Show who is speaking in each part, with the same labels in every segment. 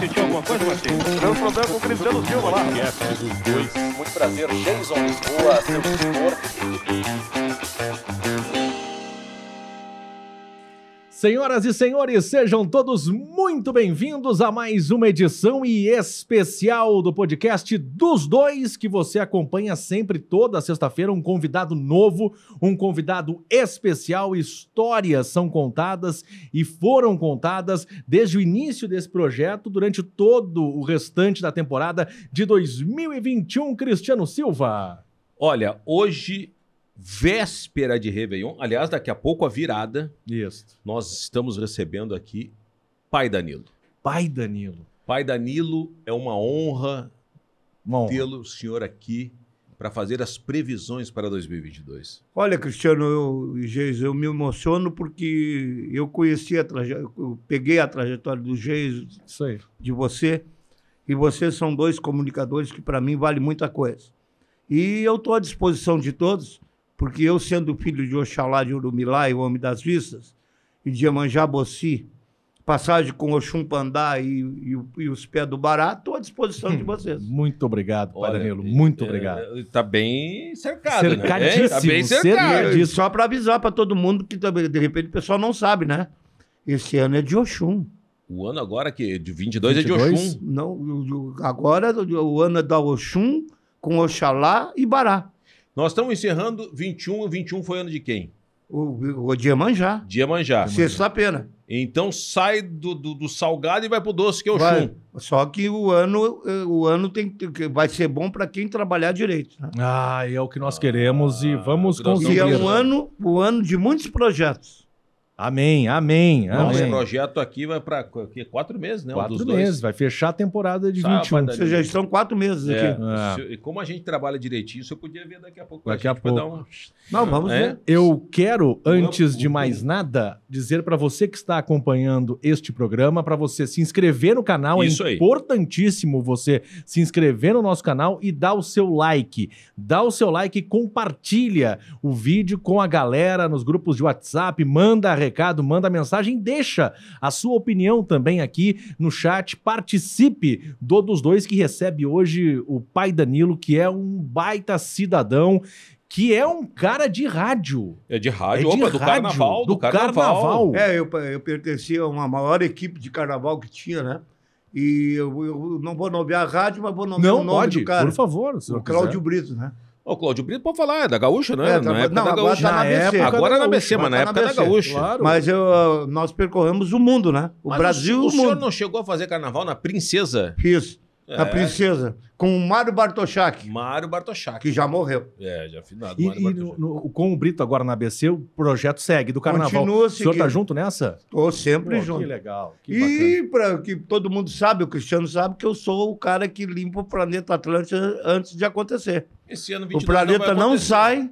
Speaker 1: Sentiu alguma coisa, Martins?
Speaker 2: Tivemos um problema com o Cristiano Silva lá.
Speaker 3: Muito prazer, Jason Lisboa, seu tutor.
Speaker 4: Senhoras e senhores, sejam todos muito bem-vindos a mais uma edição e especial do podcast dos dois que você acompanha sempre toda sexta-feira um convidado novo, um convidado especial. Histórias são contadas e foram contadas desde o início desse projeto durante todo o restante da temporada de 2021. Cristiano Silva.
Speaker 5: Olha, hoje, véspera de Réveillon, aliás, daqui a pouco a virada,
Speaker 4: Isso.
Speaker 5: nós estamos recebendo aqui Pai Danilo.
Speaker 4: Pai Danilo.
Speaker 5: Pai Danilo, é uma honra
Speaker 4: Bom,
Speaker 5: tê-lo, o senhor, aqui para fazer as previsões para 2022.
Speaker 6: Olha, Cristiano, eu, Geis, eu me emociono porque eu conheci a trajetória, eu peguei a trajetória do Geis,
Speaker 4: isso aí.
Speaker 6: de você, e vocês são dois comunicadores que para mim vale muita coisa. E eu estou à disposição de todos, porque eu, sendo filho de Oxalá de Urumilá e o Homem das Vistas, e de Iemanjá Bossi, passagem com Oxum Pandá e, e o- e os pés do Bará, estou à disposição de vocês.
Speaker 4: Muito obrigado, Pai
Speaker 5: Olha,
Speaker 4: Danilo. Muito
Speaker 5: é,
Speaker 4: obrigado.
Speaker 5: Tá bem cercado, né?
Speaker 4: Cercadíssimo,
Speaker 5: Tá bem cercado.
Speaker 4: cercado.
Speaker 6: Cara, Só para avisar para todo mundo que também, de repente o pessoal não sabe, né? Esse ano é de Oxum.
Speaker 5: O ano agora que de 22, é
Speaker 4: 22?
Speaker 5: de Oxum.
Speaker 6: Não, o- o- agora o o ano é da Oxum com Oxalá e Bará.
Speaker 5: Nós estamos encerrando 21, 21 foi ano de quem?
Speaker 6: O, o Diemanjá.
Speaker 5: De Iemanjá.
Speaker 6: Sexta-feira.
Speaker 5: Então sai do, do- do salgado e vai pro doce, que é o
Speaker 6: Vai.
Speaker 5: chum.
Speaker 6: Só que o ano, eh, o ano tem, que- que vai ser bom para quem trabalhar direito. né?
Speaker 4: Ah, é o que nós queremos e vamos
Speaker 5: Ah,
Speaker 6: E
Speaker 4: conseguir.
Speaker 6: é um
Speaker 5: Deus.
Speaker 6: ano, o ano de muitos projetos.
Speaker 4: Amém, amém,
Speaker 5: Nosso
Speaker 4: amém.
Speaker 5: projeto aqui vai para quatro meses, né? Um
Speaker 4: É, Quatro
Speaker 5: dos dois.
Speaker 4: meses, vai fechar a temporada de
Speaker 5: Sábado,
Speaker 4: 21.
Speaker 5: né?
Speaker 6: Vocês já estão quatro meses
Speaker 5: É.
Speaker 6: aqui.
Speaker 4: É.
Speaker 5: Se- E como a gente trabalha direitinho, isso eu podia ver daqui a pouco.
Speaker 4: Daqui a
Speaker 5: gente vai
Speaker 4: pouco.
Speaker 5: Dar uma...
Speaker 6: Não, vamos
Speaker 5: É.
Speaker 6: ver.
Speaker 4: Eu quero, antes de
Speaker 5: Vamos.
Speaker 4: mais nada, dizer para você que está acompanhando este programa, para você se inscrever no canal.
Speaker 5: Isso
Speaker 4: é
Speaker 5: aí.
Speaker 4: importantíssimo você se inscrever no nosso canal e dar o seu like. Dá o seu like e compartilha o vídeo com a galera nos grupos de WhatsApp, manda recado, manda mensagem, deixa a sua opinião também aqui no chat. Participe do dos dois que recebe hoje o pai Danilo, que é um baita cidadão, que é um cara de rádio.
Speaker 5: É de
Speaker 4: É de
Speaker 5: rádio, opa, do
Speaker 4: rádio,
Speaker 5: carnaval. Do, carnaval.
Speaker 6: É, eu, eu pertencia a uma maior equipe de carnaval que tinha, né? E eu, eu não vou nomear a rádio, mas vou nomear
Speaker 4: Não,
Speaker 6: o nome
Speaker 4: pode,
Speaker 6: do cara.
Speaker 4: por favor. se
Speaker 6: o
Speaker 4: não
Speaker 6: Cláudio Brito, né?
Speaker 5: O Cláudio Brito pode falar, é da Gaúcha, né?
Speaker 6: É,
Speaker 5: na
Speaker 6: tá-
Speaker 5: época
Speaker 6: não,
Speaker 5: da
Speaker 6: agora
Speaker 5: Gaúcha.
Speaker 6: tá na
Speaker 4: Na
Speaker 6: BC.
Speaker 4: época
Speaker 5: Agora na
Speaker 4: da
Speaker 5: BC,
Speaker 6: Gaúcha,
Speaker 5: mas na
Speaker 6: agora tá
Speaker 5: época da
Speaker 6: na BC,
Speaker 5: Gaúcha.
Speaker 4: quiser. Claro.
Speaker 6: Mas eu, ah, nós percorremos o mundo, né? O
Speaker 5: Mas
Speaker 6: Brasil
Speaker 5: o,
Speaker 6: e o
Speaker 5: senhor
Speaker 6: mundo.
Speaker 5: não chegou a fazer carnaval na Princesa?
Speaker 6: Fiz. A
Speaker 5: É.
Speaker 6: princesa. Com o Mário Bartoschak,
Speaker 5: Mário Bartoschak.
Speaker 6: que já morreu.
Speaker 5: É, já finado.
Speaker 4: E,
Speaker 5: Mário
Speaker 4: e no-
Speaker 5: Bartoschak.
Speaker 4: no- com o Brito agora na ABC, o projeto segue do carnaval.
Speaker 6: Continua
Speaker 4: o senhor tá
Speaker 6: seguindo.
Speaker 4: junto nessa?
Speaker 6: Estou sempre
Speaker 4: Pô, Que
Speaker 6: junto.
Speaker 4: legal. Que bacana.
Speaker 6: e para que todo mundo sabe, o Cristiano sabe, que eu sou o cara que limpa o planeta Atlântida antes de acontecer.
Speaker 5: Esse ano
Speaker 6: O
Speaker 5: 22
Speaker 6: planeta
Speaker 5: vai
Speaker 6: não,
Speaker 5: acontecer.
Speaker 6: sai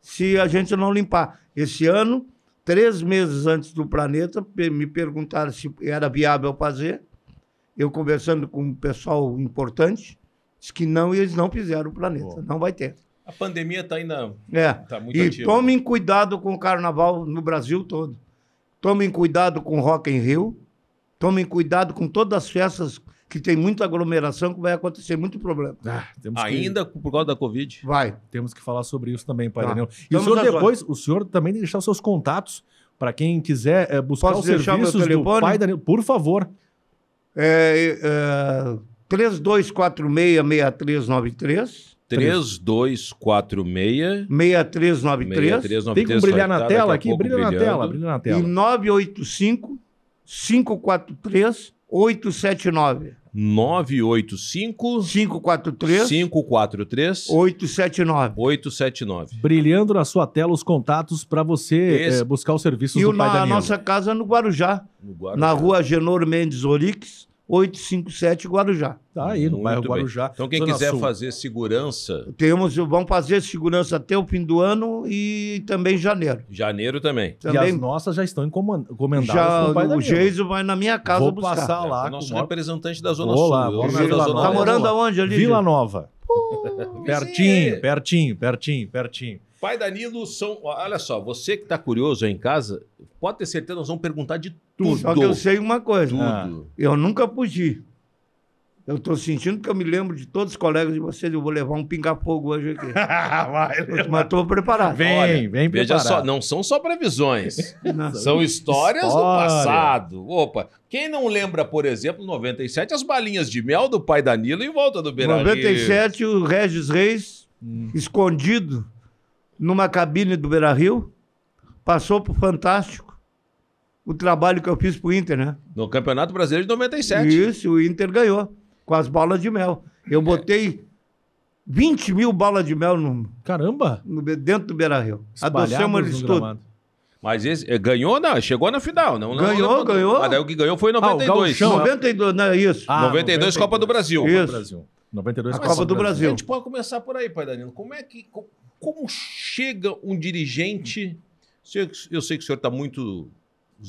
Speaker 6: se a gente não limpar. Esse ano, três meses antes do planeta, pe- me perguntaram se era viável fazer. Eu conversando com um pessoal importante, disse que não e eles não fizeram o planeta.
Speaker 4: Boa.
Speaker 6: Não vai ter.
Speaker 5: A pandemia tá ainda.
Speaker 6: É.
Speaker 5: Tá muito
Speaker 6: E
Speaker 5: ativa.
Speaker 6: tomem cuidado com o carnaval no Brasil todo. Tomem cuidado com o Rock in Rio. Tomem cuidado com todas as festas que tem muita aglomeração que vai acontecer muito problema.
Speaker 4: Ah, temos que-
Speaker 5: Ainda por causa da Covid.
Speaker 6: Vai.
Speaker 4: Temos que falar sobre isso também, Pai
Speaker 6: Tá.
Speaker 4: Daniel. E o
Speaker 6: Estamos
Speaker 4: senhor
Speaker 6: às
Speaker 4: depois, o senhor também tem que deixar os seus contatos para quem quiser eh, buscar
Speaker 6: Posso
Speaker 4: os
Speaker 6: deixar meu
Speaker 4: serviços do
Speaker 6: telefone?
Speaker 4: Pai Daniel. Por favor.
Speaker 6: É, é, 3246-6393.
Speaker 5: 3246.
Speaker 6: 6393.
Speaker 5: 6393,
Speaker 4: Tem que brilhar na
Speaker 5: tá daqui a
Speaker 4: tela aqui.
Speaker 5: pouco
Speaker 4: Brilha na
Speaker 5: brilhando.
Speaker 4: tela, brilha na
Speaker 6: E
Speaker 4: tela.
Speaker 6: 985-543-879.
Speaker 5: 985 543
Speaker 6: 543-879.
Speaker 5: 879.
Speaker 4: Brilhando na sua tela os contatos para você
Speaker 5: Esse-
Speaker 4: eh, buscar os serviços
Speaker 6: E
Speaker 4: do
Speaker 6: o
Speaker 4: Pai
Speaker 6: na
Speaker 4: Daniel.
Speaker 6: nossa casa no Guarujá,
Speaker 5: no Guarujá.
Speaker 6: na rua Genor Mendes Orix, 857 Guarujá.
Speaker 4: Tá aí, no
Speaker 5: Muito
Speaker 4: bairro
Speaker 5: bem.
Speaker 4: Guarujá.
Speaker 5: Então, quem
Speaker 4: Zona
Speaker 5: quiser
Speaker 4: Sul.
Speaker 5: fazer segurança,
Speaker 6: Temos, vamos fazer segurança até o fim do ano e também em janeiro.
Speaker 5: janeiro também.
Speaker 4: E as
Speaker 6: Também
Speaker 4: nossas já estão encomand- encomendadas
Speaker 6: já,
Speaker 4: com Pai
Speaker 6: o
Speaker 4: Daniel.
Speaker 6: Geiso vai na minha casa
Speaker 4: Vou
Speaker 6: buscar.
Speaker 4: passar Tá lá
Speaker 5: É, o
Speaker 4: com o
Speaker 5: nosso é
Speaker 4: maior-
Speaker 5: representante da Zona
Speaker 4: Vou
Speaker 5: Sul.
Speaker 4: lá,
Speaker 5: eu
Speaker 4: vou
Speaker 5: sou
Speaker 4: lá,
Speaker 5: da
Speaker 4: vou lá.
Speaker 5: Zona
Speaker 4: Tá
Speaker 6: Tá
Speaker 5: Leste.
Speaker 6: morando aonde ali?
Speaker 4: Vila Nova.
Speaker 5: Vizinho.
Speaker 4: Pertinho, pertinho, pertinho, pertinho.
Speaker 5: tá Pai Danilo são. Olha só, você que está curioso aí em casa, pode ter certeza, nós vamos perguntar de Tudo.
Speaker 6: Só que eu sei uma coisa.
Speaker 4: Ah,
Speaker 5: Tudo.
Speaker 6: Eu nunca fugi. Eu estou sentindo que eu me lembro de todos os colegas de vocês. Eu vou levar um pinga-fogo hoje aqui. Mas estou preparado.
Speaker 4: Vem,
Speaker 5: Olha,
Speaker 4: vem
Speaker 5: Veja
Speaker 4: preparado.
Speaker 5: só, não são só previsões.
Speaker 6: Não.
Speaker 5: São histórias do
Speaker 4: História.
Speaker 5: passado. Opa, quem não lembra, por exemplo, 97, as balinhas de mel do pai Danilo em volta do Beira
Speaker 6: 97, o Regis Reis,
Speaker 5: Hum.
Speaker 6: escondido numa cabine do Beira Rio, passou por Fantástico. O trabalho que eu fiz pro Inter, né?
Speaker 5: No Campeonato Brasileiro de 97.
Speaker 6: Isso, o Inter ganhou. Com as balas de mel. Eu botei 20 mil balas de mel no,
Speaker 4: Caramba!
Speaker 6: no- dentro do Beira Rio. Adoçamos
Speaker 4: Espalhados
Speaker 6: eles
Speaker 4: no
Speaker 6: tudo.
Speaker 4: gramado.
Speaker 5: Mas esse, eh, ganhou, não, chegou na final. Não, não-
Speaker 6: Ganhou,
Speaker 5: não-
Speaker 6: ganhou. Ah,
Speaker 5: Mas daí o que ganhou foi em
Speaker 4: o
Speaker 5: 92.
Speaker 4: gauchão, né?
Speaker 6: 92, não é isso?
Speaker 4: Ah,
Speaker 5: 92, Copa do Brasil.
Speaker 6: Isso.
Speaker 4: Brasil. 92
Speaker 6: A Copa do Brasil.
Speaker 5: A gente pode começar por aí, pai Danilo. Como é que. co- Como chega um dirigente? Eu eu sei que o senhor está muitos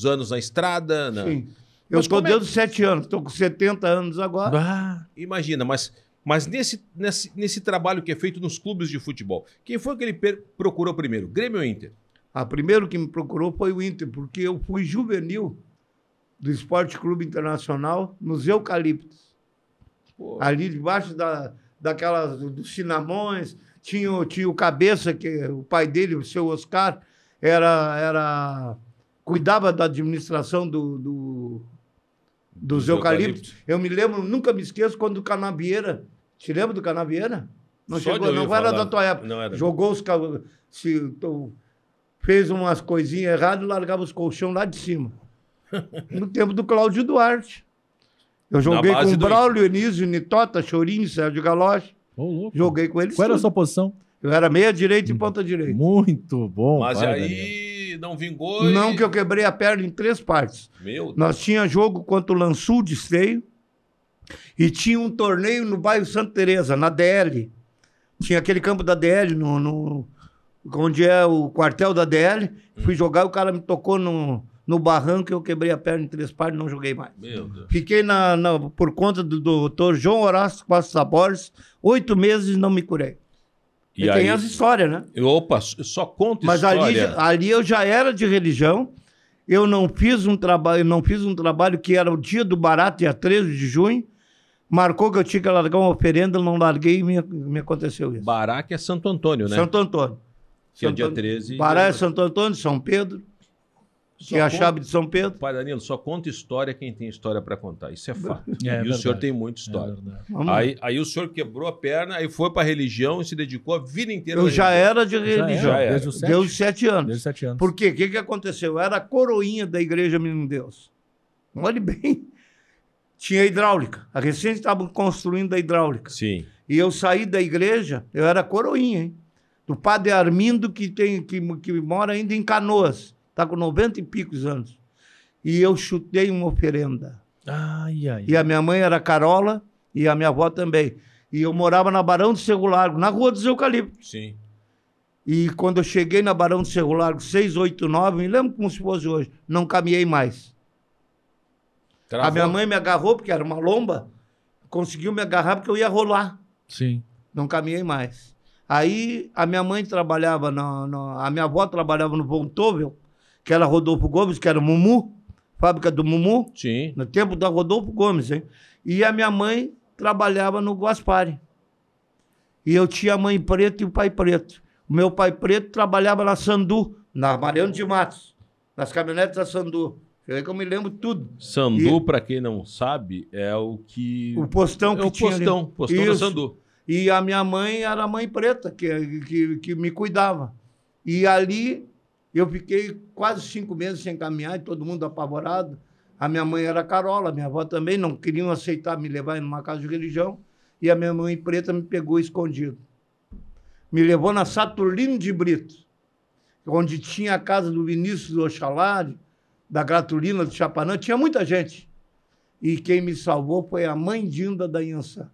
Speaker 5: anos na estrada. na-
Speaker 6: Sim. Eu
Speaker 5: Mas
Speaker 6: estou
Speaker 5: como é-
Speaker 6: desde os 7 anos, estou com 70 anos agora.
Speaker 4: Ah,
Speaker 5: Imagina, mas, mas nesse, nesse, nesse trabalho que é feito nos clubes de futebol, quem foi que ele per- procurou primeiro? Grêmio ou Inter?
Speaker 6: A primeiro que me procurou foi o Inter, porque eu fui juvenil do Esporte Clube Internacional nos Eucaliptos.
Speaker 5: Pô.
Speaker 6: Ali debaixo da, daquelas dos cinamões, tinha, o- tinha o cabeça, que é o pai dele, o seu Oscar, era, era cuidava da administração do, do- dos,
Speaker 5: Dos
Speaker 6: eucaliptos. Eu me lembro, nunca me esqueço, quando o Canavieira. Te lembra do Canavieira? Não
Speaker 5: Só de
Speaker 6: chegou,
Speaker 5: ouvir
Speaker 6: não era
Speaker 5: falar.
Speaker 6: da tua época.
Speaker 5: Não era.
Speaker 6: Jogou os. ca- Se, to- fez umas coisinhas erradas e largava os colchão lá de cima. No tempo do Cláudio Duarte. Eu joguei
Speaker 5: base
Speaker 6: com o
Speaker 5: do-
Speaker 6: Braulio, Enísio, Nitota, Chorinho, Sérgio Galoche.
Speaker 4: ô louco.
Speaker 6: Joguei com eles.
Speaker 4: Qual era a
Speaker 6: tudo.
Speaker 4: sua posição?
Speaker 6: Eu era meia-direita e ponta-direita.
Speaker 4: Muito bom.
Speaker 5: Mas
Speaker 4: vai, Danilo. É
Speaker 5: aí não
Speaker 4: Hum.
Speaker 5: vingou. e-
Speaker 6: Não que eu quebrei a perna em três partes.
Speaker 5: Meu
Speaker 6: Nós tinha jogo contra o Lançul de Esteio e tinha um torneio no bairro Santa Teresa, na DL. Tinha aquele campo da DL, no, no- onde é o quartel da DL. Fui jogar, o cara me tocou no, no barranco, eu quebrei a perna em três partes e não joguei mais.
Speaker 5: Meu Deus.
Speaker 6: Fiquei na, na- por conta do doutor João Horácio Costa Borges, oito meses e não me curei. E, tem essa história, né?
Speaker 5: Opa, só conta
Speaker 6: Mas ali,
Speaker 5: história.
Speaker 6: já- ali eu já era de religião. Eu não fiz um trabalho, não fiz um trabalho que era o dia do barato, dia 13 de junho. Marcou que eu tinha que largar uma oferenda, eu não larguei e me, me aconteceu isso.
Speaker 5: Bará que é Santo Antônio, né?
Speaker 6: Santo Antônio.
Speaker 5: que é
Speaker 6: Santo
Speaker 5: dia
Speaker 6: Antônio.
Speaker 5: 13.
Speaker 6: Pará é Santo Antônio, São Pedro,
Speaker 5: Só
Speaker 6: que é a
Speaker 5: conta-
Speaker 6: chave de São Pedro.
Speaker 5: Pai Danilo, só conta história quem tem história para contar. Isso é fato. e o
Speaker 4: verdade.
Speaker 5: senhor tem muita
Speaker 4: É
Speaker 5: história.
Speaker 4: verdade.
Speaker 6: Vamos lá.
Speaker 5: aí, aí o senhor quebrou a perna, aí foi para religião e se dedicou a vida inteira.
Speaker 6: eu
Speaker 5: na
Speaker 6: já
Speaker 5: religião.
Speaker 6: era de religião.
Speaker 5: Já era.
Speaker 4: Desde os sete,
Speaker 6: Deu os sete anos.
Speaker 4: Desde os sete anos.
Speaker 6: Por quê? O que, que aconteceu? Eu era a coroinha da Igreja Menino Deus. Olhe bem. Tinha hidráulica. A recente estavam construindo a hidráulica.
Speaker 5: Sim.
Speaker 6: E eu saí da igreja, eu era coroinha, hein? Do padre Armindo, que, tem, que, que mora ainda em Canoas. Está com 90 e picos anos. E eu chutei uma oferenda.
Speaker 4: Ai, ai.
Speaker 6: E a minha mãe era Carola e a minha avó também. E eu morava na Barão do Cerro Largo, na Rua dos Eucaliptos.
Speaker 5: Sim.
Speaker 6: E quando eu cheguei na Barão do Cerro Largo, 689, me lembro como se fosse hoje, não caminhei mais. A minha mãe me agarrou, porque era uma lomba, conseguiu me agarrar porque eu ia rolar.
Speaker 4: Sim.
Speaker 6: não caminhei mais. Aí a minha mãe trabalhava, na, na- a minha avó trabalhava no Vontovel, que era Rodolfo Gomes, que era Mumu, fábrica do Mumu,
Speaker 5: Sim.
Speaker 6: no tempo da Rodolfo Gomes, hein? E a minha mãe trabalhava no Guaspari. E eu tinha a mãe preta e o pai preto. O meu pai preto trabalhava na Sandu, na Mariano de Matos, nas caminhonetes da Sandu. É que eu me lembro tudo.
Speaker 5: Sandu, pra quem não sabe, é o que.
Speaker 6: O postão que
Speaker 5: é o
Speaker 6: tinha ali.
Speaker 5: postão. Postão da
Speaker 6: Isso.
Speaker 5: Sandu.
Speaker 6: E a minha mãe era a mãe preta, que, que, que me cuidava. E ali eu fiquei quase cinco meses sem caminhar, e todo mundo apavorado. A minha mãe era Carola, minha avó também, não queriam aceitar me levar numa casa de religião. E a minha mãe preta me pegou escondido. Me levou na Saturnino de Brito, onde tinha a casa do Vinícius do Oxalá, da Gratulina do Chapanã, tinha muita gente. E quem me salvou foi a mãe Dinda da Inhansã.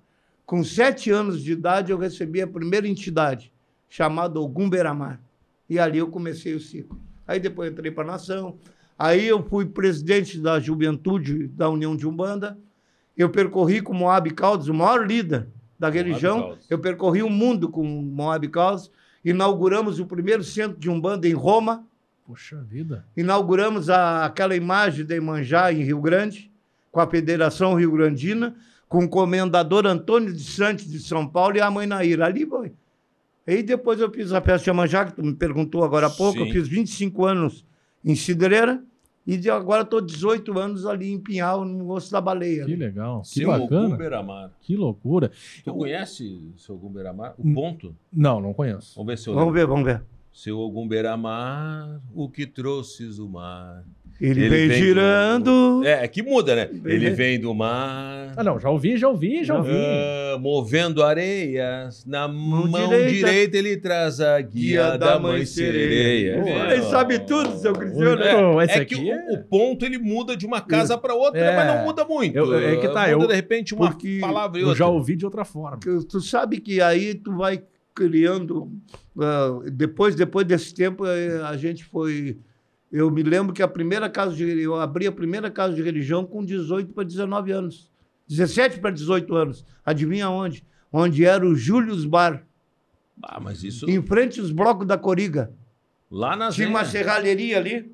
Speaker 6: Com sete anos de idade, eu recebi a primeira entidade, chamada Ogum Beramar. E ali eu comecei o ciclo. Aí depois entrei para a Nação. Aí eu fui presidente da Juventude da União de Umbanda. Eu percorri com Moab Caldas, o maior líder da religião.
Speaker 5: Caldas.
Speaker 6: Eu percorri o mundo com Moab Caldas. Inauguramos o primeiro centro de Umbanda em Roma.
Speaker 4: Poxa vida.
Speaker 6: Inauguramos a- aquela imagem de Emanjá em Rio Grande, com a Federação Rio Grandina, com o comendador Antônio de Santos de São Paulo e a mãe Naíra. Ali foi. Aí depois eu fiz a festa de Emanjá, que tu me perguntou agora há pouco.
Speaker 5: Sim.
Speaker 6: Eu fiz 25 anos em Cidreira e de agora estou 18 anos ali em Pinhal, no Osso da Baleia.
Speaker 4: Que legal. Que
Speaker 5: Seu
Speaker 4: bacana.
Speaker 5: Ogum Beramar.
Speaker 4: Que loucura.
Speaker 5: Tu conhece seu Ogum Beramar? O ponto?
Speaker 4: Não, não conheço.
Speaker 5: Vamos ver se eu
Speaker 6: Hum. Vamos
Speaker 5: lembro.
Speaker 6: ver, vamos ver.
Speaker 5: Seu Ogum Beramar, o que trouxes o mar.
Speaker 6: Ele,
Speaker 5: Ele
Speaker 6: vem,
Speaker 5: vem
Speaker 6: girando.
Speaker 5: É, é que muda, né? Ele vem do mar.
Speaker 6: Tá
Speaker 4: Ah, não, já ouvi, já ouvi, já ouvi.
Speaker 5: ah, movendo areias, na mão, direita.
Speaker 6: direita.
Speaker 5: ele traz a guia, da,
Speaker 6: Guia da
Speaker 5: mãe
Speaker 6: mãe
Speaker 5: sereia. É
Speaker 6: sereia.
Speaker 5: Viu?
Speaker 6: Olha, ele sabe tudo, seu Cristiano.
Speaker 5: É,
Speaker 4: Ô, esse
Speaker 5: é
Speaker 4: aqui
Speaker 5: que o-
Speaker 4: é-
Speaker 5: o, ponto ele muda de uma casa para outra,
Speaker 4: É.
Speaker 5: mas não muda muito.
Speaker 4: Eu- eu- é que tá,
Speaker 5: muda
Speaker 4: eu-
Speaker 5: de repente uma
Speaker 6: porque
Speaker 5: palavra e
Speaker 4: Eu
Speaker 5: outra.
Speaker 4: já ouvi de outra forma.
Speaker 6: que tu sabe que aí tu vai criando ah, depois depois desse tempo eh, a gente foi eu me lembro que a primeira casa de eu abri a primeira casa de religião com 18 para 19 anos 17 para 18 anos adivinha onde onde era o Július Bar
Speaker 5: Ah, mas isso
Speaker 6: em frente aos blocos da Coriga
Speaker 5: lá na
Speaker 6: tinha
Speaker 5: Zenha.
Speaker 6: uma serralheria ali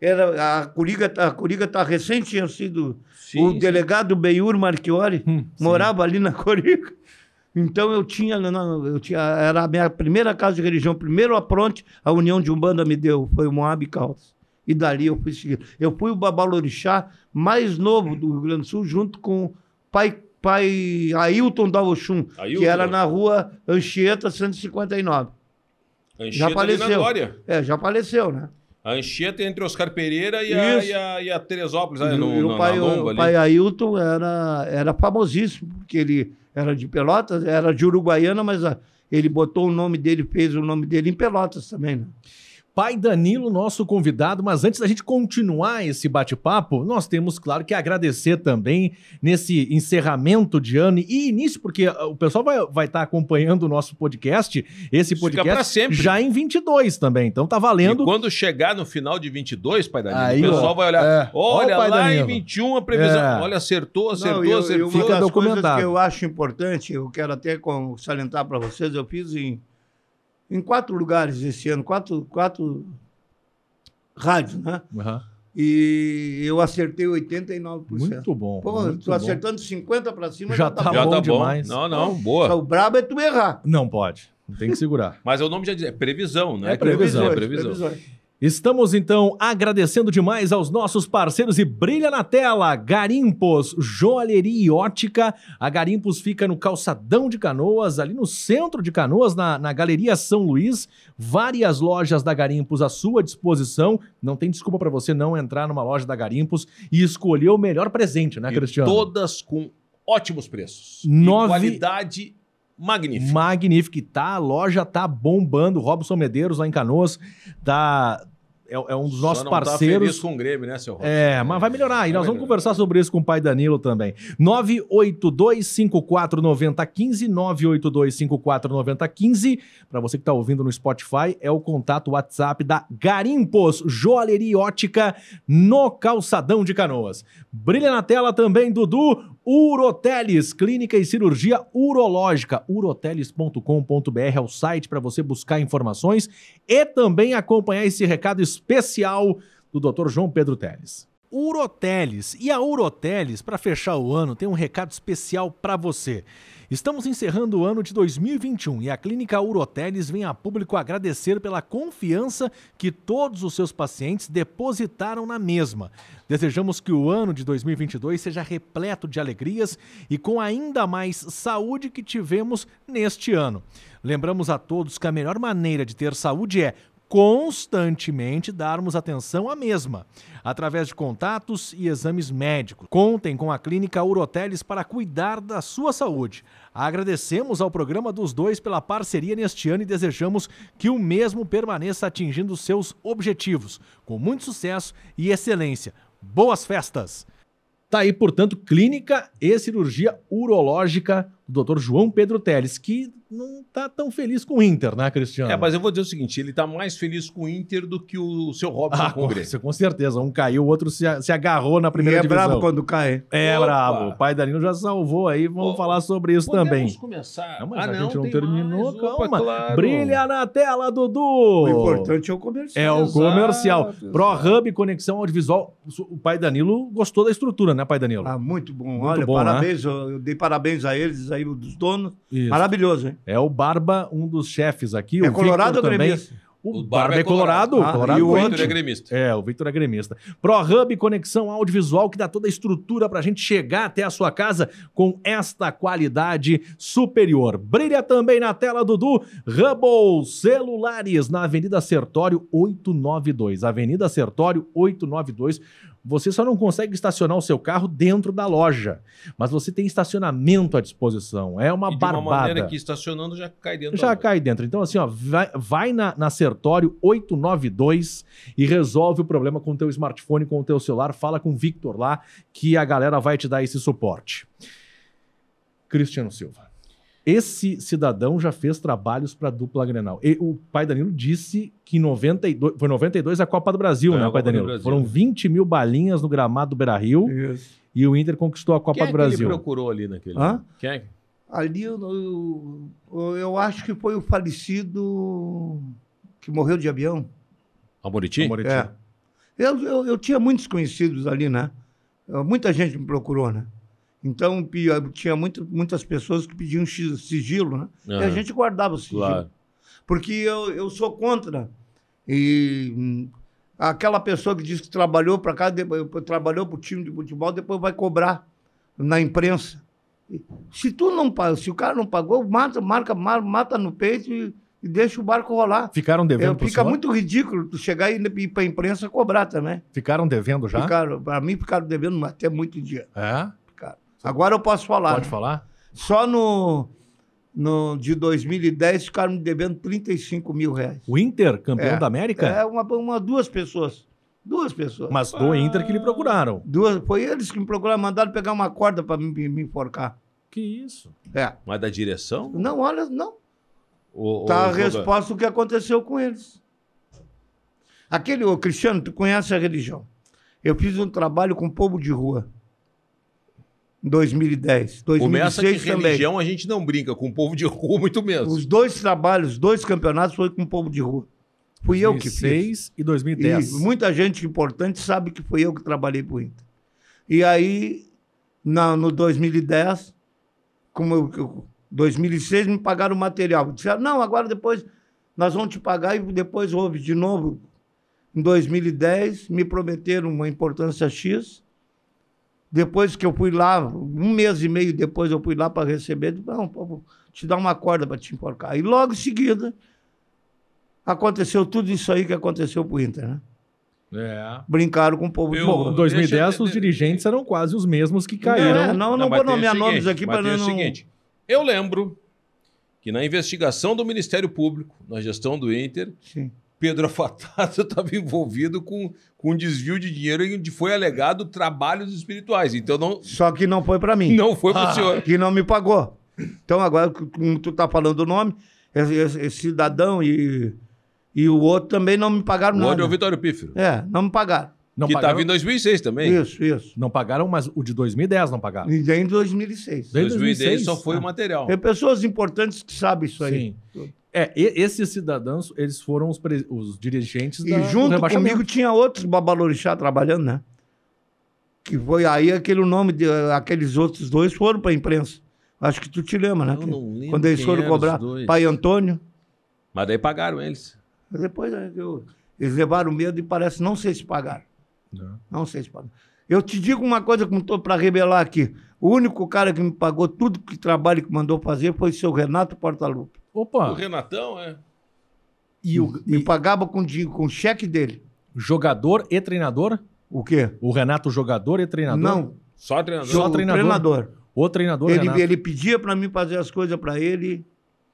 Speaker 6: era a Coriga a Coriga tá recente tinha sido
Speaker 5: Sim,
Speaker 6: o
Speaker 5: sim.
Speaker 6: delegado Beiur Marchiori
Speaker 4: Hum,
Speaker 6: morava ali na Corica. Então eu tinha, não, não, eu tinha, era a minha primeira casa de religião, primeiro apronte, a união de Umbanda me deu, foi o Moab Caldas. E dali eu fui seguindo. Eu fui o babalorixá mais novo do Rio Grande do Sul, junto com o pai, pai Ailton da Oxum,
Speaker 5: Ailton.
Speaker 6: que era na rua Anchieta 159.
Speaker 5: A Anchieta ali na
Speaker 6: faleceu.
Speaker 5: Glória.
Speaker 6: É, já faleceu, né?
Speaker 5: A Anchieta entre Oscar Pereira e a,
Speaker 6: Isso.
Speaker 5: e a, e a Teresópolis,
Speaker 6: E
Speaker 5: né, no,
Speaker 6: o- e o
Speaker 5: na-
Speaker 6: pai,
Speaker 5: na lomba
Speaker 6: o
Speaker 5: ali.
Speaker 6: pai Ailton era, era famosíssimo, porque ele era de Pelotas, era de Uruguaiana, mas ah, ele botou o nome dele, fez o nome dele em Pelotas também, né?
Speaker 4: Pai Danilo, nosso convidado, mas antes da gente continuar esse bate-papo, nós temos, claro, que agradecer também nesse encerramento de ano e início, porque ah, o pessoal vai estar acompanhando o nosso podcast, esse
Speaker 5: Fica pra
Speaker 4: podcast
Speaker 5: sempre.
Speaker 4: já em 22 também, então tá
Speaker 5: E
Speaker 4: valendo.
Speaker 5: quando chegar no final de 22, pai Danilo,
Speaker 4: Aí,
Speaker 5: o pessoal
Speaker 4: ó,
Speaker 5: vai olhar.
Speaker 4: é. Olha
Speaker 5: Olha
Speaker 4: o pai
Speaker 5: lá
Speaker 4: Danilo.
Speaker 5: em 21 a previsão.
Speaker 4: É.
Speaker 5: Olha, acertou, acertou,
Speaker 6: Não, eu- eu-
Speaker 5: acertou.
Speaker 6: uma das coisas
Speaker 4: documentado.
Speaker 6: que eu acho importante, eu quero até com- salientar para vocês, eu fiz em, em quatro lugares esse ano, quatro, quatro rádios, né?
Speaker 4: Aham.
Speaker 6: E eu acertei 89%.
Speaker 4: Muito bom.
Speaker 6: é. Pô,
Speaker 4: muito
Speaker 6: tô
Speaker 4: bom.
Speaker 6: acertando 50 para cima,
Speaker 4: Já tá
Speaker 5: Já
Speaker 4: bom
Speaker 5: tá bom.
Speaker 4: demais.
Speaker 5: Não, não, boa.
Speaker 6: Só O brabo é tu errar.
Speaker 4: Não pode, tem que segurar.
Speaker 5: Mas é o nome já diz, é previsão, né?
Speaker 4: É previsão,
Speaker 5: É previsão.
Speaker 6: previsões.
Speaker 4: Estamos então agradecendo demais aos nossos parceiros e brilha na tela, Garimpos, Joalheria e Ótica. A Garimpos fica no calçadão de Canoas, ali no centro de Canoas, na, na Galeria São Luís. Várias lojas da Garimpos à sua disposição. Não tem desculpa para você não entrar numa loja da Garimpos e escolher o melhor presente, né,
Speaker 5: E
Speaker 4: Cristiano?
Speaker 5: Todas com ótimos preços.
Speaker 4: Nove-
Speaker 5: E qualidade magnífica.
Speaker 4: Magnífico. E tá, a loja tá bombando. Robson Medeiros lá em Canoas tá, é, é um dos
Speaker 5: Só
Speaker 4: nossos
Speaker 5: não Tá
Speaker 4: parceiros.
Speaker 5: feliz com o Grêmio, né, seu Roberto?
Speaker 4: É, mas vai melhorar. E
Speaker 5: Vai
Speaker 4: nós vamos
Speaker 5: melhorar.
Speaker 4: conversar sobre isso com o pai Danilo também. 982549015, 982549015. Para você que tá ouvindo no Spotify, é o contato WhatsApp da Garimpos Joalheria e Ótica no Calçadão de Canoas. Brilha na tela também, Dudu. Uroteles, clínica e cirurgia urológica. uroteles.com.br é o site para você buscar informações e também acompanhar esse recado especial do Dr. João Pedro Teles. Uroteles. E a Uroteles, para fechar o ano, tem um recado especial para você. Estamos encerrando o ano de 2021 e a Clínica Uroteles vem a público agradecer pela confiança que todos os seus pacientes depositaram na mesma. Desejamos que o ano de 2022 seja repleto de alegrias e com ainda mais saúde que tivemos neste ano. Lembramos a todos que a melhor maneira de ter saúde é constantemente darmos atenção à mesma, através de contatos e exames médicos. Contem com a Clínica Uroteles para cuidar da sua saúde. Agradecemos ao programa dos dois pela parceria neste ano e desejamos que o mesmo permaneça atingindo seus objetivos, com muito sucesso e excelência. Boas festas! Tá aí, portanto, clínica e cirurgia urológica do Dr. João Pedro Teles, que não está tão feliz com o Inter, né, Cristiano?
Speaker 5: É, mas eu vou dizer o seguinte: ele tá mais feliz com o Inter do que o seu Robson
Speaker 4: ah, com,
Speaker 5: Congre.
Speaker 4: com certeza. Um caiu, o outro se, a- se agarrou na
Speaker 6: E
Speaker 4: primeira
Speaker 6: é
Speaker 4: divisão.
Speaker 6: brabo quando cai.
Speaker 4: É
Speaker 5: Opa!
Speaker 4: brabo. O pai Danilo já salvou aí, vamos
Speaker 5: Ô,
Speaker 4: falar sobre isso também.
Speaker 5: começar. Ah,
Speaker 4: Não, mas a gente não
Speaker 5: tem
Speaker 4: terminou,
Speaker 5: mais.
Speaker 4: calma.
Speaker 5: Opa, claro.
Speaker 4: Brilha na tela, Dudu!
Speaker 6: O importante é o comercial.
Speaker 4: É o
Speaker 5: Exato,
Speaker 4: comercial.
Speaker 5: exato.
Speaker 4: Pro Hub Conexão Audiovisual. O pai Danilo gostou da estrutura, né, pai Danilo?
Speaker 6: Ah, muito bom.
Speaker 4: Muito
Speaker 6: Olha,
Speaker 4: bom, né?
Speaker 6: parabéns. Eu eu dei parabéns a eles, aí dos donos.
Speaker 4: Isso.
Speaker 6: Maravilhoso, hein?
Speaker 4: É o Barba, um dos chefes aqui.
Speaker 6: Ah. é
Speaker 4: o
Speaker 6: colorado ou
Speaker 4: Victor também.
Speaker 6: gremista?
Speaker 4: O,
Speaker 5: O
Speaker 4: Barba é colorado.
Speaker 6: Ah,
Speaker 4: colorado
Speaker 6: e o
Speaker 5: O
Speaker 4: foi.
Speaker 5: Inter é gremista.
Speaker 4: É, o Victor é gremista. ProHub Conexão Audiovisual, que dá toda a estrutura para a gente chegar até a sua casa com esta qualidade superior. Brilha também na tela, Dudu. Hubble Celulares, na Avenida Sertório 892. Avenida Sertório 892. Você só não consegue estacionar o seu carro dentro da loja, mas você tem estacionamento à disposição. É uma
Speaker 5: E de
Speaker 4: barbada.
Speaker 5: uma maneira que estacionando já cai dentro
Speaker 4: Já
Speaker 5: da-
Speaker 4: cai dentro. Então, assim, ó, vai, vai na, na Sertório 892 e resolve o problema com o teu smartphone, com o teu celular. Fala com o Victor lá, que a galera vai te dar esse suporte. Cristiano Silva. Esse cidadão já fez trabalhos para dupla Grenal. E o pai Danilo disse que em 92, foi 92 a Copa do Brasil,
Speaker 5: É, a
Speaker 4: né,
Speaker 5: Copa
Speaker 4: pai
Speaker 5: do
Speaker 4: Danilo?
Speaker 5: Brasil.
Speaker 4: Foram 20 mil balinhas no gramado do Beira-Rio
Speaker 6: Isso.
Speaker 4: e o Inter conquistou a Copa
Speaker 5: Quem é
Speaker 4: do
Speaker 5: que
Speaker 4: Brasil.
Speaker 5: ele procurou ali naquele?
Speaker 6: Hã?
Speaker 5: Quem é?
Speaker 6: Ali eu, eu, eu acho que foi o falecido que morreu de avião.
Speaker 5: Amoriti?
Speaker 4: Amorim.
Speaker 6: É. Eu, eu, eu tinha muitos conhecidos ali, né? Eh, Muita gente me procurou, né? Então pi- eu tinha muito, muitas pessoas que pediam x- sigilo, né? E a
Speaker 5: Aham.
Speaker 6: gente guardava o sigilo.
Speaker 5: Ah, Claro.
Speaker 6: Porque eu, eu sou contra. E hum, aquela pessoa que diz que trabalhou para cá, depois- trabalhou para o time de futebol, depois vai cobrar na imprensa. E Se tu não pa- se o cara não pagou, mata, marca, ma- mata no peito e, e deixa o barco rolar.
Speaker 4: Ficaram devendo
Speaker 6: É,
Speaker 4: Tá pro
Speaker 6: fica
Speaker 4: senhor?
Speaker 6: muito ridículo tu chegar e ir para a imprensa cobrar também.
Speaker 4: Ficaram devendo já?
Speaker 6: Ficaram, para mim, ficaram devendo até muito dinheiro.
Speaker 4: É?
Speaker 6: Ficaram. Agora eu posso falar.
Speaker 4: Pode falar?
Speaker 6: Só no, no de 2010 ficaram me devendo 35 mil reais.
Speaker 4: O Inter, campeão
Speaker 6: É.
Speaker 4: da América?
Speaker 6: É, uma, uma, duas pessoas. Duas pessoas.
Speaker 4: Mas do Inter que lhe procuraram.
Speaker 6: Duas, foi eles que me procuraram, mandaram pegar uma corda para me, me enforcar.
Speaker 4: Que isso?
Speaker 6: É.
Speaker 5: Mas da direção?
Speaker 6: Não, olha, não.
Speaker 5: Ou- ou
Speaker 6: Tá a
Speaker 5: joga-
Speaker 6: resposta do que aconteceu com eles. Aquele, ô Cristiano, tu conhece a religião. Eu fiz um trabalho com o povo de rua. Em 2010. 2006
Speaker 5: Começa que
Speaker 6: também.
Speaker 5: religião a gente não brinca, com o povo de rua muito menos.
Speaker 6: Os dois trabalhos, os dois campeonatos foi com o povo de rua. Fui eu que fiz.
Speaker 4: 2006 e
Speaker 6: E
Speaker 4: 2010.
Speaker 6: muita gente importante sabe que foi eu que trabalhei pro Inter. E aí, na, no 2010, como eu, eu- 2006, me pagaram o material. Disseram, não, agora depois nós vamos te pagar e depois houve de novo. Em 2010, me prometeram uma importância X. Depois que eu fui lá, um mês e meio depois eu fui lá para receber, disse, não, pô, vou te dar uma corda para te enforcar. E logo em seguida, aconteceu tudo isso aí que aconteceu pro Inter, né?
Speaker 5: É.
Speaker 6: brincaram com o povo de
Speaker 5: Eu-
Speaker 4: Bom,
Speaker 6: Bom,
Speaker 4: em 2010
Speaker 5: deixa-
Speaker 4: os dirigentes eram quase os mesmos que
Speaker 6: Não,
Speaker 4: caíram.
Speaker 6: é, não, não
Speaker 5: mas
Speaker 6: vou
Speaker 5: tem o
Speaker 6: nomear
Speaker 5: seguinte,
Speaker 6: nomes aqui
Speaker 5: mas
Speaker 6: para
Speaker 5: tem
Speaker 6: não.
Speaker 5: o seguinte, eu lembro que na investigação do Ministério Público, na gestão do Inter,
Speaker 6: Sim.
Speaker 5: Pedro Afatato estava envolvido com, com um desvio de dinheiro onde foi alegado trabalhos espirituais. Então não,
Speaker 6: Só que não foi para mim,
Speaker 5: não foi pro senhor.
Speaker 6: que não me pagou. Então agora, como tu tá falando o nome, esse, esse- esse cidadão e, e o outro também não me pagaram
Speaker 5: O
Speaker 6: nada.
Speaker 5: outro é o Vitório Pífero,
Speaker 6: É, não me pagaram.
Speaker 4: Não,
Speaker 5: que tá
Speaker 4: pagaram,
Speaker 5: estava em 2006 também.
Speaker 6: Isso, isso.
Speaker 4: não pagaram, mas o de 2010 não pagaram.
Speaker 6: E daí em 2006.
Speaker 4: Desde
Speaker 5: 2010 só
Speaker 4: 2006,
Speaker 5: foi
Speaker 4: né?
Speaker 5: o material.
Speaker 6: Tem pessoas importantes que sabem isso aí.
Speaker 4: Sim. É, e- esses cidadãos, eles foram os, pre- os dirigentes da,
Speaker 6: E junto comigo tinha outros babalorixá trabalhando, né? Que foi aí aquele nome, de, aqueles outros dois foram pra imprensa. Acho que tu te lembra, né?
Speaker 5: Eu não lembro
Speaker 6: Quando eles
Speaker 5: quem
Speaker 6: foram
Speaker 5: eram os
Speaker 6: cobrar.
Speaker 5: dois.
Speaker 6: Pai Antônio.
Speaker 5: Mas daí pagaram eles.
Speaker 6: Mas Depois né, eu- eles levaram medo e parece não sei se pagaram.
Speaker 4: Não.
Speaker 6: Não sei se pagaram. Eu te digo uma coisa que estou para revelar aqui. O único cara que me pagou tudo que trabalho que mandou fazer foi o seu Renato Portaluppi.
Speaker 5: O
Speaker 4: Opa,
Speaker 5: Renatão, é.
Speaker 4: e o
Speaker 6: Me pagava com, dinhe- com o cheque dele.
Speaker 4: jogador e treinador?
Speaker 6: O quê?
Speaker 4: O Renato, jogador e treinador?
Speaker 6: Não,
Speaker 5: Só treinador.
Speaker 4: Só
Speaker 6: o
Speaker 4: treinador.
Speaker 6: treinador.
Speaker 4: O treinador, Renato.
Speaker 6: Ele, ele pedia para mim fazer as coisas para ele.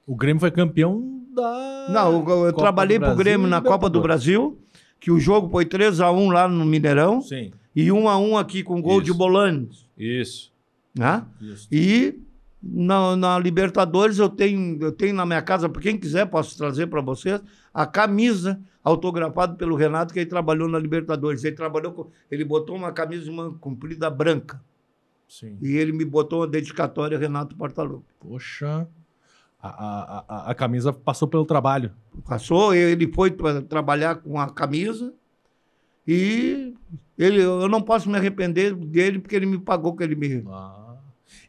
Speaker 4: O Grêmio foi campeão da...
Speaker 6: Não, eu- eu,
Speaker 4: Copa do
Speaker 6: trabalhei pro
Speaker 4: Brasil
Speaker 6: Grêmio
Speaker 4: e
Speaker 6: na Copa do
Speaker 4: Libertadores.
Speaker 6: Brasil, que o jogo foi 3 a 1 lá no Mineirão
Speaker 4: Sim,
Speaker 6: e 1 a 1 aqui com gol
Speaker 5: Isso.
Speaker 6: de Bolanes,
Speaker 5: Isso.
Speaker 6: né?
Speaker 4: isso.
Speaker 6: E Na, na Libertadores eu tenho, eu tenho na minha casa, para quem quiser, posso trazer para vocês, a camisa autografada pelo Renato, que ele trabalhou na Libertadores. Ele trabalhou com- ele botou uma camisa de manga comprida branca.
Speaker 4: Sim.
Speaker 6: E ele me botou uma dedicatória Renato Portaluppi.
Speaker 4: Poxa. A, a- a- a camisa passou pelo trabalho.
Speaker 6: Passou, ele foi tra- trabalhar com a camisa e ele, eu não posso me arrepender dele porque ele me pagou o que ele me
Speaker 4: Ah.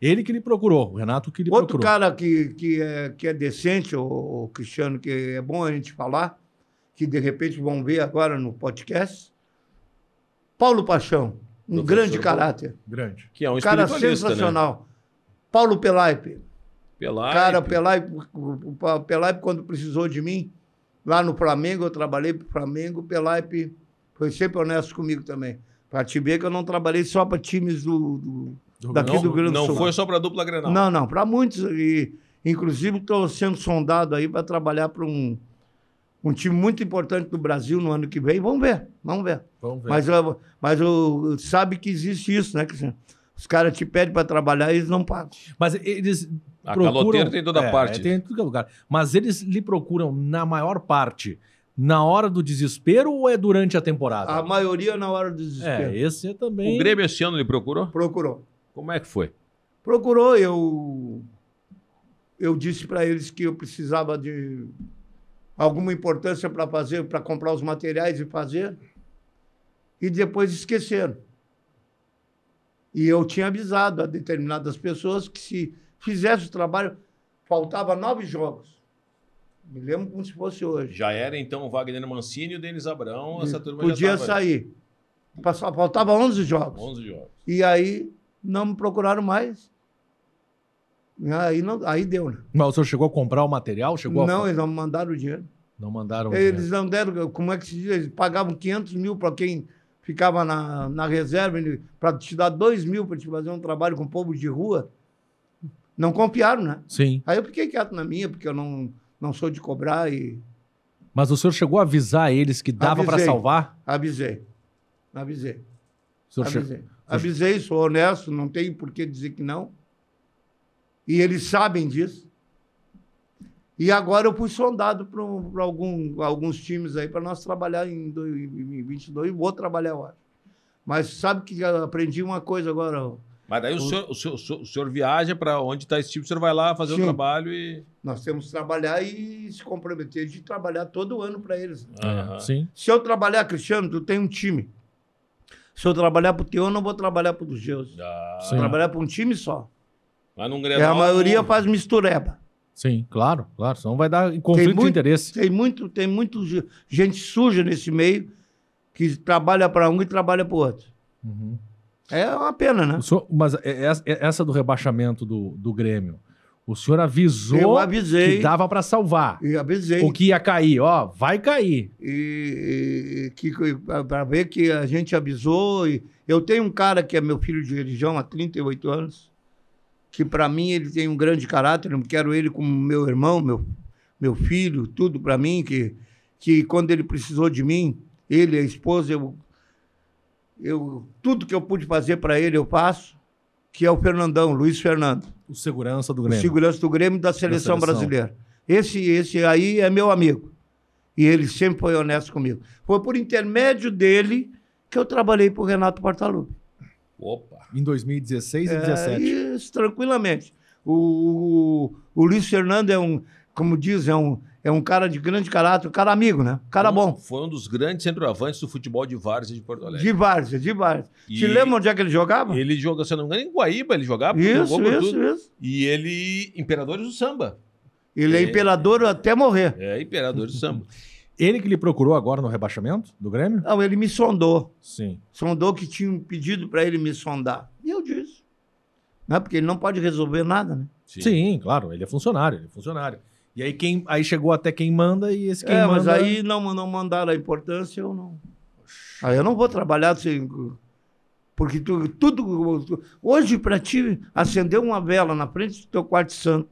Speaker 4: Ele que lhe procurou, o Renato que lhe
Speaker 6: Outro
Speaker 4: procurou.
Speaker 6: cara que, que, é, que é decente, o, Cristiano, que é bom a gente falar, que de repente vão ver agora no podcast, Paulo Paixão, um
Speaker 5: Professor
Speaker 6: grande
Speaker 5: Paulo.
Speaker 6: caráter,
Speaker 4: Grande.
Speaker 5: Que é um
Speaker 6: um cara
Speaker 5: espiritualista, né?
Speaker 6: sensacional. Paulo Pelaipe,
Speaker 5: Pelaipe.
Speaker 6: cara, Pelaipe, o- o- o Pelaipe quando precisou de mim, lá no Flamengo, eu trabalhei para o Flamengo, o Pelaipe foi sempre honesto comigo também. Para te ver que eu não trabalhei só para times do- do, Daqui
Speaker 5: não,
Speaker 6: do Rio Grande do
Speaker 5: não
Speaker 6: Sul.
Speaker 5: foi só pra dupla Grenal.
Speaker 6: Não, não, para muitos. E, inclusive, estou sendo sondado aí para trabalhar para um, um time muito importante do Brasil no ano que vem. Vamos ver, vamos ver.
Speaker 4: Vamos ver.
Speaker 6: Mas, eu- mas eu, sabe que existe isso, né? Cristiano? Os caras te pedem para trabalhar e eles não pagam.
Speaker 4: Mas eles
Speaker 5: A
Speaker 4: procuram...
Speaker 6: um-
Speaker 5: caloteira Ah, tem toda
Speaker 4: É,
Speaker 5: parte.
Speaker 4: Tem em todo lugar. Mas eles lhe procuram, na maior parte, na hora do desespero ou é durante a temporada?
Speaker 6: A maioria, na hora do Ah, desespero,
Speaker 4: É, esse é também.
Speaker 6: um-
Speaker 5: O Grêmio esse ano ele procurou?
Speaker 6: procurou.
Speaker 5: Como é que foi?
Speaker 6: Procurou, eu, eu disse para eles que eu precisava de alguma importância para fazer, para comprar os materiais e fazer, e depois esqueceram. E eu tinha avisado a determinadas pessoas que se fizesse o trabalho, faltava nove jogos. Me lembro como se fosse hoje.
Speaker 5: Já era então o Wagner Mancini e o Denis Abrão. Essa turma
Speaker 6: Podia
Speaker 5: já tava,
Speaker 6: sair. Passava, faltava 11 jogos.
Speaker 5: 11 jogos.
Speaker 6: E aí não me procuraram mais. Aí, não, aí deu, né?
Speaker 4: Mas o senhor chegou a comprar o material? Chegou a-
Speaker 6: Não, eles não mandaram o dinheiro.
Speaker 4: Não mandaram.
Speaker 6: Eles não deram, como é que se diz? Eles pagavam 500 mil para quem ficava na, na reserva, para te dar 2 mil para te fazer um trabalho com povo de rua. Não confiaram, né?
Speaker 4: Sim.
Speaker 6: Aí eu fiquei quieto na minha, porque eu não, não sou de cobrar e
Speaker 4: Mas o senhor chegou a avisar eles que dava pra
Speaker 6: Avisei.
Speaker 4: salvar?
Speaker 6: avisei. Avisei.
Speaker 4: O senhor chegou-
Speaker 6: Avisei. Avisei, sou honesto, não tenho por que dizer que não. E eles sabem disso. E agora eu fui sondado para algum, alguns times aí para nós trabalhar em 2022. Vou trabalhar, eu acho. Mas sabe que eu aprendi uma coisa agora. ó.
Speaker 5: Mas daí o,
Speaker 6: O-
Speaker 5: senhor, o, senhor, o senhor- o senhor viaja pra onde tá esse time, o senhor vai lá fazer o
Speaker 6: Sim.
Speaker 5: trabalho e.
Speaker 6: Nós temos que trabalhar e se comprometer de trabalhar todo ano para eles.
Speaker 5: Aham.
Speaker 4: É, Sim.
Speaker 6: Se eu trabalhar, Cristiano, tu tem um time. Se eu trabalhar para o teu, eu não vou trabalhar para os teus.
Speaker 5: Ah,
Speaker 6: Se eu trabalhar para um time só.
Speaker 5: Mas num
Speaker 6: É,
Speaker 5: Grenal.
Speaker 6: a maioria
Speaker 5: não-
Speaker 6: faz mistureba.
Speaker 4: Sim, claro, claro. Senão vai dar conflito de
Speaker 6: muito-
Speaker 4: interesse.
Speaker 6: Tem muito, tem muito ge- gente suja nesse meio que trabalha para um e trabalha para o outro.
Speaker 4: Uhum.
Speaker 6: É uma pena, né?
Speaker 4: O senhor- mas é- é- é essa do rebaixamento do, do Grêmio, o senhor avisou
Speaker 6: Eu avisei.
Speaker 4: que dava pra salvar.
Speaker 6: E avisei.
Speaker 4: O que ia cair, ó, vai cair.
Speaker 6: E, e- que, para ver que a gente avisou. E eu tenho um cara que é meu filho de religião há 38 anos, que para mim ele tem um grande caráter. Eu quero ele como meu irmão, meu, meu filho, tudo para mim. Que, que quando ele precisou de mim, ele, a esposa, eu, eu tudo que eu pude fazer para ele eu faço. Que é o Fernandão, Luiz Fernando,
Speaker 4: O segurança do
Speaker 6: o
Speaker 4: Grêmio.
Speaker 6: segurança do Grêmio e da seleção,
Speaker 4: seleção.
Speaker 6: brasileira. Esse, esse aí é meu amigo. E ele sempre foi honesto comigo. Foi por intermédio dele que eu trabalhei para o Renato Portaluppi.
Speaker 5: Opa.
Speaker 4: Em 2016 e
Speaker 6: É,
Speaker 4: 2017.
Speaker 6: isso, tranquilamente. O, o, o Luiz Fernando é um, como diz, é um, é um cara de grande caráter, um cara amigo, né? Um cara
Speaker 5: Um-
Speaker 6: bom.
Speaker 5: Foi um dos grandes centroavantes do futebol de Várzea de Porto Alegre.
Speaker 6: De várzea, de várzea.
Speaker 5: E-
Speaker 6: Te lembra onde é que ele jogava?
Speaker 5: Ele joga, se eu não me engano, em Guaíba ele jogava. porque
Speaker 6: Isso,
Speaker 5: jogou por
Speaker 6: isso,
Speaker 5: tudo.
Speaker 6: isso.
Speaker 5: E ele, Imperadores do Samba.
Speaker 6: Ele é
Speaker 5: É.
Speaker 6: imperador até morrer.
Speaker 5: É, Imperadores do Samba.
Speaker 4: Ele que lhe procurou agora no rebaixamento do Grêmio?
Speaker 6: Não, ele me sondou.
Speaker 4: Sim.
Speaker 6: sondou que tinha um pedido para ele me sondar. E eu disse. Né? Porque ele não pode resolver nada, né?
Speaker 4: Sim. claro, ele é funcionário, ele é funcionário. E aí quem aí chegou até quem manda e esse quem
Speaker 6: é,
Speaker 4: manda
Speaker 6: mas aí não, não mandaram a importância, eu não. Aí eu não vou trabalhar sem. Porque tu, tudo. tu- Hoje, para ti, acender uma vela na frente do teu quarto santo.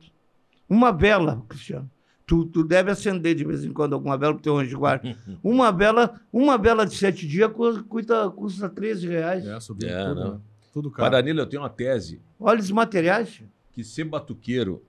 Speaker 6: Uma vela, Cristiano. Tu, tu deve acender de vez em quando alguma vela pro teu anjo de guarda. Uma vela, uma vela de sete dias cu- custa, custa 13 reais.
Speaker 4: é, subiu
Speaker 5: É,
Speaker 4: tudo,
Speaker 5: não.
Speaker 4: né? Tudo caro.
Speaker 5: Paranilo, eu tenho uma tese
Speaker 6: Olha os materiais.
Speaker 5: que ser batuqueiro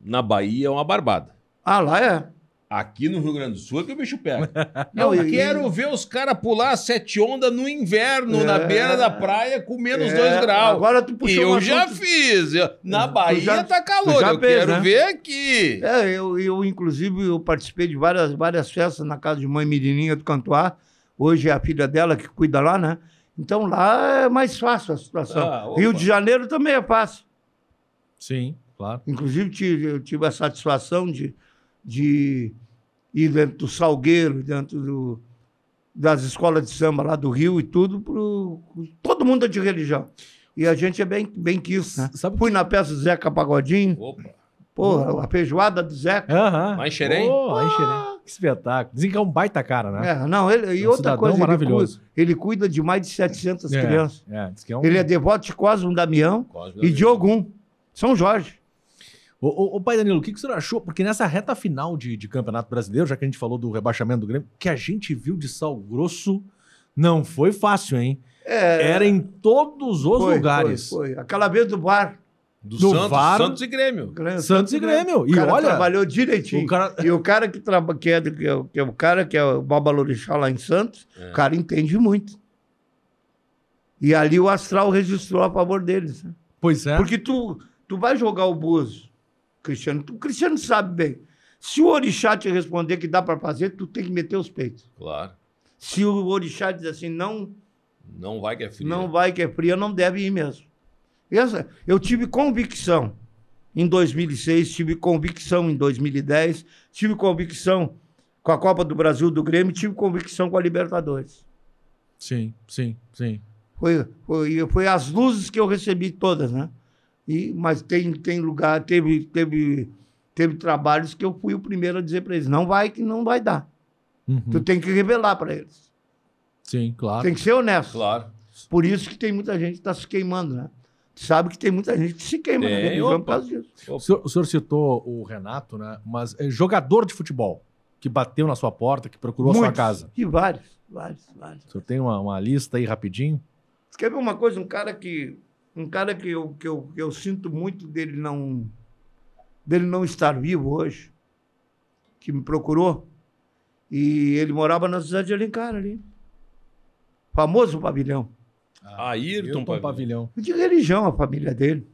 Speaker 5: na Bahia é uma barbada.
Speaker 6: Ah, lá é.
Speaker 5: Aqui no Rio Grande do Sul é que o bicho pega.
Speaker 6: Não,
Speaker 5: eu
Speaker 6: e-
Speaker 5: quero ver os caras pular sete ondas no inverno, na
Speaker 6: É.
Speaker 5: beira da praia, com menos
Speaker 6: É,
Speaker 5: dois graus.
Speaker 6: agora tu puxou um
Speaker 5: Eu
Speaker 6: assunto-
Speaker 5: já fiz. eu- na
Speaker 6: Tu
Speaker 5: Bahia
Speaker 6: já-
Speaker 5: tá calor.
Speaker 6: tu já
Speaker 5: eu
Speaker 6: fez,
Speaker 5: quero
Speaker 6: né?
Speaker 5: ver aqui.
Speaker 6: É, eu, eu, inclusive, eu participei de várias, várias festas na casa de mãe Mirininha do Cantuá. Hoje é a filha dela que cuida lá, né? Então lá é mais fácil a situação.
Speaker 5: Ah, opa.
Speaker 6: Rio de Janeiro também é fácil.
Speaker 4: Sim, claro.
Speaker 6: Inclusive, tive, eu tive a satisfação de, de ir dentro do Salgueiro, dentro do- das escolas de samba lá do Rio e tudo, pro, todo mundo é de religião. E a gente é bem, bem que isso, né?
Speaker 4: Sabe o
Speaker 6: Fui na peça do Zeca Pagodinho,
Speaker 5: Opa,
Speaker 6: porra, a feijoada do
Speaker 4: É,
Speaker 6: Zeca.
Speaker 4: Aham.
Speaker 5: Lá em Xerém?
Speaker 4: Pô, lá em Xerém. Que espetáculo. Dizem que é um baita cara, né?
Speaker 6: É, não, ele,
Speaker 4: É
Speaker 6: e
Speaker 4: um
Speaker 6: outra
Speaker 4: cidadão
Speaker 6: coisa, ele
Speaker 4: maravilhoso.
Speaker 6: cuida, ele cuida de mais de 700
Speaker 4: É,
Speaker 6: crianças.
Speaker 4: É, diz que é um...
Speaker 6: Ele é devoto de Cosmo Damião
Speaker 5: Cosme
Speaker 6: e
Speaker 5: Damião.
Speaker 6: de Ogum, São Jorge.
Speaker 4: Ô, ô, ô, pai Danilo, o que, que o senhor achou? Porque nessa reta final de, de Campeonato Brasileiro, já que a gente falou do rebaixamento do Grêmio, que a gente viu de sal grosso não foi fácil, hein?
Speaker 6: É,
Speaker 4: Era em todos os
Speaker 6: foi,
Speaker 4: lugares.
Speaker 6: Foi, foi. Aquela vez do bar.
Speaker 5: Do,
Speaker 4: do
Speaker 5: Santos,
Speaker 4: VAR.
Speaker 5: Santos e Grêmio.
Speaker 6: Grêmio,
Speaker 4: Santos e Grêmio. E
Speaker 6: o cara
Speaker 4: olha,
Speaker 6: trabalhou direitinho.
Speaker 4: o cara-
Speaker 6: E o cara que, traba, que, é, do- que, é, o- que é o cara que é o Babalorixá lá em Santos,
Speaker 4: É.
Speaker 6: o cara entende muito. E ali o Astral registrou a favor deles. né?
Speaker 4: Pois é.
Speaker 6: Porque tu, tu vai jogar o Bozo, Cristiano. Tu, o Cristiano sabe bem. Se o Orixá te responder que dá pra fazer, tu tem que meter os peitos.
Speaker 5: Claro.
Speaker 6: Se o Orixá diz assim, não,
Speaker 5: Não vai que é frio.
Speaker 6: não vai que é fria, não deve ir mesmo. Essa, eu tive convicção em 2006, tive convicção em 2010, tive convicção com a Copa do Brasil do Grêmio, tive convicção com a Libertadores.
Speaker 4: Sim, sim, sim.
Speaker 6: Foi, foi, foi as luzes que eu recebi todas, né? E, mas tem, tem lugar, teve, teve, teve trabalhos que eu fui o primeiro a dizer para eles, não vai que não vai dar.
Speaker 4: Uhum,
Speaker 6: Tu tem que revelar para eles.
Speaker 4: Sim, claro.
Speaker 6: Tem que ser honesto.
Speaker 5: Claro.
Speaker 6: Por isso que tem muita gente que está se queimando, né? Sabe que tem muita gente que se queima na
Speaker 5: Tem,
Speaker 6: religião por
Speaker 5: opa.
Speaker 6: causa disso.
Speaker 4: O senhor, o senhor citou o Renato, né? Mas é jogador de futebol que bateu na sua porta, que procurou a sua
Speaker 6: Muitos.
Speaker 4: casa.
Speaker 6: E vários, vários, vários.
Speaker 4: O senhor tem uma, uma lista aí rapidinho?
Speaker 6: Quer ver uma coisa? Um cara que, um cara que, eu, que, eu, que eu sinto muito dele não, dele não estar vivo hoje, que me procurou, e ele morava na cidade de Alencar ali. Famoso pavilhão.
Speaker 5: Ayrton
Speaker 4: Ayrton Pavilhão.
Speaker 6: de religião a família dele.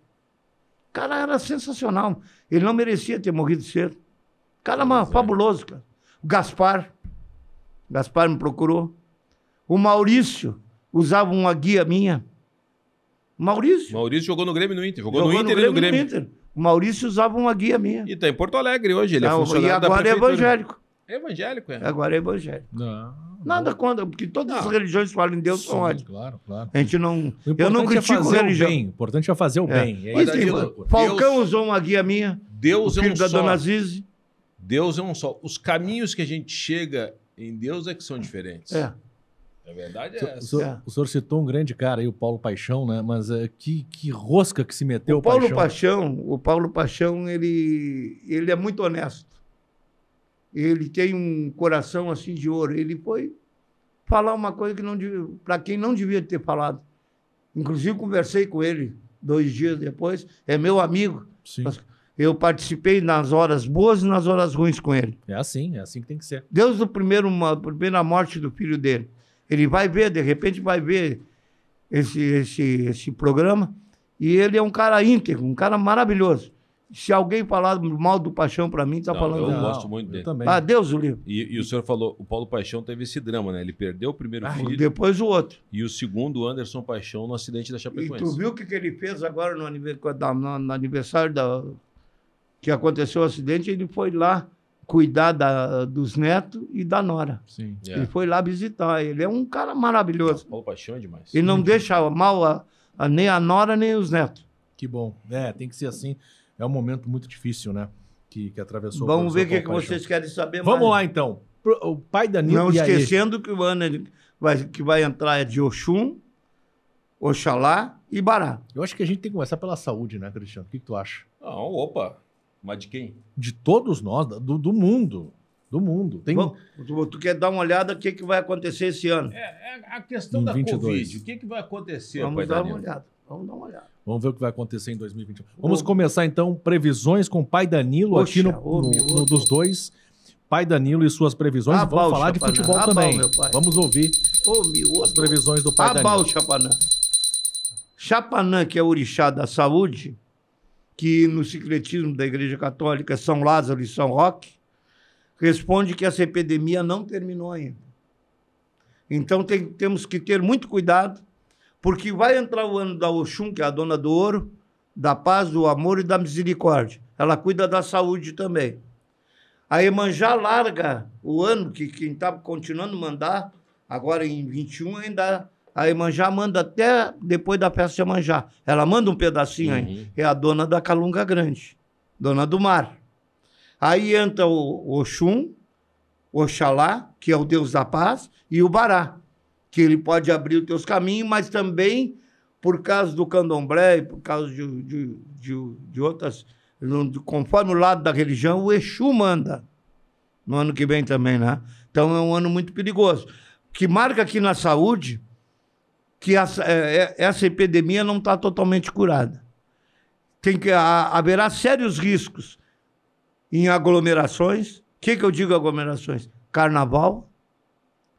Speaker 6: O cara era sensacional. Ele não merecia ter morrido cedo. O cara é uma- fabuloso, cara. O Gaspar. O Gaspar me procurou. O Maurício usava uma guia minha. O Maurício.
Speaker 5: Maurício jogou no Grêmio e no Inter. Jogou, no
Speaker 6: jogou
Speaker 5: Inter e no
Speaker 6: e
Speaker 5: Grêmio.
Speaker 6: Inter. O Maurício usava uma guia minha.
Speaker 5: E tá em Porto Alegre hoje. Ele é
Speaker 6: Não, e
Speaker 5: funcionário da
Speaker 6: agora é
Speaker 5: prefeitura.
Speaker 6: evangélico.
Speaker 5: É evangélico, é.
Speaker 6: Agora é evangélico.
Speaker 4: Não.
Speaker 6: Nada contra, porque todas as
Speaker 5: Não.
Speaker 6: religiões que falam em Deus são
Speaker 4: Sim,
Speaker 6: ótimas.
Speaker 4: Claro, claro.
Speaker 6: A gente não.
Speaker 4: O
Speaker 6: um Eu não
Speaker 4: importante é
Speaker 6: critico
Speaker 4: fazer o
Speaker 6: religião.
Speaker 4: bem. O importante é fazer o
Speaker 6: É.
Speaker 4: bem.
Speaker 6: E
Speaker 5: Mas,
Speaker 4: isso
Speaker 6: tem-
Speaker 4: que
Speaker 5: Danilo,
Speaker 4: procura.
Speaker 6: Falcão usou uma guia minha. O
Speaker 5: Deus é
Speaker 6: filho
Speaker 5: um
Speaker 6: da
Speaker 5: só.
Speaker 6: dona Zizi.
Speaker 5: Deus é um só. Os caminhos que a gente chega em Deus é que são diferentes.
Speaker 6: É.
Speaker 5: A verdade é
Speaker 4: O
Speaker 5: essa.
Speaker 4: senhor,
Speaker 6: É.
Speaker 4: o senhor citou um grande cara aí, o Paulo Paixão, né? Mas eh, que, que rosca que se meteu
Speaker 6: O Paulo
Speaker 4: Paixão.
Speaker 6: Paixão. o Paulo Paixão, ele, ele é muito honesto. Ele tem um coração assim de ouro. Ele foi falar uma coisa que não para quem não devia ter falado. Inclusive conversei com ele dois dias depois. É meu amigo.
Speaker 4: Sim.
Speaker 6: Eu participei nas horas boas e nas horas ruins com ele.
Speaker 4: É assim, é assim que tem que ser.
Speaker 6: Deus do primeiro ma- primeira morte do filho dele. Ele vai ver, de repente vai ver esse, esse, esse programa. E ele é um cara íntegro, um cara maravilhoso. Se alguém falar mal do Paixão pra mim, tá
Speaker 5: Não,
Speaker 6: falando.
Speaker 5: eu
Speaker 6: errado.
Speaker 5: gosto muito dele.
Speaker 4: Eu também.
Speaker 6: Ah, Deus o livro.
Speaker 5: E, e o senhor falou, o Paulo Paixão teve esse drama, né? Ele perdeu o
Speaker 6: Ah,
Speaker 5: primeiro filho
Speaker 6: Depois o outro.
Speaker 5: e o segundo, o Anderson Paixão, no acidente da
Speaker 6: E tu
Speaker 5: Chapecoense.
Speaker 6: viu o que, que ele fez agora no aniversário, da, no- no aniversário da- que aconteceu o acidente? Ele foi lá cuidar da- dos netos e da Nora.
Speaker 4: Sim.
Speaker 5: É.
Speaker 6: Ele foi lá visitar. Ele é um cara maravilhoso.
Speaker 5: Paulo Paixão é demais.
Speaker 6: E não deixa mal a- a- nem a nora, nem os netos.
Speaker 4: Que bom. É, tem que ser assim. É um momento muito difícil, né? Que, que atravessou
Speaker 6: Vamos ver o
Speaker 4: professor
Speaker 6: que, é que
Speaker 4: Paulo Paixão.
Speaker 6: vocês querem saber
Speaker 4: Vamos lá,
Speaker 6: mais.
Speaker 4: então. Pro- O pai Danilo
Speaker 6: Não
Speaker 4: e aí?
Speaker 6: esquecendo que o ano ele vai, que vai entrar é de Oxum, Oxalá e Bará.
Speaker 4: Eu acho que a gente tem que começar pela saúde, né, Cristiano? O que, que tu acha?
Speaker 5: Não, opa. Mas de quem?
Speaker 4: De todos nós, do, do mundo. Do mundo. Tem...
Speaker 6: Vamos- tu, tu quer dar uma olhada no que, que vai acontecer esse ano?
Speaker 5: É, é a questão
Speaker 4: Em
Speaker 5: da
Speaker 4: 22.
Speaker 5: Covid. O que, que vai acontecer,
Speaker 6: Vamos
Speaker 5: pai
Speaker 6: dar uma
Speaker 5: Danilo?
Speaker 6: olhada. Vamos dar uma olhada.
Speaker 4: Vamos ver o que vai acontecer em 2021. Vamos começar então previsões com o pai Danilo aqui
Speaker 6: Poxa,
Speaker 4: no,
Speaker 6: ô,
Speaker 4: no-
Speaker 6: meu,
Speaker 4: no dos dois. Pai Danilo e suas previsões.
Speaker 6: Ah,
Speaker 4: Vamos
Speaker 6: bom,
Speaker 4: falar de
Speaker 6: Chapanã.
Speaker 4: futebol
Speaker 6: Ah, bom,
Speaker 4: também.
Speaker 6: meu pai.
Speaker 4: Vamos ouvir
Speaker 6: Ô, meu,
Speaker 4: as previsões do pai
Speaker 6: Abal
Speaker 4: Danilo.
Speaker 6: Chapanã. Chapanã, que é o orixá da saúde, que no secretismo da Igreja Católica é São Lázaro e São Roque, responde que essa epidemia não terminou ainda. Então tem- temos que ter muito cuidado, porque vai entrar o ano da Oxum, que é a dona do ouro, da paz, do amor e da misericórdia. Ela cuida da saúde também. A Emanjá larga o ano, que quem está continuando a mandar, agora em 21 ainda, a Emanjá manda até depois da festa de Emanjá. Ela manda um pedacinho aí. É a dona da Calunga Grande, dona do mar. Aí entra o Oxum, Oxalá, que é o Deus da paz, e o Bará, que ele pode abrir os teus caminhos, mas também por causa do candomblé, e por causa de, de, de, de outras. no- Conforme o lado da religião, o Exu manda. No ano que vem também, né? Então é um ano muito perigoso. Que marca aqui na saúde que essa, é- é- essa epidemia não está totalmente curada. Tem que, ha- haverá sérios riscos em aglomerações. O que, que eu digo aglomerações? Carnaval,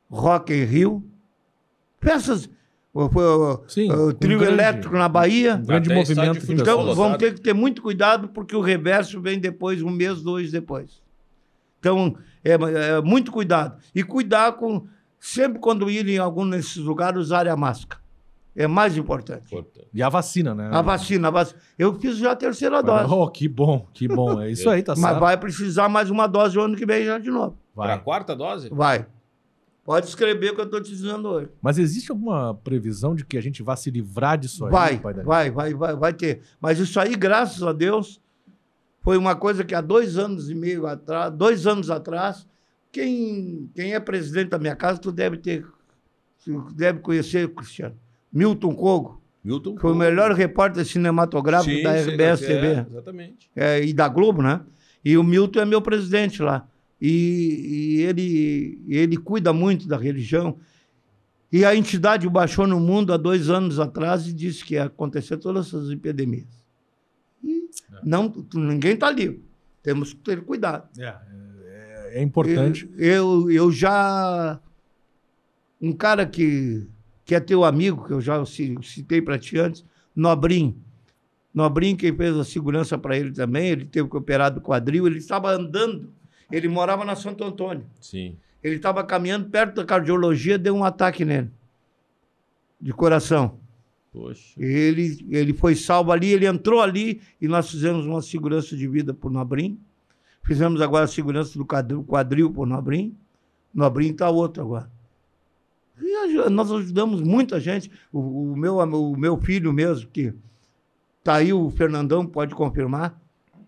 Speaker 6: Rock in Rio, peças, o, o-
Speaker 4: Sim,
Speaker 6: o
Speaker 4: um
Speaker 6: trio
Speaker 4: grande-
Speaker 6: elétrico na Bahia.
Speaker 4: Um Grande
Speaker 5: Até estádio
Speaker 4: movimento. de
Speaker 5: de futebol
Speaker 4: pessoas.
Speaker 6: Então
Speaker 5: lotado.
Speaker 6: vamos ter que ter muito cuidado porque o reverso vem depois, um mês, dois depois. Então é, é muito cuidado e cuidar com sempre quando ir em algum desses lugares usar a máscara é mais importante.
Speaker 5: Importante.
Speaker 4: E a vacina, né?
Speaker 6: A vacina, a vacina. Eu fiz já a terceira dose,
Speaker 4: Oh, que bom, que bom. É isso aí, tá
Speaker 6: mas
Speaker 4: certo.
Speaker 6: vai precisar mais uma dose o ano que vem já de novo.
Speaker 5: Pra
Speaker 4: Vai.
Speaker 5: quarta dose?
Speaker 6: Vai. Pode escrever o que eu estou te dizendo hoje.
Speaker 4: Mas existe alguma previsão de que a gente vá se livrar disso aí,
Speaker 6: Vai,
Speaker 4: pai Danilo?
Speaker 6: vai, vai, vai, vai ter. Mas isso aí, graças a Deus, foi uma coisa que há dois anos e meio atrás, dois anos atrás, quem, quem é presidente da minha casa, tu deve ter, tu deve conhecer, Cristiano, Milton Cogo,
Speaker 5: Milton.
Speaker 6: que foi o melhor repórter cinematográfico
Speaker 5: Sim,
Speaker 6: da
Speaker 5: sim,
Speaker 6: RBS
Speaker 5: é,
Speaker 6: TV
Speaker 5: Exatamente.
Speaker 6: é, e da Globo, né? E o Milton é meu presidente lá. E, e ele, ele cuida muito da religião. E a entidade baixou no mundo há dois anos atrás e disse que ia acontecer todas essas epidemias. E não, tu- ninguém está livre. Temos que ter cuidado.
Speaker 4: É, é- é importante.
Speaker 6: Eu, eu, eu já. Um cara que, que é teu amigo, que eu já ci- citei para ti antes, Nobrim. Nobrim, que fez a segurança para ele também, ele teve que operar do quadril, ele estava andando, ele morava na Santo Antônio.
Speaker 5: Sim.
Speaker 6: Ele estava caminhando perto da cardiologia, deu um ataque nele, de coração.
Speaker 5: Poxa.
Speaker 6: Ele, ele foi salvo ali, ele entrou ali e nós fizemos uma segurança de vida por Nobrim. Fizemos agora a segurança do quadril, quadril por Nobrim. Nobrim está outro agora. E aju- nós ajudamos muita gente. O, o meu, am- o meu filho mesmo, que está aí, o Fernandão pode confirmar,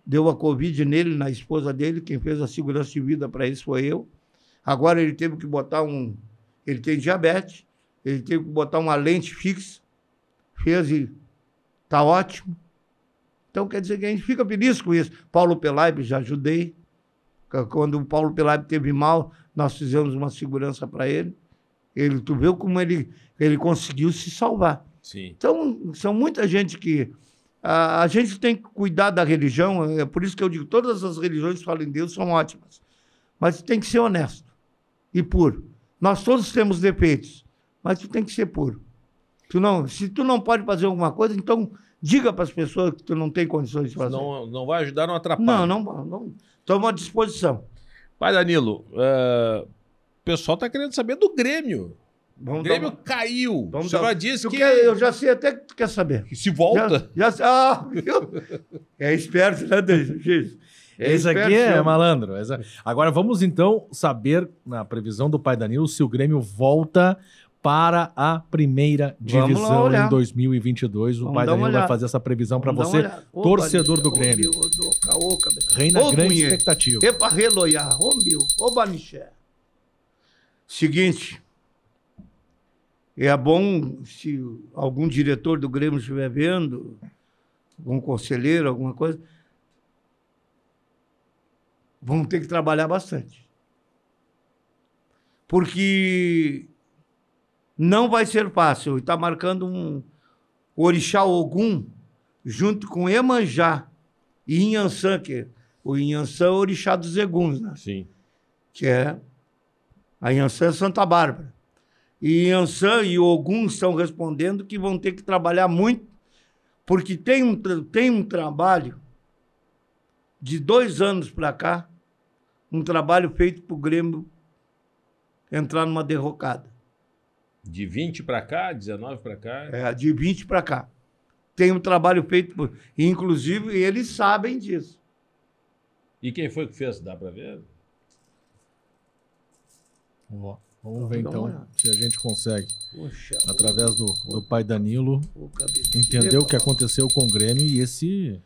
Speaker 6: deu a Covid nele, na esposa dele. Quem fez a segurança de vida para isso foi eu. Agora ele teve que botar um. Ele tem diabetes, ele teve que botar uma lente fixa fez e tá ótimo. Então quer dizer que a gente fica feliz com isso. Paulo Pelaipe já ajudei. C- Quando o Paulo Pelaipe teve mal, nós fizemos uma segurança para ele. Ele tu viu como ele ele conseguiu se salvar.
Speaker 5: Sim.
Speaker 6: Então são muita gente que a, a gente tem que cuidar da religião, é por isso que eu digo, todas as religiões que falam em Deus são ótimas. Mas tem que ser honesto e puro. Nós todos temos defeitos, mas tu tem que ser puro. Tu não, se tu não pode fazer alguma coisa, então diga para as pessoas que tu não tem condições de fazer.
Speaker 5: Não,
Speaker 6: Não,
Speaker 5: não vai ajudar, não atrapalha.
Speaker 6: Tipo assim. não, não, Toma à disposição.
Speaker 5: Pai Danilo, é, o pessoal tá querendo saber do Grêmio. O
Speaker 6: Vamos dar
Speaker 5: Grêmio
Speaker 6: uma-
Speaker 5: caiu.
Speaker 6: Vamos
Speaker 5: o senhor
Speaker 6: dar-
Speaker 5: já disse
Speaker 6: Tu
Speaker 5: que,
Speaker 6: quer- eu já sei até que tu quer saber.
Speaker 5: que se volta.
Speaker 6: Já, já- ah, viu? É esperto, né, Jesus?
Speaker 4: Esse aqui
Speaker 6: esperto,
Speaker 4: é
Speaker 6: né?
Speaker 4: malandro. Essa- Agora vamos então saber, na previsão do pai Danilo, se o Grêmio volta para a primeira
Speaker 6: Vamos lá
Speaker 4: divisão
Speaker 6: olhar.
Speaker 4: em 2022. O
Speaker 6: Vamos
Speaker 4: pai
Speaker 6: dar uma
Speaker 4: Danilo vai
Speaker 6: olhada.
Speaker 4: fazer essa previsão para
Speaker 6: Vamos dar
Speaker 4: você,
Speaker 6: uma olhada. Ô,
Speaker 4: torcedor
Speaker 6: Banilha,
Speaker 4: do
Speaker 6: ô,
Speaker 4: Grêmio.
Speaker 6: meu, ô, ô, ô, cabelo.
Speaker 4: Reina
Speaker 6: Ô,
Speaker 4: grande
Speaker 6: Cunhê.
Speaker 4: expectativa.
Speaker 6: Epa, reloiar. Ô, meu. Ô, Baniché. Seguinte. É bom se algum diretor do Grêmio estiver vendo, algum conselheiro, alguma coisa, vão ter que trabalhar bastante. Porque não vai ser fácil. E está marcando um o tá Orixá Ogum, junto com Emanjá e Inhansã, que o Inhansã é o orixá dos eguns, né?
Speaker 5: Sim.
Speaker 6: que é a Iansã é Santa Bárbara. E Iansã e Ogum estão respondendo que vão ter que trabalhar muito, porque tem um, tra- tem um trabalho de dois anos para cá, um trabalho feito para o Grêmio entrar numa derrocada.
Speaker 5: De 20 pra cá, 19 pra cá.
Speaker 6: É, de 20 para cá. Tem um trabalho feito, por, e inclusive eles sabem disso.
Speaker 5: E quem foi que fez? Dá pra ver?
Speaker 4: Ó, vamos ver
Speaker 6: Vou dar uma
Speaker 4: então
Speaker 6: olhada.
Speaker 4: se a gente consegue,
Speaker 6: Poxa,
Speaker 4: através do, do pai Danilo,
Speaker 6: ô, ô, cabeça.
Speaker 4: entender o que
Speaker 6: Epa.
Speaker 4: aconteceu com o Grêmio e esse.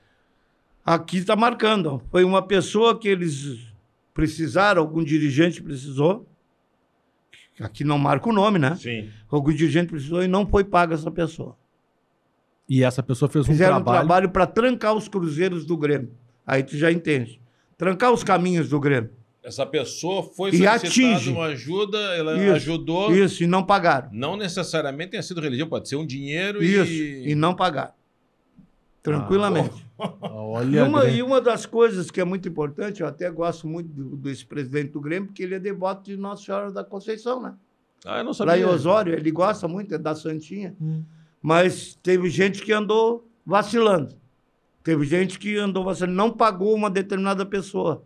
Speaker 6: Aqui está marcando. ó. Foi uma pessoa que eles precisaram, algum dirigente precisou. Aqui não marca o nome, né?
Speaker 5: Sim.
Speaker 6: Algum dirigente precisou e não foi paga essa pessoa.
Speaker 4: E essa pessoa fez um
Speaker 6: Fizeram um
Speaker 4: trabalho.
Speaker 6: trabalho para trancar os cruzeiros do Grêmio. Aí tu já entende. Trancar os caminhos do Grêmio.
Speaker 5: Essa pessoa foi
Speaker 6: E
Speaker 5: solicitada
Speaker 6: atinge.
Speaker 5: uma ajuda, ela
Speaker 6: Isso,
Speaker 5: ajudou.
Speaker 6: Isso, e não pagaram.
Speaker 5: Não necessariamente tenha sido religião, pode ser um dinheiro
Speaker 6: Isso,
Speaker 5: e.
Speaker 6: e não pagaram. Tranquilamente. E
Speaker 4: Ah, Olha,
Speaker 6: uma,
Speaker 4: Grêmio.
Speaker 6: e uma das coisas que é muito importante, eu até gosto muito do, desse presidente do Grêmio, porque ele é devoto de Nossa Senhora da Conceição, né?
Speaker 5: Ah, eu não
Speaker 6: Lá
Speaker 5: sabia.
Speaker 6: em Osório, ele gosta muito é da Santinha,
Speaker 4: Hum.
Speaker 6: mas teve gente que andou vacilando. Teve gente que andou vacilando, não pagou uma determinada pessoa.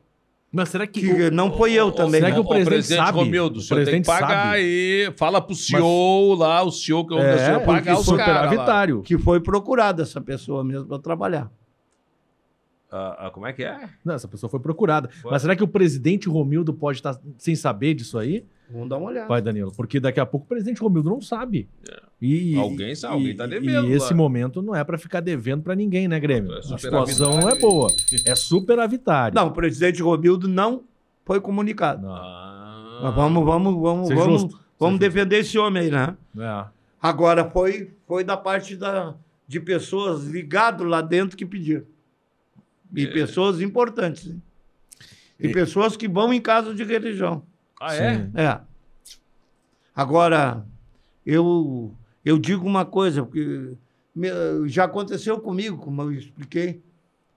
Speaker 4: Mas será que.
Speaker 6: Que não foi eu também.
Speaker 4: será
Speaker 6: né?
Speaker 4: que o presidente sabe?
Speaker 5: Romildo,
Speaker 4: O
Speaker 5: o senhor tem
Speaker 4: presidente
Speaker 5: que pagar
Speaker 4: sabe.
Speaker 5: aí. Fala pro CEO lá, o CEO que é o
Speaker 4: É,
Speaker 5: senhor
Speaker 4: porque
Speaker 5: pagar os caras. lá.
Speaker 4: superavitário.
Speaker 6: Que foi procurada essa pessoa mesmo para trabalhar.
Speaker 5: Ah, ah, como é que é?
Speaker 4: Não, essa pessoa foi procurada. Mas será que o presidente Romildo pode estar sem saber disso aí?
Speaker 6: Vamos dar uma olhada.
Speaker 4: Pai Danilo, porque daqui a pouco o presidente Romildo não sabe. E,
Speaker 5: Alguém sabe, alguém tá devendo
Speaker 4: E esse
Speaker 5: lá.
Speaker 4: momento não é pra ficar devendo pra ninguém, né, Grêmio?
Speaker 5: É
Speaker 4: a situação não é
Speaker 5: superavitário.
Speaker 4: boa. É superavitário.
Speaker 6: Não, o presidente Romildo não foi comunicado.
Speaker 4: Não.
Speaker 5: Ah,
Speaker 6: Mas vamos, vamos, vamos,
Speaker 4: Ser
Speaker 6: vamos,
Speaker 4: justo,
Speaker 6: vamos
Speaker 4: ser
Speaker 6: defender esse homem aí, né?
Speaker 4: É.
Speaker 6: Agora foi, foi da parte da, de pessoas ligado lá dentro que pediram. E pessoas importantes. hein? E,
Speaker 5: E-
Speaker 6: pessoas que vão em casa de religião.
Speaker 5: ah, é?
Speaker 4: Sim.
Speaker 6: É. Agora, eu, eu digo uma coisa, porque me- já aconteceu comigo, como eu expliquei,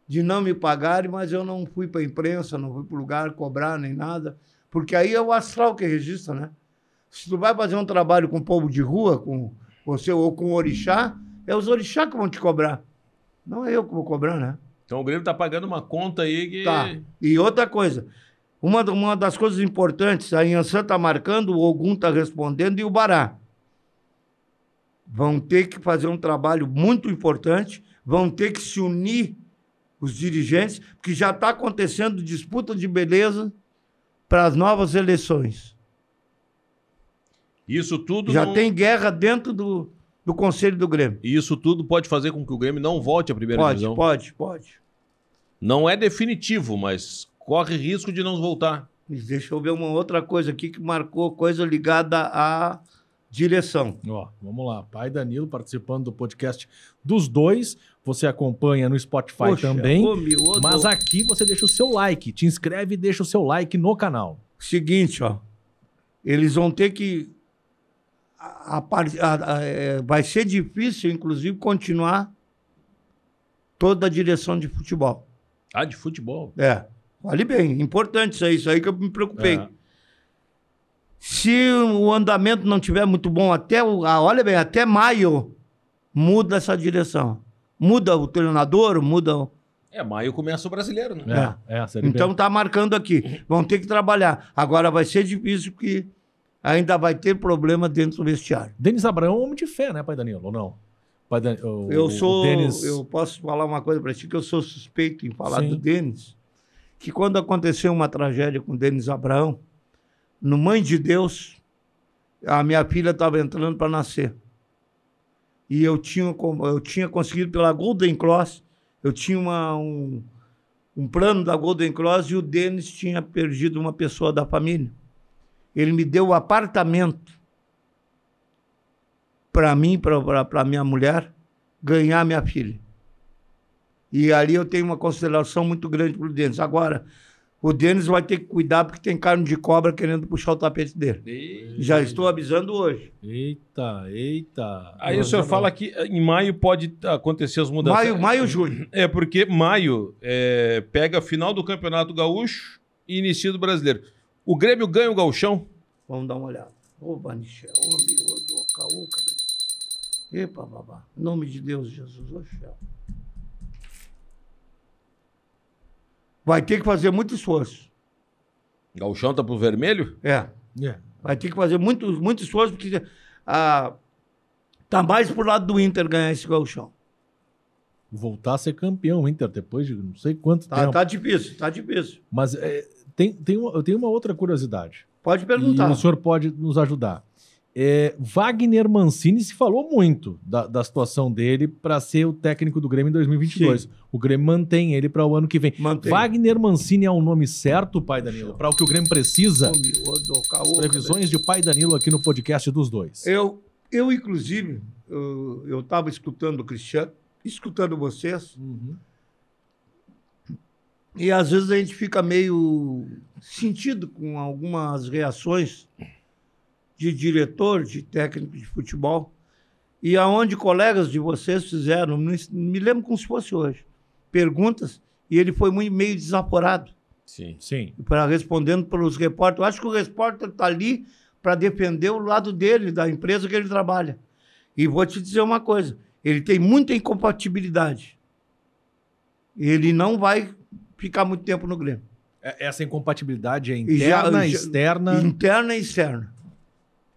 Speaker 6: de não me pagarem, mas eu não fui para a imprensa, não fui para lugar cobrar nem nada, porque aí é o astral que registra, né? Se tu vai fazer um trabalho com o povo de rua, com você ou com o orixá, é os orixá que vão te cobrar. Não é eu que vou cobrar, né?
Speaker 5: Então o Grêmio tá pagando uma conta aí que.
Speaker 6: Tá. E outra coisa, uma, da- uma das coisas importantes, a Inhansã está marcando, o Ogum está respondendo e o Bará. Vão ter que fazer um trabalho muito importante, vão ter que se unir os dirigentes, porque já está acontecendo disputa de beleza para as novas eleições.
Speaker 5: Isso tudo.
Speaker 6: Já
Speaker 5: não-
Speaker 6: tem guerra dentro do, do Conselho do Grêmio.
Speaker 5: E isso tudo pode fazer com que o Grêmio não volte à primeira
Speaker 6: Pode,
Speaker 5: divisão.
Speaker 6: pode, pode.
Speaker 5: Não é definitivo, mas corre risco de não voltar.
Speaker 6: Mas Deixa eu ver uma outra coisa aqui que marcou coisa ligada à direção.
Speaker 4: Ó, vamos lá. Pai Danilo participando do podcast dos dois. Você acompanha no Spotify
Speaker 6: Poxa,
Speaker 4: também.
Speaker 6: ô, meu, ô,
Speaker 4: Mas
Speaker 6: do-
Speaker 4: aqui você deixa o seu like. Te inscreve e deixa o seu like no canal.
Speaker 6: Seguinte, ó. Eles vão ter que. a- a par- a- a- é, vai ser difícil, inclusive, continuar toda a direção de futebol.
Speaker 5: Ah, de futebol.
Speaker 6: É. Olhe bem, importante isso aí, isso aí que eu me preocupei.
Speaker 5: É.
Speaker 6: Se o andamento não tiver muito bom até o. ah, olha bem, até maio muda essa direção. Muda o treinador, muda o.
Speaker 5: É, maio começa o brasileiro, né?
Speaker 4: É, é, a Série B.
Speaker 6: Então tá marcando aqui. Vão ter que trabalhar. Agora vai ser difícil porque ainda vai ter problema dentro do vestiário.
Speaker 4: Denis Abraão é um homem de fé, né, Pai Danilo? Ou não? Pai Dan- o-
Speaker 6: Eu
Speaker 4: o
Speaker 6: sou,
Speaker 4: Denis-
Speaker 6: eu posso falar uma coisa pra ti que eu sou suspeito em falar
Speaker 4: Sim.
Speaker 6: do Denis, que quando aconteceu uma tragédia com o Denis Abraão, no Mãe de Deus, a minha filha estava entrando para nascer. E eu tinha, com- eu tinha conseguido pela Golden Cross, eu tinha uma- um, um plano da Golden Cross e o Denis tinha perdido uma pessoa da família. Ele me deu o apartamento para mim, para minha mulher, ganhar minha filha. E ali eu tenho uma consideração muito grande para o Denis. Agora, O Denis vai ter que cuidar porque tem carne de cobra querendo puxar o tapete dele. Já estou avisando hoje.
Speaker 4: Eita, eita.
Speaker 5: Aí o senhor fala que eh, em maio pode acontecer as mudanças.
Speaker 6: Maio, maio, junho.
Speaker 5: É porque maio eh, pega a final do Campeonato Gaúcho e início do Brasileiro. O Grêmio ganha o gauchão?
Speaker 6: Vamos dar uma olhada. Ô, Banichel, ô, meu, ô, do Ocaúca, velho. Epa, babá. Em nome de Deus, Jesus, ô, Shell. Vai ter que fazer muito esforço.
Speaker 5: Gauchão tá pro vermelho?
Speaker 6: É.
Speaker 4: É.
Speaker 6: Vai ter que fazer muito, muito esforço, porque ah, tá mais pro lado do Inter ganhar esse gauchão.
Speaker 4: Voltar a ser campeão, Inter, depois de não sei quanto
Speaker 6: Tá,
Speaker 4: tempo.
Speaker 6: tá difícil, tá difícil.
Speaker 4: Mas é, tem, tem, uma- eu tenho uma outra curiosidade.
Speaker 6: Pode
Speaker 4: E
Speaker 6: perguntar.
Speaker 4: o senhor pode nos ajudar. É, Wagner Mancini se falou muito da, da situação dele para ser o técnico do Grêmio em 2022. O Grêmio mantém ele para o ano que vem.
Speaker 6: Mantém.
Speaker 4: Wagner Mancini é o nome certo, pai Danilo, para o que o Grêmio precisa?
Speaker 6: Ô, meu, ô, do Ocaúca, velho.
Speaker 4: Previsões de pai Danilo aqui no podcast dos dois.
Speaker 6: né? Eu, eu inclusive, eu estava escutando o Cristiano, escutando vocês,
Speaker 4: Uhum.
Speaker 6: e às vezes a gente fica meio sentido com algumas reações de diretor, de técnico de futebol, e aonde colegas de vocês fizeram, me me lembro como se fosse hoje, perguntas, e ele foi muito, meio desaforado
Speaker 5: Sim.
Speaker 4: Sim.
Speaker 6: para respondendo pelos repórteres. Eu acho que o repórter está ali para defender o lado dele, da empresa que ele trabalha. E vou te dizer uma coisa: ele tem muita incompatibilidade. Ele não vai ficar muito tempo no Grêmio.
Speaker 4: É- Essa incompatibilidade é
Speaker 6: E já-
Speaker 4: interna,
Speaker 6: já-
Speaker 4: externa.
Speaker 6: Interna e externa.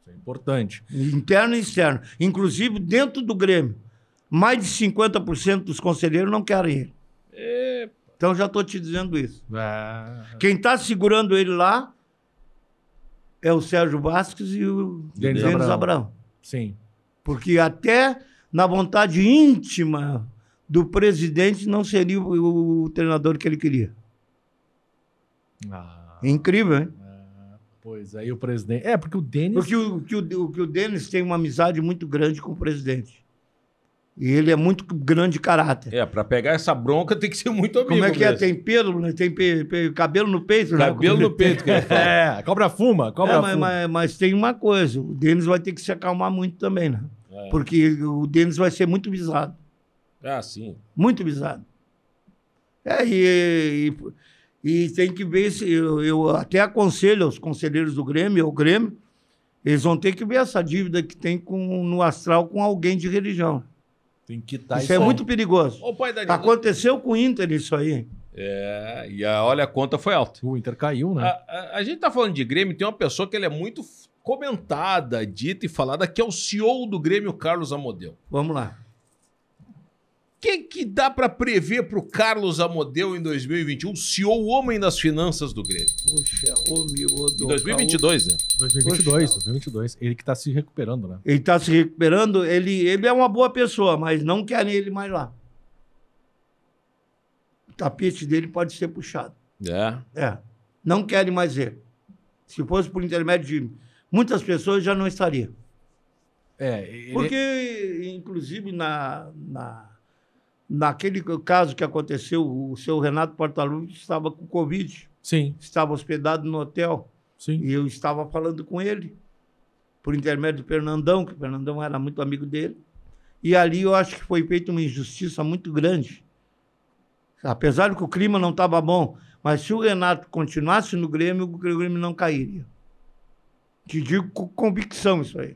Speaker 4: Isso é importante.
Speaker 6: Interna e externa. Inclusive, dentro do Grêmio, mais de 50% dos conselheiros não querem ele. Então já estou te dizendo isso.
Speaker 4: Ah,
Speaker 6: Quem está segurando ele lá é o Sérgio Vasquez e o
Speaker 4: Denis
Speaker 6: Denis,
Speaker 4: Abraão.
Speaker 6: Abraão.
Speaker 4: Sim.
Speaker 6: Porque até na vontade íntima do presidente não seria o, o treinador que ele queria.
Speaker 4: Ah,
Speaker 6: É incrível, hein?
Speaker 4: pois aí o presidente. É, porque o Denis.
Speaker 6: Porque o, que o, que o Denis tem uma amizade muito grande com o presidente. E ele é muito grande de caráter.
Speaker 5: É, pra pegar essa bronca tem que ser muito amigo.
Speaker 6: Como é que é?
Speaker 5: mesmo.
Speaker 6: Tem pelo, né? tem pe- pe- cabelo no peito. né?
Speaker 5: Cabelo no peito, cara.
Speaker 4: É, cobra fuma, cobra
Speaker 6: É,
Speaker 4: fuma.
Speaker 6: mas, mas- mas tem uma coisa, o Denis vai ter que se acalmar muito também, né? Porque o Denis vai ser muito visado,
Speaker 5: Ah, sim.
Speaker 6: muito visado. É, e, e- e tem que ver se eu, eu até aconselho aos conselheiros do Grêmio, ao Grêmio, eles vão ter que ver essa dívida que tem com, no astral com alguém de religião.
Speaker 4: Tem que tá estar
Speaker 6: isso é muito perigoso.
Speaker 5: Ô, pai Danilo.
Speaker 6: Aconteceu com o Inter isso aí.
Speaker 5: É, e a, olha, a conta foi alta.
Speaker 4: O Inter caiu, né?
Speaker 6: Ah,
Speaker 5: A, a- a gente tá falando de Grêmio, tem uma pessoa que ela é muito f- comentada, dita e falada, que é o CEO do Grêmio, Carlos Amodeu.
Speaker 6: Vamos lá.
Speaker 5: O que, que dá pra prever pro Carlos Amodeu em 2021, CEO um, o homem das finanças do Grêmio?
Speaker 6: Poxa, ô meu, ô,
Speaker 5: Em
Speaker 6: do-
Speaker 5: 2022, né?
Speaker 4: 2022, 2022. Ele que tá se recuperando, né?
Speaker 6: Ele está se recuperando, ele, ele é uma boa pessoa, mas não querem ele mais lá. O tapete dele pode ser puxado.
Speaker 5: É.
Speaker 6: É. Não querem mais ele. Se fosse por intermédio de muitas pessoas, já não estaria.
Speaker 4: É, ele...
Speaker 6: Porque, inclusive, na, na, naquele caso que aconteceu, o seu Renato Portaluppi estava com Covid,
Speaker 4: Sim,
Speaker 6: estava hospedado no hotel.
Speaker 4: sim.
Speaker 6: E eu estava falando com ele, por intermédio do Fernandão, que o Fernandão era muito amigo dele. E ali eu acho que foi feita uma injustiça muito grande. Apesar de que o clima não estava bom, mas se o Renato continuasse no Grêmio, o Grêmio não cairia. Te digo com convicção isso aí.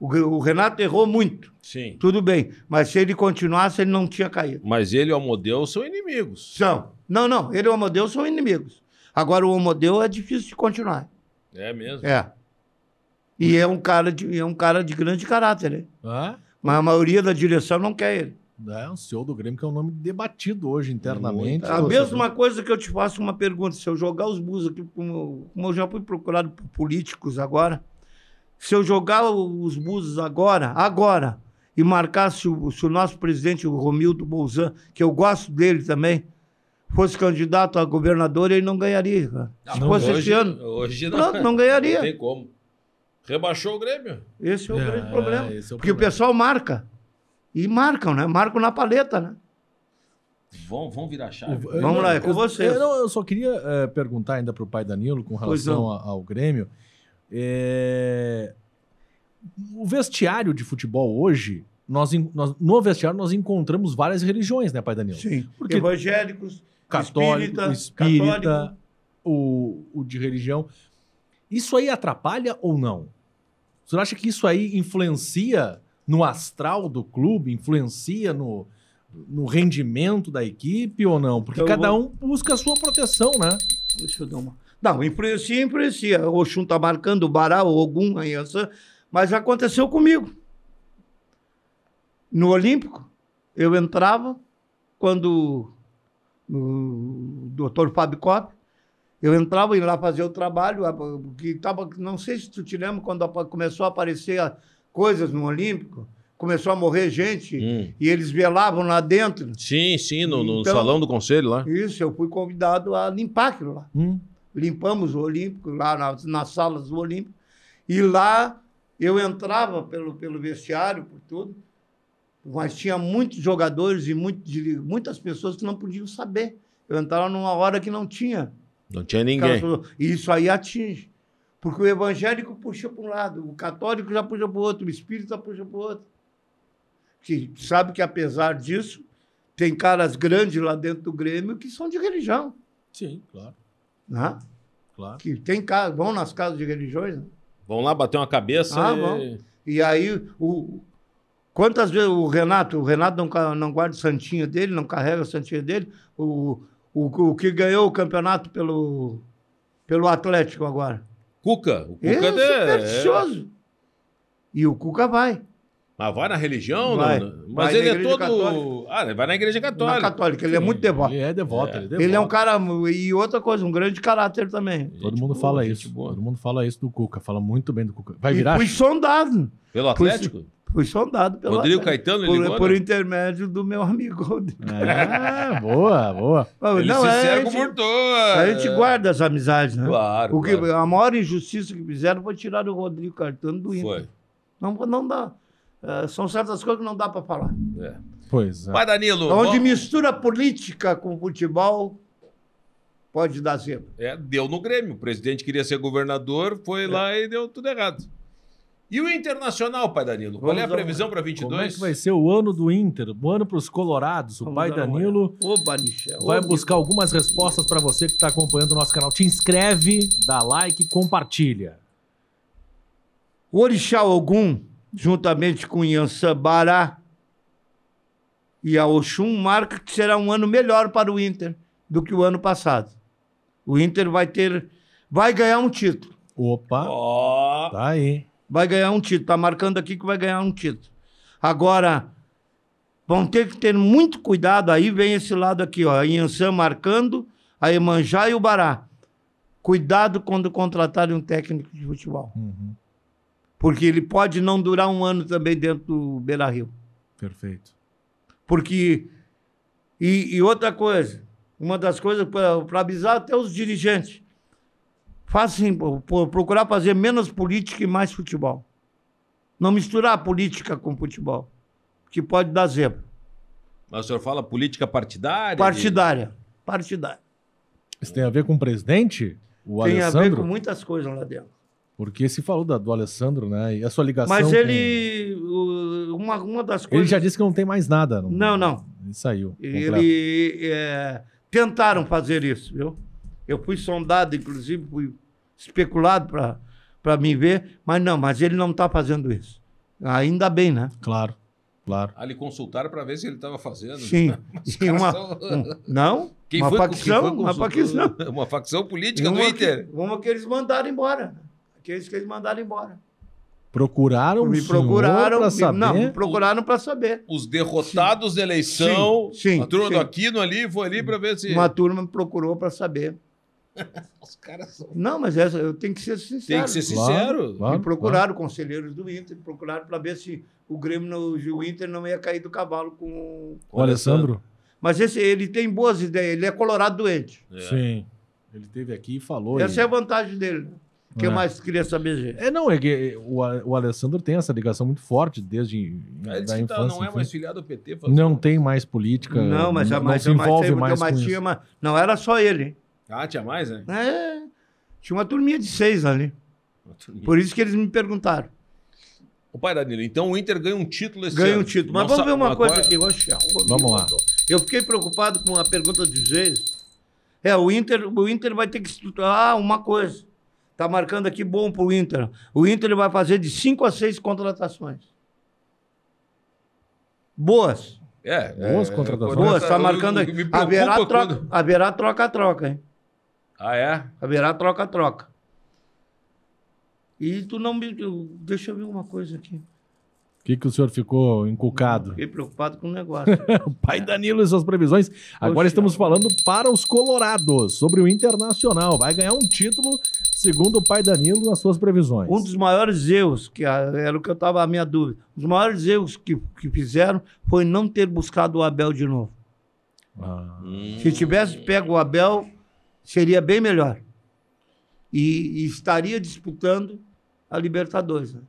Speaker 6: O Gre- o Renato errou muito,
Speaker 5: Sim.
Speaker 6: tudo bem, mas se ele continuasse, ele não tinha caído.
Speaker 5: Mas ele e o Amodeu são inimigos.
Speaker 6: São. Não, não, ele e o Homodeu são inimigos. Agora, o Homodeu é difícil de continuar.
Speaker 5: É mesmo.
Speaker 6: É. E é um cara de, é um cara de grande caráter, né?
Speaker 4: Ah,
Speaker 6: Mas a maioria da direção não quer ele.
Speaker 4: é o CEO do Grêmio, que é um nome debatido hoje internamente.
Speaker 6: A mesma coisa que eu te faço uma pergunta. Se eu jogar os bus aqui, como, como eu já fui procurado por políticos agora, se eu jogar o- os buses agora, agora, e marcar se o, se o nosso presidente, o Romildo Bolzan, que eu gosto dele também, fosse candidato a governador, ele não ganharia. cara. Se
Speaker 4: não,
Speaker 6: fosse esse
Speaker 5: hoje,
Speaker 6: ano,
Speaker 5: hoje não.
Speaker 6: pronto, não
Speaker 5: Não
Speaker 6: ganharia.
Speaker 5: tem como. Rebaixou o Grêmio.
Speaker 6: Esse é o
Speaker 4: É,
Speaker 6: grande problema.
Speaker 4: esse é o
Speaker 6: Porque o
Speaker 4: problema.
Speaker 6: pessoal marca. E marcam, né? Marcam na paleta, né?
Speaker 5: Vão, vão virar chave.
Speaker 4: O- eu
Speaker 6: Vamos
Speaker 4: não-
Speaker 6: lá, é com
Speaker 4: eu-
Speaker 6: vocês.
Speaker 4: Eu, não- eu só queria eh, perguntar ainda para o pai Danilo com
Speaker 6: Pois
Speaker 4: relação a- ao Grêmio. É, O vestiário de futebol hoje, nós, en- nós- no vestiário nós encontramos várias religiões, né, pai Danilo?
Speaker 6: Sim.
Speaker 4: Porque-
Speaker 6: Evangélicos,
Speaker 4: Católico,
Speaker 6: espírita,
Speaker 4: espírita, espírita
Speaker 6: católico.
Speaker 4: o, o de religião. Isso aí atrapalha ou não? Você acha que isso aí influencia no astral do clube, influencia no, no rendimento da equipe ou não? Porque
Speaker 6: Então,
Speaker 4: cada
Speaker 6: vou-
Speaker 4: um busca a sua proteção, né?
Speaker 6: Deixa eu dar uma. Não, influencia, influencia. O Oxum tá marcando o Bará, o Ogum, a Yansan, mas aconteceu comigo. No Olímpico, eu entrava quando o doutor Fábio Cop, eu entrava e lá fazer o trabalho, a- que tava, não sei se tu te lembra quando apa- começou a aparecer a- coisas no Olímpico, começou a morrer gente
Speaker 5: Hum.
Speaker 6: e eles velavam lá dentro.
Speaker 5: Sim, sim, no, no
Speaker 6: Então-
Speaker 5: salão do conselho lá.
Speaker 6: Isso, eu fui convidado a limpar aquilo lá
Speaker 4: Hum.
Speaker 6: limpamos o Olímpico, lá na- nas, salas do Olímpico, e lá eu entrava pelo, pelo vestiário, por tudo, mas tinha muitos jogadores e muito, diri- muitas pessoas que não podiam saber. Eu entrava numa hora que não tinha.
Speaker 5: Não tinha
Speaker 6: Aquelas
Speaker 5: ninguém.
Speaker 6: pessoas- E isso aí atinge. Porque o evangélico puxa para um lado, o católico já puxa para o outro, o espírita puxa para o outro. Que sabe que, apesar disso, tem caras grandes lá dentro do Grêmio que são de religião.
Speaker 4: Sim, claro,
Speaker 6: Né?
Speaker 4: claro.
Speaker 6: que tem casa, vão nas casas de religiões, né?
Speaker 5: Vão lá bater uma cabeça.
Speaker 6: Ah,
Speaker 5: e-
Speaker 6: vão. e aí o quantas vezes o Renato, o Renato não, ca- não guarda o santinho dele, não carrega o santinho dele, o, o, o que ganhou o campeonato pelo pelo Atlético agora.
Speaker 5: Cuca. O Cuca
Speaker 6: Ele é
Speaker 5: é.
Speaker 6: supersticioso. E o Cuca vai.
Speaker 5: Mas Ah, vai na religião?
Speaker 6: Vai.
Speaker 5: não- não-
Speaker 6: Vai
Speaker 5: Mas
Speaker 6: na
Speaker 5: ele é
Speaker 6: igreja
Speaker 5: todo.
Speaker 6: católica.
Speaker 5: Ah, ele vai na igreja
Speaker 6: Na
Speaker 5: católica.
Speaker 6: Católica, ele é muito devoto.
Speaker 4: Ele é devoto,
Speaker 5: É.
Speaker 4: ele é devoto.
Speaker 6: Ele é um cara e outra coisa, um grande caráter também.
Speaker 4: Todo
Speaker 5: Gente
Speaker 4: mundo
Speaker 5: boa,
Speaker 4: fala
Speaker 5: gente
Speaker 4: isso.
Speaker 5: boa.
Speaker 4: Todo mundo fala isso do Cuca. Fala muito bem do Cuca. Vai
Speaker 6: E
Speaker 4: virar?
Speaker 6: fui sondado,
Speaker 5: Pelo
Speaker 6: Por isso-
Speaker 5: Atlético?
Speaker 6: fui sondado pelo
Speaker 5: Rodrigo
Speaker 6: Atlético.
Speaker 5: Caetano, ele
Speaker 6: por,
Speaker 5: ligou,
Speaker 6: por
Speaker 5: né?
Speaker 6: intermédio do meu amigo. Rodrigo.
Speaker 4: É, boa, boa.
Speaker 5: Ele
Speaker 6: Não,
Speaker 5: se
Speaker 6: é,
Speaker 5: cega
Speaker 6: a gente-
Speaker 5: por toda.
Speaker 6: A gente guarda as amizades, né?
Speaker 5: É. Claro.
Speaker 6: O que,
Speaker 5: claro.
Speaker 6: a maior injustiça que fizeram foi tirar o Rodrigo Cartano do Inter.
Speaker 5: foi?
Speaker 6: Não, não dá. É, são certas coisas que não dá para falar. Então,
Speaker 5: É.
Speaker 4: Pois é.
Speaker 5: Pai Danilo.
Speaker 6: Ah. Onde
Speaker 5: vamos-
Speaker 6: mistura política com futebol, pode dar zebra.
Speaker 5: É, deu no Grêmio. O presidente queria ser governador,
Speaker 6: É.
Speaker 5: foi lá e deu tudo errado. E o Internacional, pai Danilo? Qual
Speaker 6: Vamos
Speaker 5: é a
Speaker 6: dar uma-
Speaker 5: previsão para
Speaker 4: Como é que
Speaker 5: 22?
Speaker 4: vai ser o ano do Inter? O ano para os colorados. O
Speaker 6: Vamos
Speaker 4: pai
Speaker 6: dar uma
Speaker 4: Danilo...
Speaker 6: olhada. Ô, Banichel.
Speaker 4: Vai
Speaker 6: ô,
Speaker 4: buscar algumas respostas para você que está acompanhando o nosso canal. Te inscreve, dá like, compartilha.
Speaker 6: O Orixá Ogum, juntamente com Yansan Bará e a Oxum, marca que será um ano melhor para o Inter do que o ano passado. O Inter vai ter, vai ganhar um título.
Speaker 4: Opa,
Speaker 5: Ó,
Speaker 4: tá aí.
Speaker 6: Vai ganhar um título. Tá marcando aqui que vai ganhar um título. Agora, vão ter que ter muito cuidado. Aí vem esse lado aqui, ó. A Inhansan marcando, a Emanjá e o Bará. Cuidado quando contratarem um técnico de futebol.
Speaker 4: Uhum,
Speaker 6: Porque ele pode não durar um ano também dentro do Beira Rio.
Speaker 4: perfeito.
Speaker 6: Porque. E, e outra coisa, uma das coisas para avisar até os dirigentes. Façam, pro- procurar fazer menos política e mais futebol. Não misturar política com futebol, que pode dar zebra.
Speaker 5: mas o senhor fala política partidária?
Speaker 6: Partidária. Partidária.
Speaker 4: Isso tem a ver com o presidente? O
Speaker 6: Tem a ver
Speaker 4: Alessandro?
Speaker 6: com muitas coisas lá dentro.
Speaker 4: Porque se falou da- do Alessandro, né? E a sua ligação.
Speaker 6: Mas
Speaker 4: com-
Speaker 6: ele. o- Uma, uma das
Speaker 4: Ele
Speaker 6: coisas.
Speaker 4: já disse que não tem mais nada.
Speaker 6: Não, não.
Speaker 4: Ele saiu. completo.
Speaker 6: Ele, é, tentaram fazer isso, viu? Eu fui sondado, inclusive, fui especulado para me ver, mas não, mas ele não está fazendo isso. Ainda bem, né?
Speaker 4: Claro, claro.
Speaker 5: Ali Ah, consultaram para ver se ele estava fazendo.
Speaker 6: Sim. E uma-
Speaker 5: são-
Speaker 6: um- não?
Speaker 5: Quem
Speaker 6: uma
Speaker 5: foi,
Speaker 6: facção,
Speaker 5: quem foi
Speaker 6: uma
Speaker 5: consultor-
Speaker 6: facção.
Speaker 5: Uma facção
Speaker 6: E
Speaker 5: política do
Speaker 6: Uma que,
Speaker 5: Inter.
Speaker 6: uma que eles mandaram embora. né? Aqueles que eles mandaram embora.
Speaker 5: um
Speaker 4: Procuraram
Speaker 6: me procuraram.
Speaker 4: para
Speaker 6: me-
Speaker 4: saber.
Speaker 6: Não, me procuraram para saber.
Speaker 5: Os derrotados da eleição.
Speaker 6: Sim, sim,
Speaker 5: a turma
Speaker 6: sim.
Speaker 5: do Aquino ali foi ali para ver se.
Speaker 6: Uma turma me procurou para saber.
Speaker 5: Os caras são-
Speaker 6: Não, mas essa, eu tenho que ser sincero.
Speaker 5: Tem que ser sincero.
Speaker 4: Claro,
Speaker 6: e procuraram conselheiros do Inter, procuraram para ver se o Grêmio, não- o Inter não ia cair do cavalo com.
Speaker 4: O Alessandro?
Speaker 6: Mas esse, ele tem boas ideias, ele é colorado doente.
Speaker 5: É.
Speaker 4: Sim. Ele esteve aqui e falou.
Speaker 6: Essa
Speaker 4: e-
Speaker 6: é a vantagem dele. O que
Speaker 4: É.
Speaker 6: mais tu queria saber, gente?
Speaker 4: É, não, é que o, A- o Alessandro tem essa ligação muito forte desde
Speaker 5: Ele
Speaker 4: da
Speaker 5: disse que tá-
Speaker 4: infância.
Speaker 5: não é
Speaker 4: enfim.
Speaker 5: mais filiado ao PT. falou.
Speaker 4: Não tem mais política.
Speaker 6: Não, mas a mais,
Speaker 4: se
Speaker 6: a mais,
Speaker 4: envolve
Speaker 6: teve-
Speaker 4: mais
Speaker 6: teu
Speaker 4: com
Speaker 6: mais
Speaker 4: isso.
Speaker 6: tinha uma- Não era só ele. hein?
Speaker 5: Ah, tinha mais, né?
Speaker 6: É, tinha uma turminha de seis ali. Por isso que eles me perguntaram.
Speaker 5: O pai Danilo, então o Inter ganha um título esse
Speaker 6: Ganha
Speaker 5: ano.
Speaker 6: um título. Mas
Speaker 5: Não
Speaker 6: vamos
Speaker 5: sa-
Speaker 6: ver uma
Speaker 5: mas
Speaker 6: coisa
Speaker 5: qual é-
Speaker 6: aqui. Oxe, alô,
Speaker 4: Vamos
Speaker 6: me
Speaker 4: lá.
Speaker 6: mandou. Eu fiquei preocupado com a pergunta do Geis. É, o Inter, o Inter vai ter que estruturar ah, uma coisa. Está marcando aqui bom para o Inter. O Inter vai fazer de cinco a seis contratações. Boas.
Speaker 5: É,
Speaker 4: Boas contratações.
Speaker 5: quando-
Speaker 6: Boas,
Speaker 5: eu-
Speaker 6: está tá marcando
Speaker 5: eu-
Speaker 6: aqui.
Speaker 5: me preocupa
Speaker 6: Haverá
Speaker 5: quando-
Speaker 6: troca- haverá troca-troca, hein?
Speaker 5: Ah, é?
Speaker 6: Haverá troca-troca. E tu não me. eu- Deixa eu ver uma coisa aqui.
Speaker 4: O que, que o senhor ficou encucado?
Speaker 6: Fiquei preocupado com o negócio.
Speaker 4: O pai Danilo e suas previsões. Agora
Speaker 6: Oxe,
Speaker 4: estamos
Speaker 6: ó.
Speaker 4: falando para os colorados, sobre o Internacional. Vai ganhar um título, segundo o pai Danilo, nas suas previsões.
Speaker 6: Um dos maiores erros, que a- era o que eu estava, a minha dúvida, um dos maiores erros que, que fizeram foi não ter buscado o Abel de novo.
Speaker 4: Ah,
Speaker 6: Se tivesse pego o Abel, seria bem melhor. E, e estaria disputando a Libertadores. né?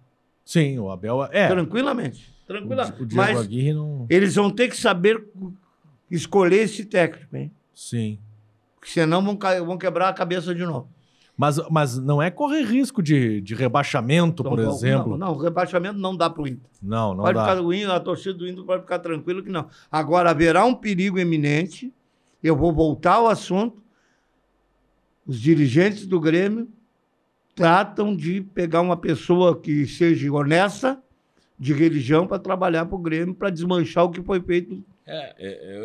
Speaker 4: Sim, o Abel... É,
Speaker 6: Tranquilamente.
Speaker 4: o,
Speaker 6: Tranquilamente.
Speaker 4: o Diego
Speaker 6: Mas
Speaker 4: Aguirre não...
Speaker 6: eles vão ter que saber escolher esse técnico, hein?
Speaker 4: Sim.
Speaker 6: Porque senão vão, ca- vão quebrar a cabeça de novo.
Speaker 4: Mas, mas não é correr risco de, de rebaixamento, por
Speaker 6: Então, vão-
Speaker 4: exemplo.
Speaker 6: Não, não, o rebaixamento não dá para o Inter.
Speaker 4: Não, não,
Speaker 6: pode
Speaker 4: dá.
Speaker 6: ficar o Inter, a torcida do Inter pode ficar tranquilo que não. Agora haverá um perigo iminente. Eu vou voltar ao assunto. Os dirigentes do Grêmio tratam de pegar uma pessoa que seja honesta, de religião, para trabalhar para o Grêmio, para desmanchar o que foi feito.
Speaker 5: É,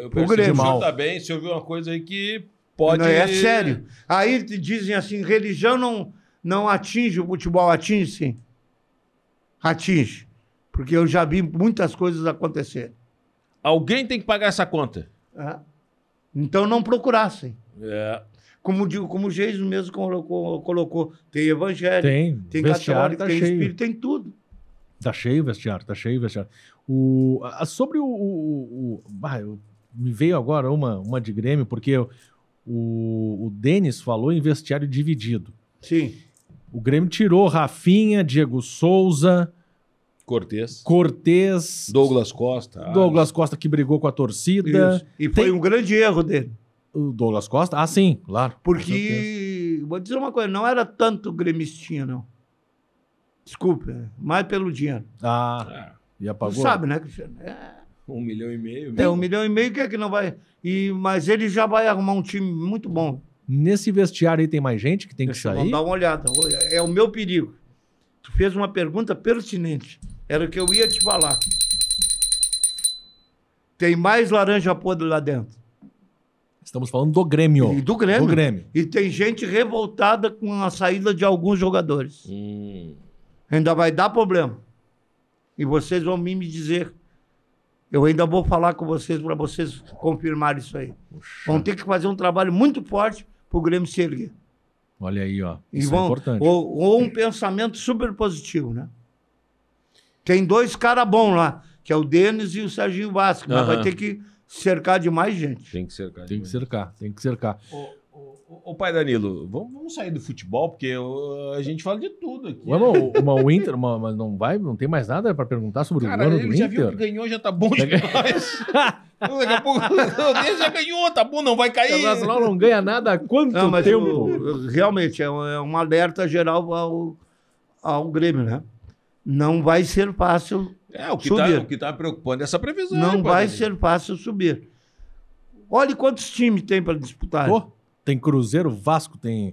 Speaker 5: é, eu percebi que
Speaker 6: Grêmio.
Speaker 5: o senhor tá bem, o senhor viu uma coisa aí que pode...
Speaker 6: Não, é sério. Aí te dizem assim: religião não, não atinge o futebol, atinge sim. Atinge. Porque eu já vi muitas coisas acontecer.
Speaker 5: Alguém tem que pagar essa conta.
Speaker 6: né? Então não procurassem.
Speaker 5: É.
Speaker 6: Como, digo, como Jesus mesmo colocou, colocou, tem evangelho,
Speaker 4: Tem,
Speaker 6: É, tem,
Speaker 4: vestiário
Speaker 6: católico,
Speaker 4: tá
Speaker 6: tem
Speaker 4: cheio.
Speaker 6: espírito, tem tudo.
Speaker 4: Tá cheio o vestiário, tá cheio o vestiário. O, a- sobre o. o- o- bah, eu- me veio agora uma, uma de Grêmio, porque eu- o, o Denis falou em vestiário dividido.
Speaker 6: Sim.
Speaker 4: O Grêmio tirou Rafinha, Diego Souza,
Speaker 5: Cortez.
Speaker 4: Cortez,
Speaker 5: Douglas Costa. Ah,
Speaker 4: Douglas Costa que brigou com a torcida.
Speaker 6: isso. E foi
Speaker 4: tem-
Speaker 6: um grande erro dele.
Speaker 4: O Douglas Costa? Ah, sim, claro. com certeza.
Speaker 6: Porque, vou dizer uma coisa, não era tanto gremistinha, não. Desculpa, é, mais pelo dinheiro.
Speaker 4: Ah,
Speaker 5: Ah,
Speaker 4: e
Speaker 6: Tu
Speaker 4: apagou.
Speaker 6: sabe, né, Cristiano? É,
Speaker 5: um milhão e meio.
Speaker 6: é um milhão e meio, que é que não vai. E, mas ele já vai arrumar um time muito bom.
Speaker 4: Nesse vestiário aí tem mais gente que tem que
Speaker 6: Deixa eu
Speaker 4: sair?
Speaker 6: dar uma olhada. É o meu perigo. Tu fez uma pergunta pertinente. Era o que eu ia te falar. Tem mais laranja podre lá dentro.
Speaker 4: Estamos falando do Grêmio.
Speaker 6: um- E do Grêmio.
Speaker 4: Do Grêmio.
Speaker 6: E tem gente revoltada com a saída de alguns jogadores.
Speaker 5: Hum.
Speaker 6: Ainda vai dar problema. E vocês vão me me dizer. Eu ainda vou falar com vocês para vocês confirmarem isso aí. Vão ter que fazer um trabalho muito forte para o Grêmio se erguer.
Speaker 4: Olha aí, ó.
Speaker 6: E
Speaker 4: Isso é
Speaker 6: vão-
Speaker 4: importante.
Speaker 6: ou, ou um pensamento super positivo, né? Tem dois caras bons lá, que é o Denis e o Serginho Vasco, mas
Speaker 5: Aham.
Speaker 6: vai ter que cercar de mais gente.
Speaker 5: Tem que ser, cara.
Speaker 4: Tem que cercar, tem que cercar.
Speaker 5: Ô, ô, ô, ô, pai Danilo, vamos, vamos sair do futebol, porque ô, a gente fala de tudo aqui.
Speaker 4: Ué, mas o- uma Winter, uma, mas não vai, não tem mais nada pra perguntar
Speaker 6: um
Speaker 4: sobre
Speaker 5: Cara,
Speaker 4: o ano do
Speaker 5: ele já viu que
Speaker 4: Inter.
Speaker 5: ganhou, já tá bom demais. Daqui a pouco, ele já ganhou, tá bom, não vai
Speaker 4: O
Speaker 5: cair.
Speaker 4: Nacional não ganha nada há quanto
Speaker 6: Não, mas
Speaker 4: tempo?
Speaker 6: o- realmente é um, é um alerta geral ao, ao Grêmio, né? Não vai ser fácil,
Speaker 5: É, o que, tá,
Speaker 6: Subir.
Speaker 5: o que tá me preocupando é essa previsão.
Speaker 6: não
Speaker 5: hein, pai
Speaker 6: vai
Speaker 5: Danilo?
Speaker 6: ser fácil subir. Olha quantos times tem para disputar.
Speaker 4: Pô, tem Cruzeiro, Vasco, tem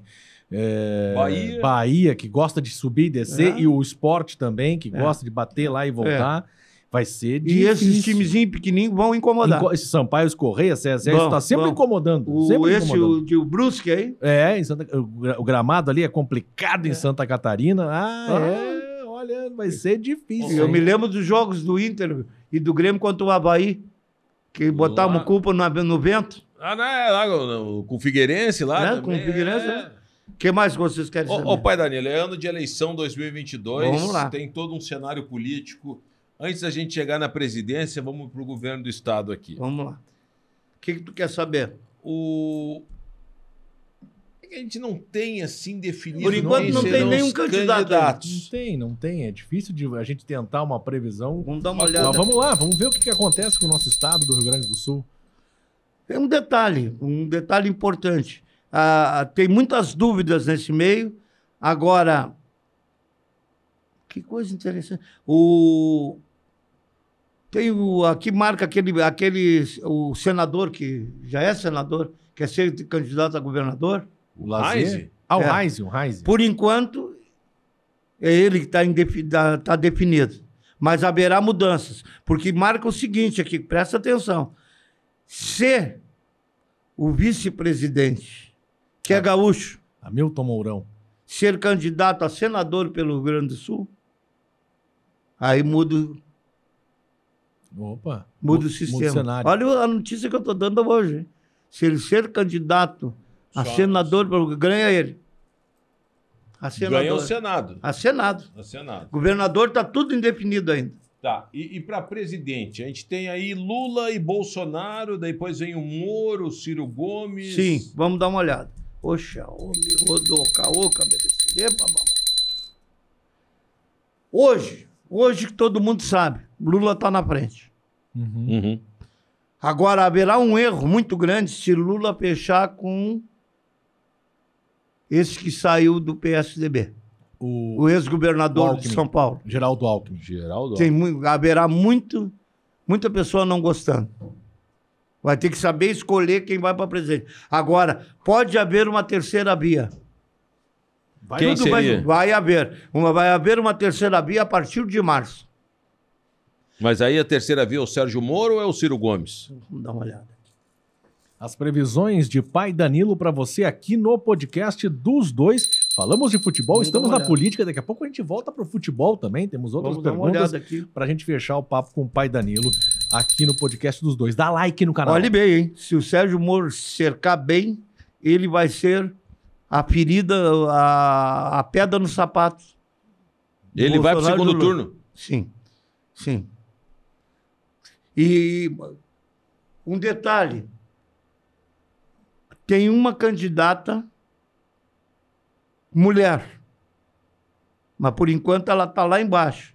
Speaker 4: é,
Speaker 5: Bahia.
Speaker 4: Bahia, que gosta de subir e descer,
Speaker 6: É.
Speaker 4: e o esporte também,
Speaker 5: É.
Speaker 4: que gosta de bater lá e voltar. Vai ser
Speaker 6: e esses
Speaker 4: difícil.
Speaker 6: timezinhos pequenininhos vão incomodar.
Speaker 4: Inco- Esse Sampaio os Correia, CSS,
Speaker 6: Bom,
Speaker 4: está tá sempre
Speaker 6: bom.
Speaker 4: incomodando.
Speaker 6: o,
Speaker 4: sempre
Speaker 6: esse,
Speaker 4: incomodando.
Speaker 6: o, de- o Brusque aí,
Speaker 4: É, em Santa- o gra- o gramado ali é complicado em Santa Catarina. Ah,
Speaker 6: Ah.
Speaker 4: é. Olha, vai ser difícil.
Speaker 6: Eu
Speaker 4: hein?
Speaker 6: me lembro dos jogos do Inter e do Grêmio contra o Havaí, que botavam
Speaker 5: Lá.
Speaker 6: culpa no, no vento.
Speaker 5: Ah, não, é lá no- no- com o Figueirense lá.
Speaker 6: É,
Speaker 5: também,
Speaker 6: com o Figueirense,
Speaker 5: é.
Speaker 6: O que mais que vocês querem saber?
Speaker 5: Ô, ô, pai Danilo, é ano de eleição 2022.
Speaker 6: Vamos lá.
Speaker 5: Tem todo um cenário político. Antes da gente chegar na presidência, vamos para o governo do estado aqui.
Speaker 6: Vamos lá. O que, que tu quer saber?
Speaker 5: O... É que que a gente não tem assim definido?
Speaker 6: Por enquanto
Speaker 5: quem
Speaker 6: não tem
Speaker 5: serão
Speaker 6: nenhum
Speaker 5: os
Speaker 6: candidato ainda.
Speaker 4: Não
Speaker 5: candidatos?
Speaker 4: tem, não tem. É difícil de a gente tentar uma previsão.
Speaker 6: Vamos dar uma
Speaker 4: Mas
Speaker 6: olhada.
Speaker 4: vamos lá, vamos ver o que, que acontece com o nosso estado do Rio Grande do Sul.
Speaker 6: É um detalhe, um detalhe importante. Ah, tem muitas dúvidas nesse meio. Agora, que coisa interessante. O tem o aqui marca aquele aquele o senador que já é senador quer ser candidato a governador.
Speaker 4: O
Speaker 5: Reise?
Speaker 4: Lazer. Ah, o
Speaker 6: É.
Speaker 4: Reise, o Reise.
Speaker 6: Por enquanto é ele que está tá definido. Mas haverá mudanças, porque marca o seguinte aqui, presta atenção. Se o vice-presidente, que é gaúcho,
Speaker 4: Hamilton Mourão.
Speaker 6: ser candidato a senador pelo Rio Grande do Sul, aí muda, o-
Speaker 4: Opa.
Speaker 6: muda
Speaker 4: Mu-
Speaker 6: o
Speaker 4: Muda o
Speaker 6: sistema.
Speaker 4: cenário.
Speaker 6: Olha a notícia que eu estou dando hoje. hein? Se ele ser candidato a
Speaker 5: Só-
Speaker 6: senador, pelo- ganha ele. A senador.
Speaker 5: Ganhou o Senado.
Speaker 6: A Senado.
Speaker 5: O Senado.
Speaker 6: Governador está tudo indefinido ainda.
Speaker 5: Tá. E, para presidente, a gente tem aí Lula e Bolsonaro, depois vem o Moro, Ciro Gomes.
Speaker 6: Sim, vamos dar uma olhada. Oxa, ô, me rodou, caô, cabelecê, epa, mamá. Hoje, hoje que todo mundo sabe, Lula está na frente.
Speaker 4: Uhum.
Speaker 6: Agora, haverá um erro muito grande se Lula fechar com esse que saiu do PSDB,
Speaker 4: O
Speaker 6: o ex-governador de
Speaker 4: Alckmin.
Speaker 6: São Paulo.
Speaker 4: Geraldo Alckmin.
Speaker 5: Geraldo.
Speaker 6: Tem, mui- haverá muito, muita pessoa não gostando. Vai ter que saber escolher quem vai para presidente. Agora, pode haver uma terceira via.
Speaker 4: Vai
Speaker 5: Quem
Speaker 4: Dudu,
Speaker 5: seria?
Speaker 6: Vai, vai haver. Uma, vai haver uma terceira via a partir de março.
Speaker 5: Mas aí a terceira via é o Sérgio Moro ou é o Ciro Gomes?
Speaker 6: Vamos dar uma olhada.
Speaker 4: As previsões de Pai Danilo para você aqui no podcast dos dois. Falamos de futebol,
Speaker 6: Vamos
Speaker 4: estamos
Speaker 6: dar uma
Speaker 4: na
Speaker 6: olhada.
Speaker 4: política, daqui a pouco a gente volta para o futebol também, temos outras
Speaker 6: Vamos dar uma
Speaker 4: perguntas
Speaker 6: olhada aqui.
Speaker 4: para a gente fechar o papo com o Pai Danilo aqui no podcast dos dois. Dá like no canal.
Speaker 6: Olhe bem, hein? Se o Sérgio Moro cercar bem, ele vai ser a ferida, a, a pedra no sapato.
Speaker 5: Ele vai pro
Speaker 6: Bolsonaro e
Speaker 5: segundo
Speaker 6: Lula.
Speaker 5: turno.
Speaker 6: Sim, sim. E um detalhe: tem uma candidata mulher, mas por enquanto ela está lá embaixo.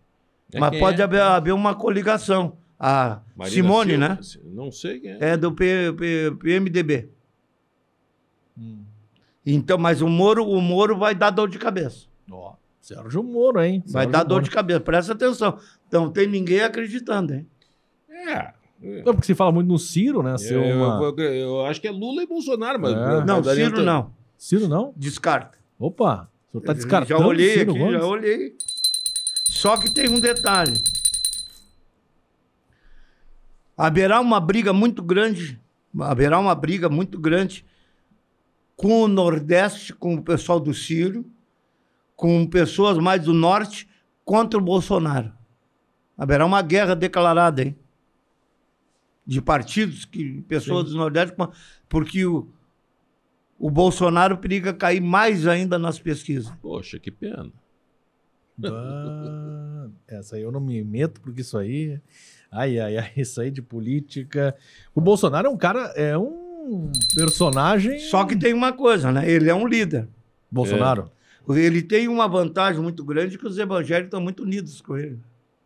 Speaker 5: É
Speaker 6: mas
Speaker 5: quem
Speaker 6: pode
Speaker 5: é?
Speaker 6: haver, haver uma coligação. A
Speaker 5: Marina
Speaker 6: Simone,
Speaker 5: Silva?
Speaker 6: né?
Speaker 5: Não sei quem é.
Speaker 6: É do P- P- PMDB.
Speaker 5: Hum.
Speaker 6: Então, mas o Moro, o Moro vai dar dor de cabeça.
Speaker 4: Ó, Sérgio Moro, hein?
Speaker 5: é
Speaker 6: Vai
Speaker 4: Sérgio
Speaker 6: dar dor
Speaker 4: Moro.
Speaker 6: de cabeça. Presta atenção. Não tem ninguém acreditando, hein?
Speaker 5: É.
Speaker 4: Não, porque se fala muito no Ciro, né? Ser
Speaker 5: Eu,
Speaker 4: uma-
Speaker 5: eu- eu- eu acho que é Lula e Bolsonaro, mas.
Speaker 4: É.
Speaker 5: mas
Speaker 6: Não,
Speaker 5: daria um
Speaker 6: Ciro
Speaker 5: outra-
Speaker 6: não.
Speaker 4: Ciro não?
Speaker 6: Descarta.
Speaker 4: Opa, o senhor tá descartando
Speaker 6: Já olhei
Speaker 4: Ciro
Speaker 6: aqui,
Speaker 4: Gomes?
Speaker 6: já olhei. Só que tem um detalhe. Haverá uma briga muito grande, haverá uma briga muito grande com o Nordeste, com o pessoal do Ciro, com pessoas mais do Norte contra o Bolsonaro. Haverá uma guerra declarada, hein? De partidos, que pessoas do Nordeste, com- porque o, o Bolsonaro periga cair mais ainda nas pesquisas.
Speaker 5: Poxa, que pena.
Speaker 4: Bah, Essa aí eu não me meto, porque isso aí. Ai, ai, ai, isso aí de política. O Bolsonaro é um cara, é um personagem.
Speaker 6: Só que tem uma coisa, né? Ele é um líder.
Speaker 4: Bolsonaro?
Speaker 6: Ele tem uma vantagem muito grande que os evangélicos estão muito unidos com ele.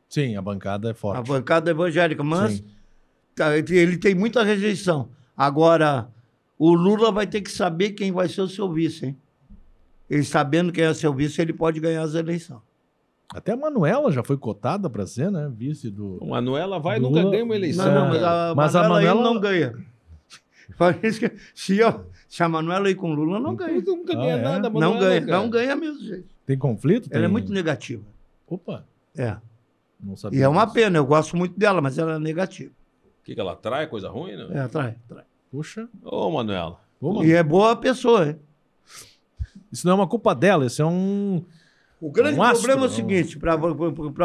Speaker 4: Sim, a bancada é
Speaker 6: A
Speaker 4: forte.
Speaker 6: bancada evangélica, mas
Speaker 4: Sim.
Speaker 6: tá, ele tem muita rejeição. Agora, o Lula vai ter que saber quem vai ser o seu vice, hein? Ele sabendo quem é seu vice, ele pode ganhar as eleições.
Speaker 4: Até a Manuela já foi cotada para ser, né? Vice
Speaker 5: A
Speaker 4: do.
Speaker 5: Manuela vai
Speaker 4: Lula-
Speaker 5: nunca ganha uma eleição.
Speaker 6: Não, não,
Speaker 5: cara.
Speaker 6: mas a
Speaker 4: Mas a
Speaker 6: Manuela, aí
Speaker 4: Manuela-
Speaker 6: não ganha. Parece que se, eu- se a Manuela ir com o Lula, não ganha.
Speaker 5: Nunca
Speaker 4: Ah,
Speaker 5: ganha
Speaker 4: é?
Speaker 5: nada, a Manuela,
Speaker 6: Não ganha,
Speaker 5: cara.
Speaker 6: não ganha mesmo, gente.
Speaker 4: Tem conflito?
Speaker 6: Ela é
Speaker 4: Tem-
Speaker 6: muito negativa.
Speaker 4: Opa,
Speaker 6: É.
Speaker 4: não
Speaker 5: Tá
Speaker 4: sabia.
Speaker 6: E é uma
Speaker 4: disso.
Speaker 6: pena, eu gosto muito dela, mas ela é negativa.
Speaker 5: O que, que ela trai? Coisa ruim, né?
Speaker 6: É, atrai, atrai.
Speaker 4: Puxa.
Speaker 5: Ô, Manuela.
Speaker 4: Ô, mano,
Speaker 6: E é boa pessoa, hein?
Speaker 4: Isso não é uma culpa dela, isso é um.
Speaker 6: O grande
Speaker 4: Um astro,
Speaker 6: problema é o
Speaker 4: não.
Speaker 6: seguinte, para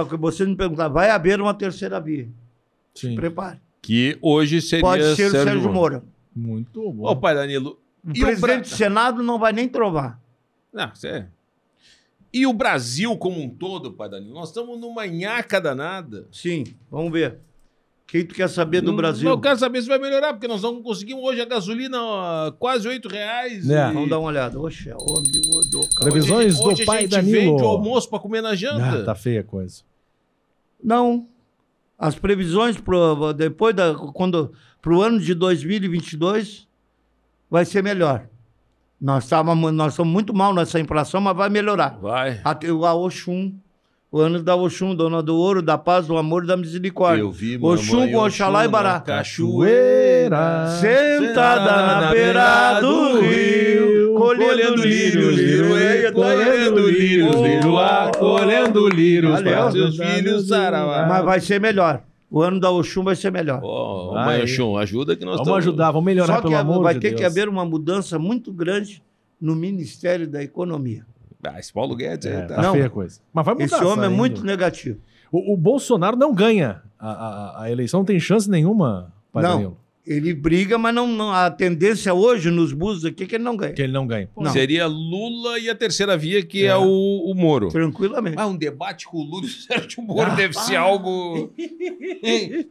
Speaker 6: que você me perguntar, vai haver uma terceira via.
Speaker 4: Sim.
Speaker 6: Prepare.
Speaker 5: Que hoje seria
Speaker 6: Pode ser o Sérgio
Speaker 5: Moro.
Speaker 6: Moura.
Speaker 4: Muito bom.
Speaker 5: Ô, pai Danilo.
Speaker 6: O
Speaker 5: e
Speaker 6: presidente
Speaker 5: Bra-
Speaker 6: do Senado não vai nem trovar.
Speaker 5: Não, sério. E o Brasil como um todo, pai Danilo? Nós estamos numa nhaca danada.
Speaker 6: Sim, vamos ver. Quem tu quer saber do Brasil?
Speaker 5: Não, Hum, eu quero saber se vai melhorar, porque nós não conseguimos hoje a gasolina ó, quase 8 reais.
Speaker 4: É.
Speaker 5: e-
Speaker 6: Né, Vamos dar um uma olhada. Oxe, é ô, meu Deus, cara.
Speaker 5: Hoje a gente-
Speaker 4: Previsões do
Speaker 5: hoje
Speaker 4: pai
Speaker 5: a gente
Speaker 4: Danilo.
Speaker 5: vende o almoço pra comer na janta.
Speaker 4: Ah, tá feia a coisa.
Speaker 6: Não. As previsões pro, depois da quando pro ano de 2022 vai ser melhor. Nós estávamos nós estamos muito mal nessa inflação, mas vai melhorar.
Speaker 5: Vai.
Speaker 6: A, a Oxum, o ano da Oxum, dona do ouro, da paz, do amor e da misericórdia.
Speaker 5: Eu vi,
Speaker 6: Oxum,
Speaker 5: mamãe,
Speaker 6: Oxalá e
Speaker 5: na
Speaker 6: Bará.
Speaker 4: Cachoeira.
Speaker 6: Sentada na beira do rio, colhendo lírios, lírio,
Speaker 5: tá
Speaker 6: eia,
Speaker 5: colhendo lírios, lírio,
Speaker 4: a,
Speaker 5: ah, colhendo
Speaker 4: lírios
Speaker 6: Valeu.
Speaker 5: para seus filhos, sarau.
Speaker 6: Mas vai ser melhor. O ano da Oxum vai ser melhor.
Speaker 5: Ó,
Speaker 4: Vai.
Speaker 5: mãe Oxum, ajuda que nós
Speaker 4: Vamos
Speaker 5: tamo-
Speaker 4: ajudar, vamos melhorar,
Speaker 6: Só que
Speaker 4: pelo amor
Speaker 6: vai
Speaker 4: de
Speaker 6: ter
Speaker 4: Deus.
Speaker 6: que haver uma mudança muito grande no Ministério da Economia.
Speaker 5: Ah, esse Paulo Guedes
Speaker 4: É,
Speaker 5: aí
Speaker 4: tá
Speaker 5: tá.
Speaker 6: Não.
Speaker 4: feia a coisa. Mas vai mudar.
Speaker 6: Esse homem é
Speaker 4: saindo.
Speaker 6: muito negativo.
Speaker 4: O, o Bolsonaro não ganha. A, a- a eleição não tem chance nenhuma, pai
Speaker 6: Não.
Speaker 4: Danilo.
Speaker 6: Ele briga, mas não, não- a tendência hoje nos busos aqui é que ele não ganha.
Speaker 4: Que ele não ganha.
Speaker 6: Não.
Speaker 5: Seria Lula e a terceira via, que é,
Speaker 4: É.
Speaker 5: o, o Moro.
Speaker 6: Tranquilamente.
Speaker 5: Ah, um debate com o Lula e o Sérgio Moro deve ser algo.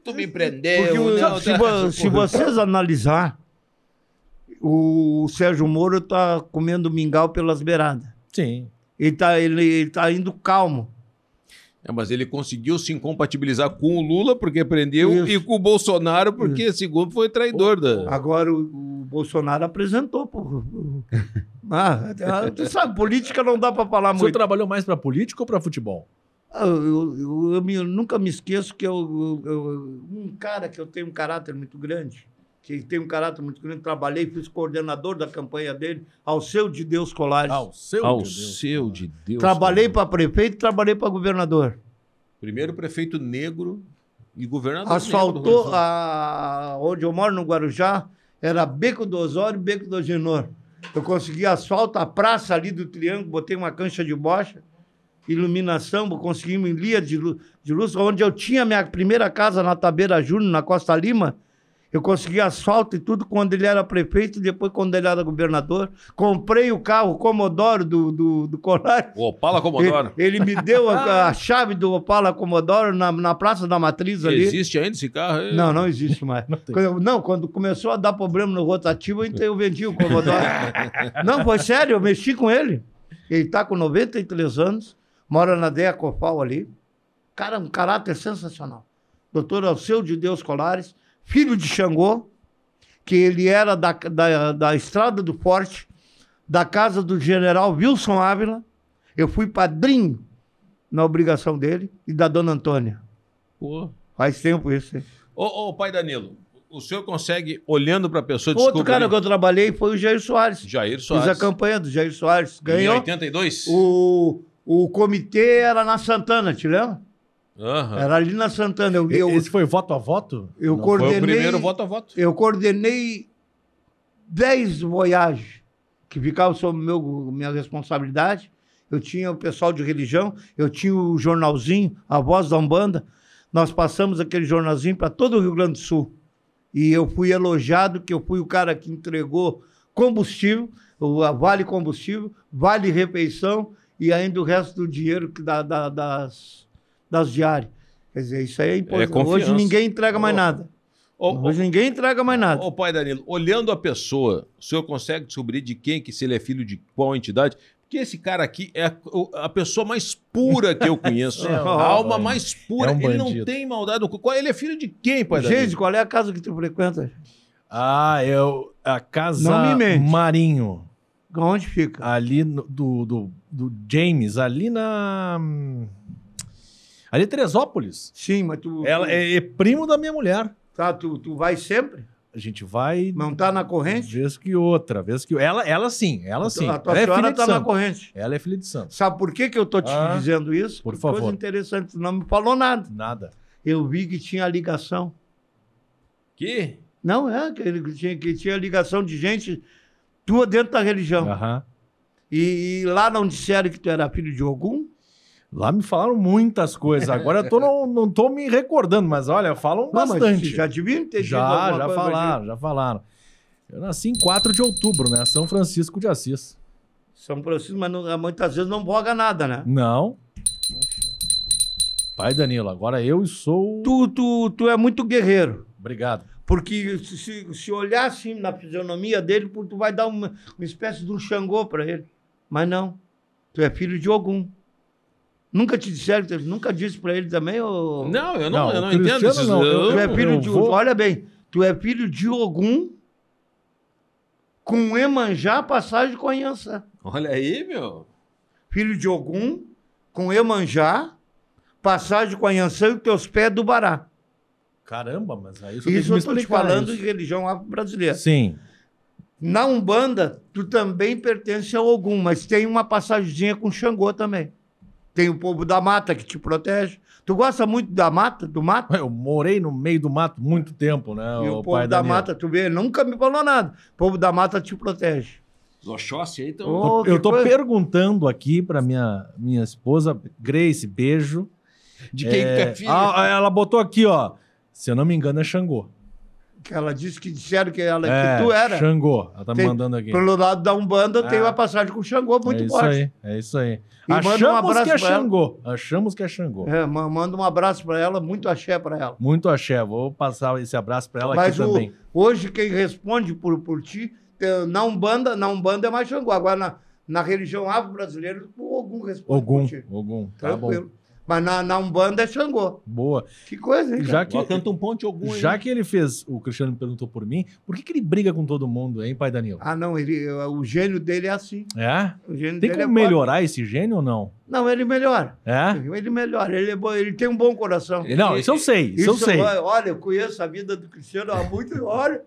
Speaker 5: tu me prendeu.
Speaker 6: Porque o-
Speaker 5: não,
Speaker 6: se,
Speaker 5: tá-
Speaker 6: vo- se vocês analisar, o Sérgio Moro está comendo mingau pelas beiradas.
Speaker 4: Sim.
Speaker 6: Ele está ele, ele tá indo calmo.
Speaker 5: É, mas ele conseguiu se incompatibilizar com o Lula, porque prendeu,
Speaker 6: Isso.
Speaker 5: e com o Bolsonaro, porque, segundo, foi traidor. da...
Speaker 6: Agora o, o Bolsonaro apresentou. Pô. Ah, tu sabe, política não dá para falar
Speaker 4: O senhor
Speaker 6: Tá muito.
Speaker 4: trabalhou mais pra política ou pra futebol?
Speaker 6: Ah, Eu, eu- eu me- eu nunca me esqueço que eu, eu- eu- um cara que eu tenho um caráter muito grande, que tem um caráter muito grande, trabalhei, fui coordenador da campanha dele, ao seu de Deus Colares.
Speaker 4: Ao seu
Speaker 5: Ao
Speaker 4: de Deus.
Speaker 5: seu de Deus.
Speaker 6: trabalhei
Speaker 5: cara.
Speaker 6: para prefeito, trabalhei para governador.
Speaker 5: Primeiro prefeito negro e governador. negro do
Speaker 6: Asfaltou
Speaker 5: Rio
Speaker 6: a, onde eu moro, no Guarujá, era Beco do Osório e Beco do Genor. Eu consegui asfalto, a praça ali do Triângulo, botei uma cancha de bocha, iluminação, conseguimos linha de lu- de luz, onde eu tinha minha primeira casa na Tabeira Júnior, na Costa Lima. Eu consegui asfalto e tudo quando ele era prefeito, depois quando ele era governador. Comprei o carro Comodoro do, do, do Colares.
Speaker 5: do Sul. O Opala Comodoro.
Speaker 6: Ele, ele me deu a, a chave do Opala Comodoro na, na Praça da Matriz ali.
Speaker 5: Existe ainda esse carro? É.
Speaker 6: Não, não existe mais.
Speaker 4: Não tem.
Speaker 6: Quando eu- não, quando começou a dar problema no rotativo, então eu vendi o Commodore. não, foi sério, eu mexi com ele. Ele está com 93 anos, mora na Deia Cofal ali. Cara, um caráter sensacional. Doutor Alceu de Deus Colares, filho de Xangô, que ele era da, da, da Estrada do Forte, da casa do general Wilson Ávila. Eu fui padrinho na obrigação dele e da dona Antônia.
Speaker 5: Pô.
Speaker 6: Faz tempo isso, hein?
Speaker 5: Ô, ô, pai Danilo, o senhor consegue, olhando pra pessoa,
Speaker 6: Outro
Speaker 5: desculpa,
Speaker 6: cara
Speaker 5: aí,
Speaker 6: que eu trabalhei foi o Jair Soares.
Speaker 5: Jair
Speaker 6: Fiz a
Speaker 5: Soares.
Speaker 6: campanha do Jair Soares.
Speaker 5: Em
Speaker 6: Ganhou.
Speaker 5: 82?
Speaker 6: O, o comitê era na Santana, te lembra?
Speaker 5: Aham.
Speaker 6: Era ali na Santana. Eu,
Speaker 4: E-
Speaker 6: eu,
Speaker 4: Esse foi voto a voto?
Speaker 6: eu
Speaker 4: Não.
Speaker 5: Foi o
Speaker 6: coordenei.
Speaker 5: primeiro voto a voto.
Speaker 6: Eu coordenei 10 voyages que ficavam sob meu, minha responsabilidade. Eu tinha o pessoal de religião, eu tinha o jornalzinho, a voz da Umbanda. Nós passamos aquele jornalzinho para todo o Rio Grande do Sul. E eu fui elogiado, que eu fui o cara que entregou combustível, o a Vale Combustível, Vale Refeição e ainda o resto do dinheiro que dá, da- das, das diárias. Quer dizer, isso aí é importante. Hoje
Speaker 5: confiança.
Speaker 6: ninguém entrega mais
Speaker 5: Oh.
Speaker 6: nada.
Speaker 5: Ô, ô,
Speaker 6: Hoje ninguém entrega mais nada.
Speaker 5: Ô, pai Danilo, olhando a pessoa, o senhor consegue descobrir de quem que se ele é filho de qual entidade? Porque esse cara aqui é a, o- a pessoa mais pura que eu conheço.
Speaker 4: É um
Speaker 5: a alma
Speaker 4: bandido.
Speaker 5: mais pura.
Speaker 4: É um
Speaker 5: ele
Speaker 4: bandido.
Speaker 5: não tem maldade. no cu. Qual- Ele é filho de quem, pai
Speaker 6: Gente,
Speaker 5: Danilo?
Speaker 6: qual é a casa que tu frequenta?
Speaker 4: Ah, eu. A casa
Speaker 6: Não me mente.
Speaker 4: Marinho.
Speaker 6: Onde fica?
Speaker 4: Ali no- do, do, do James, ali na. hum, Ali em Teresópolis.
Speaker 6: Sim, mas tu,
Speaker 4: Ela é, é primo da minha mulher.
Speaker 6: tá, tu, tu vai sempre?
Speaker 4: A gente vai.
Speaker 6: Não tá na corrente?
Speaker 4: Vez que outra, vez que. Ela, ela sim, ela sim.
Speaker 6: Então, A tua
Speaker 4: ela é
Speaker 6: senhora
Speaker 4: filha de
Speaker 6: tá na
Speaker 4: santo.
Speaker 6: corrente.
Speaker 4: Ela é filha de santo.
Speaker 6: Sabe por que, que eu tô te
Speaker 4: Ah,
Speaker 6: dizendo isso?
Speaker 4: por
Speaker 6: Que
Speaker 4: favor.
Speaker 6: Coisa interessante, tu não me falou nada.
Speaker 4: Nada.
Speaker 6: Eu vi que tinha ligação.
Speaker 5: Que?
Speaker 6: Não, é, que ele tinha, que tinha ligação de gente tua dentro da religião.
Speaker 4: Aham.
Speaker 6: E, e lá não disseram que tu era filho de Ogum?
Speaker 4: Lá me falaram muitas coisas. Agora eu tô, não, não tô me recordando, mas olha, falam
Speaker 6: Não, mas
Speaker 4: bastante.
Speaker 6: já deviam ter dito
Speaker 4: Já,
Speaker 6: alguma
Speaker 4: já
Speaker 6: coisa
Speaker 4: falaram, já falaram. Eu nasci em 4 de outubro, né? São Francisco de Assis.
Speaker 6: de- São Francisco, mas não- muitas vezes não voga nada, né?
Speaker 4: Não. Pai Danilo, agora eu sou.
Speaker 6: Tu, tu, tu é muito guerreiro.
Speaker 4: Obrigado.
Speaker 6: Porque se- se, se olhar assim na fisionomia dele, pô, tu vai dar uma, uma espécie de um Xangô pra ele. Mas não. Tu é filho de Ogum. Nunca te disseram, tu nunca disse pra ele também, ô.
Speaker 5: Não, eu não,
Speaker 4: Não,
Speaker 5: eu não
Speaker 4: o
Speaker 5: entendo
Speaker 4: Cristiano
Speaker 5: isso.
Speaker 4: não, eu-
Speaker 6: Tu é filho
Speaker 4: eu
Speaker 6: de.
Speaker 4: vou-
Speaker 6: Olha bem, tu é filho de Ogum com Emanjá, passagem com Anhançã.
Speaker 5: Olha aí, meu.
Speaker 6: Filho de Ogum com Emanjá, passagem com Anhançã e teus pés do Bará.
Speaker 4: Caramba, mas aí isso,
Speaker 6: Isso eu estou te falando de
Speaker 4: isso.
Speaker 6: religião afro-brasileira.
Speaker 4: Sim.
Speaker 6: Na Umbanda, tu também pertence a Ogum, mas tem uma passagemzinha com Xangô também. Tem o povo da mata que te protege. Tu gosta muito da mata, do mato?
Speaker 4: Eu morei no meio do mato muito tempo, né?
Speaker 6: e
Speaker 4: ô
Speaker 6: o povo da
Speaker 4: Danilo?
Speaker 6: mata, tu vê, nunca me falou nada. O povo da mata te protege.
Speaker 5: Os Oxóssi aí então. estão.
Speaker 6: Ô,
Speaker 4: eu
Speaker 6: que
Speaker 4: tô
Speaker 6: coisa.
Speaker 4: perguntando aqui pra minha, minha esposa, Grace, beijo.
Speaker 5: De quem que tu
Speaker 4: É,
Speaker 5: é filho?
Speaker 4: ah, ela botou aqui, ó. Se eu não me engano, é Xangô.
Speaker 6: Que ela disse que disseram que, ela,
Speaker 4: é,
Speaker 6: que tu era.
Speaker 4: Xangô. Ela tá me
Speaker 6: Tem-
Speaker 4: mandando aqui.
Speaker 6: Pelo lado da Umbanda, tem
Speaker 4: Ah.
Speaker 6: uma passagem com Xangô muito
Speaker 4: é isso
Speaker 6: forte.
Speaker 4: aí, é isso aí.
Speaker 6: E manda um
Speaker 4: Achamos que
Speaker 6: abraço
Speaker 4: é
Speaker 6: pra ela.
Speaker 4: Xangô. Achamos que é Xangô.
Speaker 6: É, ma- manda um abraço pra ela, muito axé pra ela.
Speaker 4: Muito axé. Vou passar esse abraço pra ela
Speaker 6: Mas
Speaker 4: aqui
Speaker 6: o-
Speaker 4: também.
Speaker 6: hoje quem responde por, por ti, eh, na Umbanda, na Umbanda é mais Xangô. Agora, na, na religião afro-brasileira, o Ogum responde
Speaker 4: Ogum,
Speaker 6: por ti.
Speaker 4: Ogum. Tá bom.
Speaker 6: Tranquilo. Mas na, na Umbanda é Xangô.
Speaker 4: Boa.
Speaker 6: Que coisa, hein, cara?
Speaker 4: Já
Speaker 5: Agora
Speaker 4: que,
Speaker 5: canta um ponte algum aí.
Speaker 4: já que ele fez, o Cristiano me perguntou por mim, por que, que ele briga com todo mundo, hein, pai Danilo?
Speaker 6: Ah, não, ele, o gênio dele é assim.
Speaker 4: É?
Speaker 6: O gênio
Speaker 4: Tem
Speaker 6: dele é
Speaker 4: como melhorar esse gênio ou não?
Speaker 6: forte. Não, ele melhora.
Speaker 4: É?
Speaker 6: Ele melhora. Ele, é bom, ele tem um bom coração.
Speaker 4: Não, isso eu sei, isso, eu sei.
Speaker 6: Olha, eu conheço a vida do Cristiano há muito olha.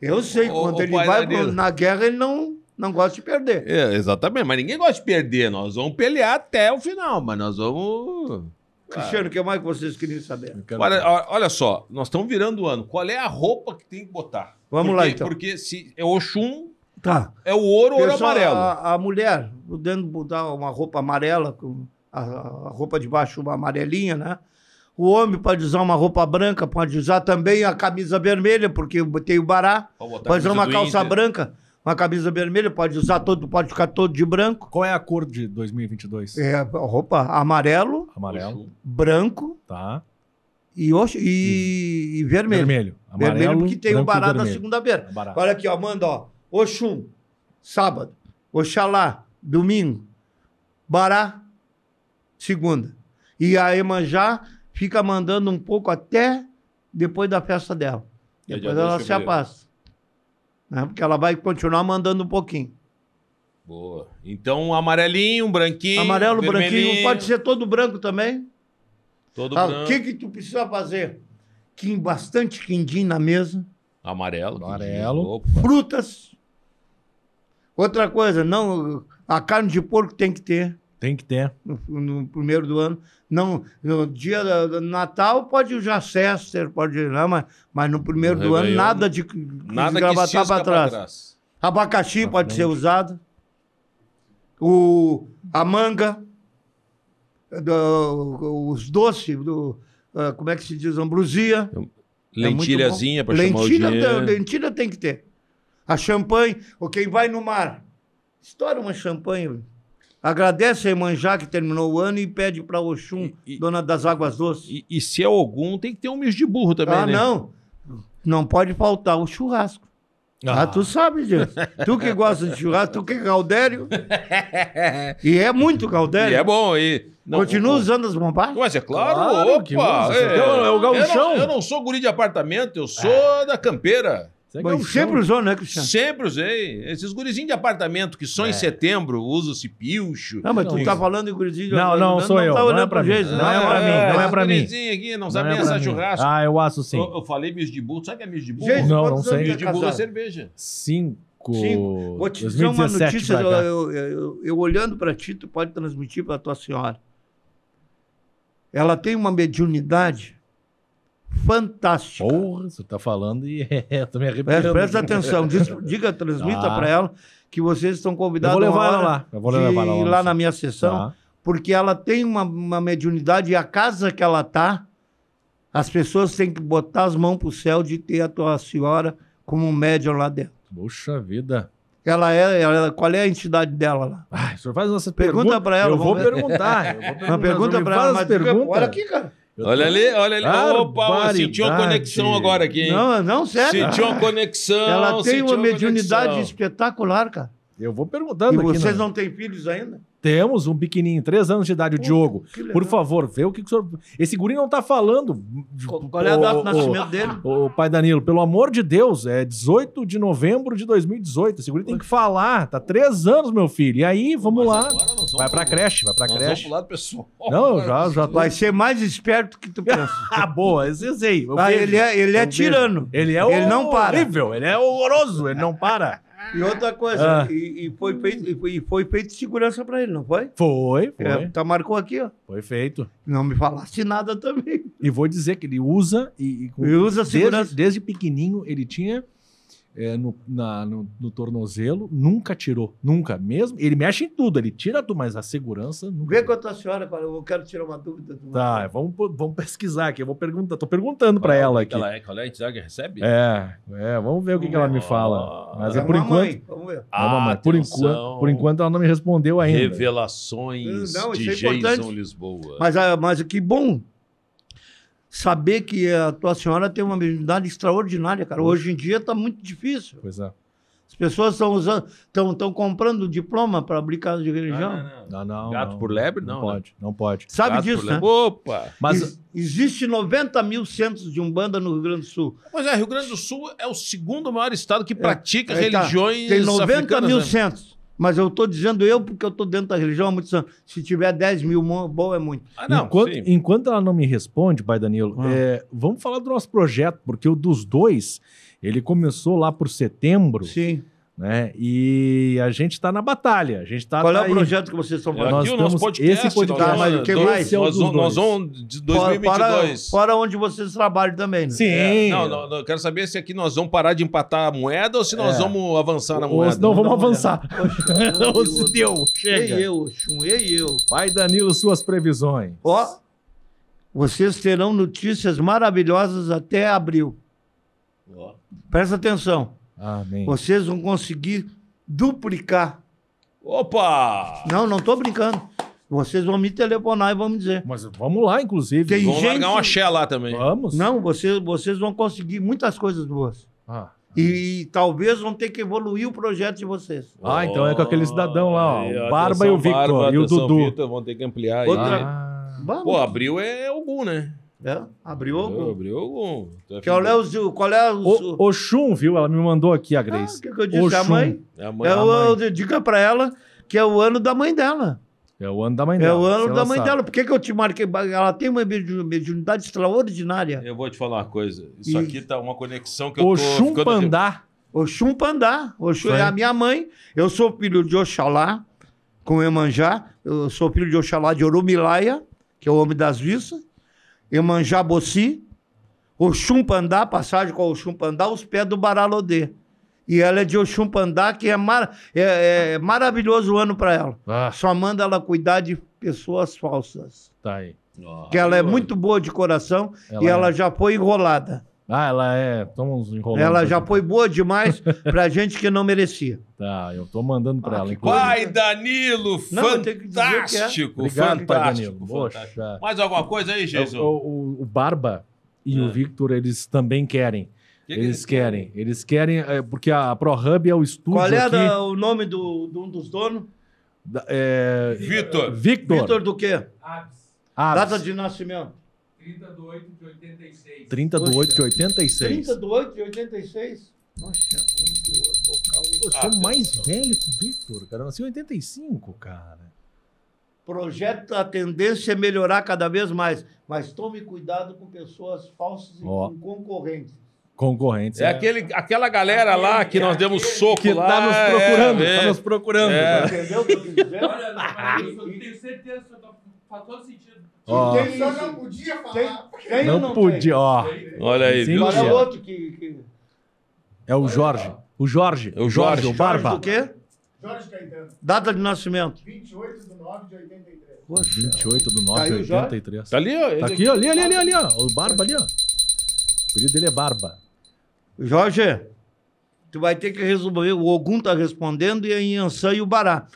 Speaker 6: Eu sei,
Speaker 5: Ô,
Speaker 6: quando
Speaker 5: ô,
Speaker 6: ele
Speaker 5: pai
Speaker 6: vai
Speaker 5: Danilo.
Speaker 6: na guerra, ele não, não gosta de perder.
Speaker 5: É, exatamente, mas ninguém gosta de perder. Nós vamos pelear até o final, mas nós vamos.
Speaker 6: Cristiano, o que mais que vocês queriam saber?
Speaker 4: Eu quero-
Speaker 5: Olha, ó- olha só, nós estamos virando o ano. Qual é a roupa que tem que botar?
Speaker 6: Vamos
Speaker 5: Porque-
Speaker 6: lá, então.
Speaker 5: Porque se é Oxum,
Speaker 6: Tá.
Speaker 5: é o ouro, ouro amarelo.
Speaker 6: A, a mulher, podendo botar uma roupa amarela, com a, a roupa de baixo uma amarelinha, né? O homem pode usar uma roupa branca, pode usar também a camisa vermelha, porque tem o bará.
Speaker 5: Vou botar a
Speaker 6: Pode usar
Speaker 5: camisa
Speaker 6: uma
Speaker 5: do
Speaker 6: calça
Speaker 5: Inter.
Speaker 6: branca, uma camisa vermelha, pode usar todo, pode ficar todo de branco.
Speaker 4: Qual é a cor de 2022?
Speaker 6: É, roupa amarelo,
Speaker 4: Amarelo,
Speaker 5: Oxum.
Speaker 6: branco
Speaker 4: tá?
Speaker 6: e, oxe- e- e vermelho. Vermelho,
Speaker 4: Vermelho. Amarelo,
Speaker 6: porque tem o
Speaker 4: branco e
Speaker 6: bará da
Speaker 4: vermelho.
Speaker 6: segunda-feira.
Speaker 4: É bará.
Speaker 6: Olha aqui, ó, manda, ó. Oxum, sábado. Oxalá, domingo. Bará, segunda. E a Emanjá fica mandando um pouco até depois da festa dela.
Speaker 5: É dia
Speaker 6: Depois
Speaker 5: 12
Speaker 6: ela
Speaker 5: de
Speaker 6: se
Speaker 5: fevereiro.
Speaker 6: afasta. Né? Porque ela vai continuar mandando um pouquinho.
Speaker 5: Boa. Então, amarelinho, branquinho.
Speaker 6: Amarelo, branquinho,
Speaker 5: vermelhinho,
Speaker 6: pode ser todo branco também.
Speaker 5: Todo
Speaker 6: Ah, O
Speaker 5: branco.
Speaker 6: que que tu precisa fazer? Quim, bastante quindim na mesa.
Speaker 5: Amarelo. que
Speaker 4: Amarelo.
Speaker 5: diz, opa.
Speaker 6: frutas. Outra coisa, não a carne de porco tem que ter
Speaker 4: Tem que ter.
Speaker 6: no, no primeiro do ano. Não, no dia da- do Natal pode usar Chester, pode não, mas, mas no primeiro
Speaker 5: No
Speaker 6: do ano
Speaker 5: Réveillon,
Speaker 6: nada de
Speaker 5: Nada que
Speaker 6: gravatar
Speaker 5: cisca
Speaker 6: para trás.
Speaker 5: trás.
Speaker 6: Abacaxi
Speaker 4: Pra
Speaker 6: pode
Speaker 4: frente.
Speaker 6: ser usado. O, a manga. do- os doces. Do, ah, como é que se diz? Ambrosia. É muito
Speaker 5: Lentilhazinha
Speaker 6: bom.
Speaker 5: pra chamar o
Speaker 6: lentilha,
Speaker 5: dia.
Speaker 6: tem- Lentilha tem que ter. A champanhe, ou quem vai no mar, estoura uma champanhe. Agradece a Emanjá que terminou o ano e pede para Oxum,
Speaker 5: E- e-
Speaker 6: dona das águas doces.
Speaker 5: E, e se é algum, tem que ter um mijo de burro também,
Speaker 6: ah,
Speaker 5: né?
Speaker 6: não. Não pode faltar o churrasco. Ah, tu sabe disso. tu que gosta de churrasco, tu que é caldério. e é muito
Speaker 5: E
Speaker 6: caldério.
Speaker 5: é bom e não,
Speaker 6: Continua
Speaker 5: o-
Speaker 6: usando as bombagens?
Speaker 5: Mas é claro,
Speaker 4: Claro
Speaker 5: opa!
Speaker 4: que usa, você
Speaker 5: é,
Speaker 4: tem o- é o gauchão.
Speaker 5: Eu não, eu não sou guri de apartamento, eu sou da campeira.
Speaker 4: Isso é
Speaker 6: Mas
Speaker 4: gauchão.
Speaker 6: sempre usou, né, Cristiano?
Speaker 5: Sempre usei. Esses gurizinhos de apartamento que
Speaker 4: É.
Speaker 5: só em setembro usam-se piocho.
Speaker 6: Não, mas
Speaker 4: Não
Speaker 6: tu tá
Speaker 4: usa.
Speaker 6: falando, inclusive.
Speaker 4: Não, não, sou eu.
Speaker 6: Tá
Speaker 4: Não
Speaker 6: olhando
Speaker 4: é pra
Speaker 6: pro
Speaker 4: mim.
Speaker 6: Jason,
Speaker 4: Não é pra mim, não é
Speaker 5: esses
Speaker 4: pra mim.
Speaker 5: gurizinhos Ah, aqui não sabem
Speaker 4: Não é pra
Speaker 5: assar
Speaker 4: mim.
Speaker 5: churrasco.
Speaker 4: Ah, eu acho sim.
Speaker 5: Eu, eu falei mijo de burro. Sabe o que é mijo de burro?
Speaker 6: Gente,
Speaker 4: Não,
Speaker 6: quantos
Speaker 4: não sei.
Speaker 6: anos
Speaker 5: mijo
Speaker 6: tu
Speaker 5: de
Speaker 6: é
Speaker 5: burro é
Speaker 6: casado?
Speaker 5: cerveja.
Speaker 4: Cinco.
Speaker 6: Cinco. Vou te dizer uma
Speaker 4: 2017
Speaker 6: notícia,
Speaker 4: pra cá.
Speaker 6: eu, eu- eu- eu olhando para ti, tu pode transmitir para tua senhora. Ela tem uma mediunidade fantástica.
Speaker 4: Porra, você tá falando e eu tô me
Speaker 6: É,
Speaker 4: arrependendo.
Speaker 6: presta atenção, diz- diga, transmita
Speaker 4: Tá.
Speaker 6: para ela que vocês estão
Speaker 4: Eu
Speaker 6: convidados
Speaker 4: vou levar ela
Speaker 6: uma hora
Speaker 4: lá. Eu vou
Speaker 6: de
Speaker 4: levar ela
Speaker 6: ir lá na minha sessão,
Speaker 4: Tá.
Speaker 6: porque ela tem uma, uma mediunidade e a casa que ela tá, as pessoas têm que botar as mãos pro céu de ter a tua senhora como um médium lá dentro.
Speaker 4: Puxa vida.
Speaker 6: Ela é, ela, qual é a entidade dela lá?
Speaker 4: Ai, o senhor faz nossas
Speaker 6: Pergunta
Speaker 4: perguntas.
Speaker 6: pra ela,
Speaker 4: Eu vou
Speaker 6: vamos ver.
Speaker 4: perguntar. eu vou perguntar,
Speaker 6: Uma pergunta
Speaker 4: me
Speaker 6: para
Speaker 4: faz
Speaker 6: ela.
Speaker 4: as
Speaker 6: mas-
Speaker 4: perguntas.
Speaker 6: Olha aqui, cara.
Speaker 5: Olha ali, olha ali. Opa,
Speaker 4: Barbaridade.
Speaker 5: sentiu uma conexão agora aqui, hein?
Speaker 6: Não, não, sério.
Speaker 5: Sentiu uma conexão.
Speaker 6: Ela tem
Speaker 4: é
Speaker 5: sentiu
Speaker 6: uma mediunidade
Speaker 5: conexão.
Speaker 6: espetacular, cara.
Speaker 4: Eu vou
Speaker 6: E
Speaker 4: perguntando tá? aqui.
Speaker 6: vocês
Speaker 4: né?
Speaker 6: não têm filhos ainda?
Speaker 4: Temos um pequenininho, três anos de idade, o Diogo.
Speaker 6: que legal.
Speaker 4: Por favor, vê o que, que o senhor. Esse guri não tá falando.
Speaker 6: Qual é a
Speaker 4: Ô,
Speaker 6: data
Speaker 4: ô,
Speaker 6: de nascimento dele?
Speaker 4: Ô, pai Danilo, pelo amor de Deus, é 18 de novembro de 2018. Esse guri tem que falar. Tá três anos, meu filho. E aí, vamos lá. Vai pra creche, vai pra
Speaker 5: Nós vamos
Speaker 4: creche.
Speaker 5: pro lado pessoal.
Speaker 4: Não, eu já, já tô.
Speaker 6: Vai ser mais esperto que tu pensa.
Speaker 4: Ah, boa, exisei.
Speaker 6: Ah, ele é, ele é tirano.
Speaker 4: Ele é
Speaker 6: Ele não para. É.
Speaker 4: horrível, ele é horroroso, ele não para.
Speaker 6: E outra coisa,
Speaker 4: Ah.
Speaker 6: e, e foi feito, e foi- e foi feito segurança pra ele, não foi?
Speaker 4: Foi, foi,
Speaker 6: É, tá marcou aqui, ó.
Speaker 4: foi feito.
Speaker 6: Não me falaste nada também.
Speaker 4: E vou dizer que ele usa e, e com-
Speaker 6: E usa
Speaker 4: desde,
Speaker 6: segurança.
Speaker 4: desde pequenininho ele tinha é, no, na- no- no tornozelo, nunca tirou, nunca mesmo. Ele mexe em tudo, ele tira tudo, mas a segurança nunca.
Speaker 6: Vê com a tua senhora, cara, eu quero tirar uma dúvida. do-
Speaker 4: Tá, vamos, po- vamos pesquisar aqui. Eu vou perguntar, tô perguntando pra ela aqui.
Speaker 5: Ela é, qual é a entidade que recebe?
Speaker 4: É, é, vamos ver o que, que ela me fala.
Speaker 5: Ah,
Speaker 4: Mas
Speaker 6: É
Speaker 4: é por
Speaker 6: mamãe,
Speaker 4: enquanto.
Speaker 6: Vamos ver.
Speaker 4: é uma mamãe. por,
Speaker 5: Atenção.
Speaker 4: enquanto por enquanto ela não me respondeu ainda.
Speaker 5: Revelações
Speaker 6: Não, isso
Speaker 5: de
Speaker 6: é
Speaker 5: Jason
Speaker 6: importante.
Speaker 5: Lisboa.
Speaker 6: Mas, ah, mas que bom saber que a tua senhora tem uma mediunidade extraordinária, cara. Hoje em dia tá muito difícil.
Speaker 4: Pois é.
Speaker 6: As pessoas estão usando, estão comprando diploma para brincar de religião.
Speaker 4: Não, não,
Speaker 5: Gato
Speaker 4: não.
Speaker 5: por lebre?
Speaker 4: Não,
Speaker 5: Não, né?
Speaker 4: pode, não pode.
Speaker 6: Sabe
Speaker 5: Ah, Gato
Speaker 6: disso,
Speaker 5: por
Speaker 6: né?
Speaker 5: lebre. Opa!
Speaker 4: Mas
Speaker 6: Ex- existe 90 mil centros de Umbanda no Rio Grande do Sul.
Speaker 5: Mas é, Rio Grande do Sul é o segundo maior estado
Speaker 4: É,
Speaker 5: que pratica
Speaker 6: Aí tá.
Speaker 5: religiões
Speaker 6: Tem 90
Speaker 5: africanas,
Speaker 6: mil
Speaker 5: né?
Speaker 6: centros. Mas eu estou dizendo eu porque eu estou dentro da religião há muitos anos. Se tiver 10 mil, mo- bom é muito.
Speaker 5: Ah, não,
Speaker 4: enquanto,
Speaker 5: sim.
Speaker 4: enquanto ela não me responde, pai Danilo,
Speaker 6: Ah.
Speaker 4: é, vamos falar do nosso projeto, porque o dos dois, ele começou lá por setembro,
Speaker 6: Sim.
Speaker 4: né? E a gente tá na batalha. A gente tá.
Speaker 6: Qual é
Speaker 4: tá
Speaker 6: o
Speaker 4: aí.
Speaker 6: projeto que vocês estão
Speaker 5: Aqui
Speaker 6: fazendo?
Speaker 4: nós
Speaker 5: o nosso
Speaker 4: temos
Speaker 5: podcast.
Speaker 4: esse podcast.
Speaker 6: Tá, mas o que
Speaker 5: nós-
Speaker 6: mais?
Speaker 5: Nós,
Speaker 4: Esse é o
Speaker 5: vamos-
Speaker 4: dos
Speaker 5: nós
Speaker 4: dois.
Speaker 5: vamos de
Speaker 6: Fora-
Speaker 5: 2022.
Speaker 6: Fora, fora onde vocês trabalham também. Né?
Speaker 4: Sim.
Speaker 5: É, não, não, não, eu quero saber se aqui nós vamos parar de empatar a moeda ou se nós
Speaker 4: É.
Speaker 5: vamos avançar na
Speaker 4: Ou
Speaker 5: moeda.
Speaker 4: se não, vamos
Speaker 6: Vamos
Speaker 4: avançar.
Speaker 6: Oxe,
Speaker 4: Ou se deu,
Speaker 6: Ei
Speaker 4: chega.
Speaker 6: eu, Oxum, ei eu.
Speaker 4: Pai Danilo, suas previsões.
Speaker 6: Ó, vocês terão notícias maravilhosas até abril. Presta atenção.
Speaker 4: Amém.
Speaker 6: Vocês vão conseguir duplicar.
Speaker 5: Opa!
Speaker 6: Não, não estou brincando. Vocês vão me telefonar e vão me dizer.
Speaker 4: Mas vamos lá, inclusive.
Speaker 6: Tem
Speaker 5: Vamos
Speaker 6: gente-
Speaker 5: largar uma xé lá também.
Speaker 4: Vamos?
Speaker 6: Não, vocês, vocês vão conseguir muitas coisas boas.
Speaker 4: Ah.
Speaker 6: E, talvez vão ter que evoluir o projeto de vocês.
Speaker 4: Ah, então é com aquele cidadão lá, ó,
Speaker 5: Aí,
Speaker 4: o
Speaker 5: atenção,
Speaker 4: Barba e o Victor,
Speaker 5: Barba,
Speaker 4: e o
Speaker 5: atenção,
Speaker 4: Dudu.
Speaker 5: Victor, vão ter que ampliar aí.
Speaker 6: Outra-
Speaker 4: Ah.
Speaker 6: Vamos.
Speaker 5: Pô, abril é algum, né?
Speaker 6: É,
Speaker 5: Abril,
Speaker 6: abriu algum.
Speaker 5: abril é algum. Tá
Speaker 6: Qual é
Speaker 5: ficando-
Speaker 6: o, seu- qual é o, seu-
Speaker 4: O, Oxum, viu? Ela me mandou aqui a
Speaker 6: Ah,
Speaker 4: Grace.
Speaker 6: o que, que eu disse? A
Speaker 4: Oxum.
Speaker 6: mãe?
Speaker 5: É a
Speaker 6: É
Speaker 5: manhã.
Speaker 6: o- eu diga pra ela que é o ano da mãe dela.
Speaker 4: É o ano da mãe
Speaker 6: é
Speaker 4: dela.
Speaker 6: o
Speaker 4: se
Speaker 6: ano
Speaker 4: ela
Speaker 6: da mãe
Speaker 4: sabe.
Speaker 6: dela. Por que, que eu te marquei? Ela tem uma mediu- mediunidade extraordinária.
Speaker 5: Eu vou te falar uma coisa. Isso
Speaker 6: E-
Speaker 5: aqui tá uma conexão que eu tô
Speaker 4: Oxum
Speaker 5: ficando-
Speaker 4: Pandá.
Speaker 6: Oxum Pandá. Oxum
Speaker 4: Foi.
Speaker 6: é a minha mãe. Eu sou filho de Oxalá, com Emanjá. Eu sou filho de Oxalá de Orumilaia, que é o homem das vistas. Emanjá Bossi. Oxum Pandá, passagem com Oxum Pandá, os pés do Baralodê. E ela é de Oxum Pandá, que é, mar... é, é maravilhoso o ano para ela.
Speaker 4: Ah,
Speaker 6: Só manda ela cuidar de pessoas falsas.
Speaker 4: tá aí.
Speaker 5: Ah,
Speaker 6: Que ela é
Speaker 5: mano.
Speaker 6: muito boa de coração e ela
Speaker 4: é-
Speaker 6: já foi enrolada.
Speaker 4: Ah, ela é. Estamos enrolando.
Speaker 6: Ela já
Speaker 4: Tá,
Speaker 6: foi boa demais pra gente que não merecia.
Speaker 4: Tá, eu tô mandando pra
Speaker 6: Ah,
Speaker 4: ela.
Speaker 6: que
Speaker 4: inclusive.
Speaker 5: Pai Danilo,
Speaker 6: Não, eu tenho que dizer que é.
Speaker 5: fantástico.
Speaker 4: Obrigado,
Speaker 5: fantástico,
Speaker 4: pai Danilo.
Speaker 5: fantástico.
Speaker 4: Poxa.
Speaker 5: Mais alguma coisa aí, Jesus?
Speaker 4: O, o- o Barba e
Speaker 5: É.
Speaker 4: o Victor, eles também querem.
Speaker 5: Que que
Speaker 4: eles, querem. Eles querem, é, porque a ProHub é o estúdio
Speaker 6: Qual era
Speaker 4: aqui.
Speaker 6: o nome do, de um dos donos?
Speaker 4: da- é,
Speaker 5: Vitor.
Speaker 4: Victor. ah,
Speaker 6: Vitor do quê?
Speaker 4: Aves,
Speaker 6: Data de nascimento?
Speaker 4: 30 de 8 de 86.
Speaker 6: 30 de 8 de 86? Nossa, é
Speaker 4: Eu sou
Speaker 5: Ah,
Speaker 4: mais velho que o Victor, cara. Eu nasci em 85, cara.
Speaker 6: projeto, a tendência é melhorar cada vez mais. Mas tome cuidado com pessoas falsas e
Speaker 4: Ó.
Speaker 6: com concorrentes.
Speaker 4: Concorrentes.
Speaker 5: É, aquele, aquela galera lá que nós demos soco
Speaker 4: que
Speaker 5: lá.
Speaker 4: tá nos procurando.
Speaker 5: é,
Speaker 4: tá nos procurando.
Speaker 5: É.
Speaker 6: Entendeu o que eu tô dizendo?
Speaker 7: Olha, mas eu tenho certeza que faz todo sentido.
Speaker 4: Ó,
Speaker 6: Tem, não podia falar. Tem, tem ou
Speaker 4: não podia, ó.
Speaker 5: Olha aí,
Speaker 4: Sim,
Speaker 5: viu?
Speaker 6: Tem? Qual é
Speaker 4: podia.
Speaker 6: o outro que... que...
Speaker 4: É o Jorge. O Jorge.
Speaker 5: É o Jorge.
Speaker 4: o Barba.
Speaker 6: do quê?
Speaker 8: Jorge Caetano,
Speaker 6: Data de nascimento.
Speaker 8: 28 de 9 de 83.
Speaker 6: Poxa.
Speaker 4: 28 do
Speaker 6: Tá aí
Speaker 4: 9,
Speaker 6: o Jorge?
Speaker 4: 83.
Speaker 5: Tá ali, ó. ele
Speaker 4: Tá aqui, ó, ali, ali, ali, ali, ó. O Barba ali, ó. O apelido dele é Barba.
Speaker 6: Jorge, Tu vai ter que resolver. O Ogum tá respondendo e a Inhansã e o Bará.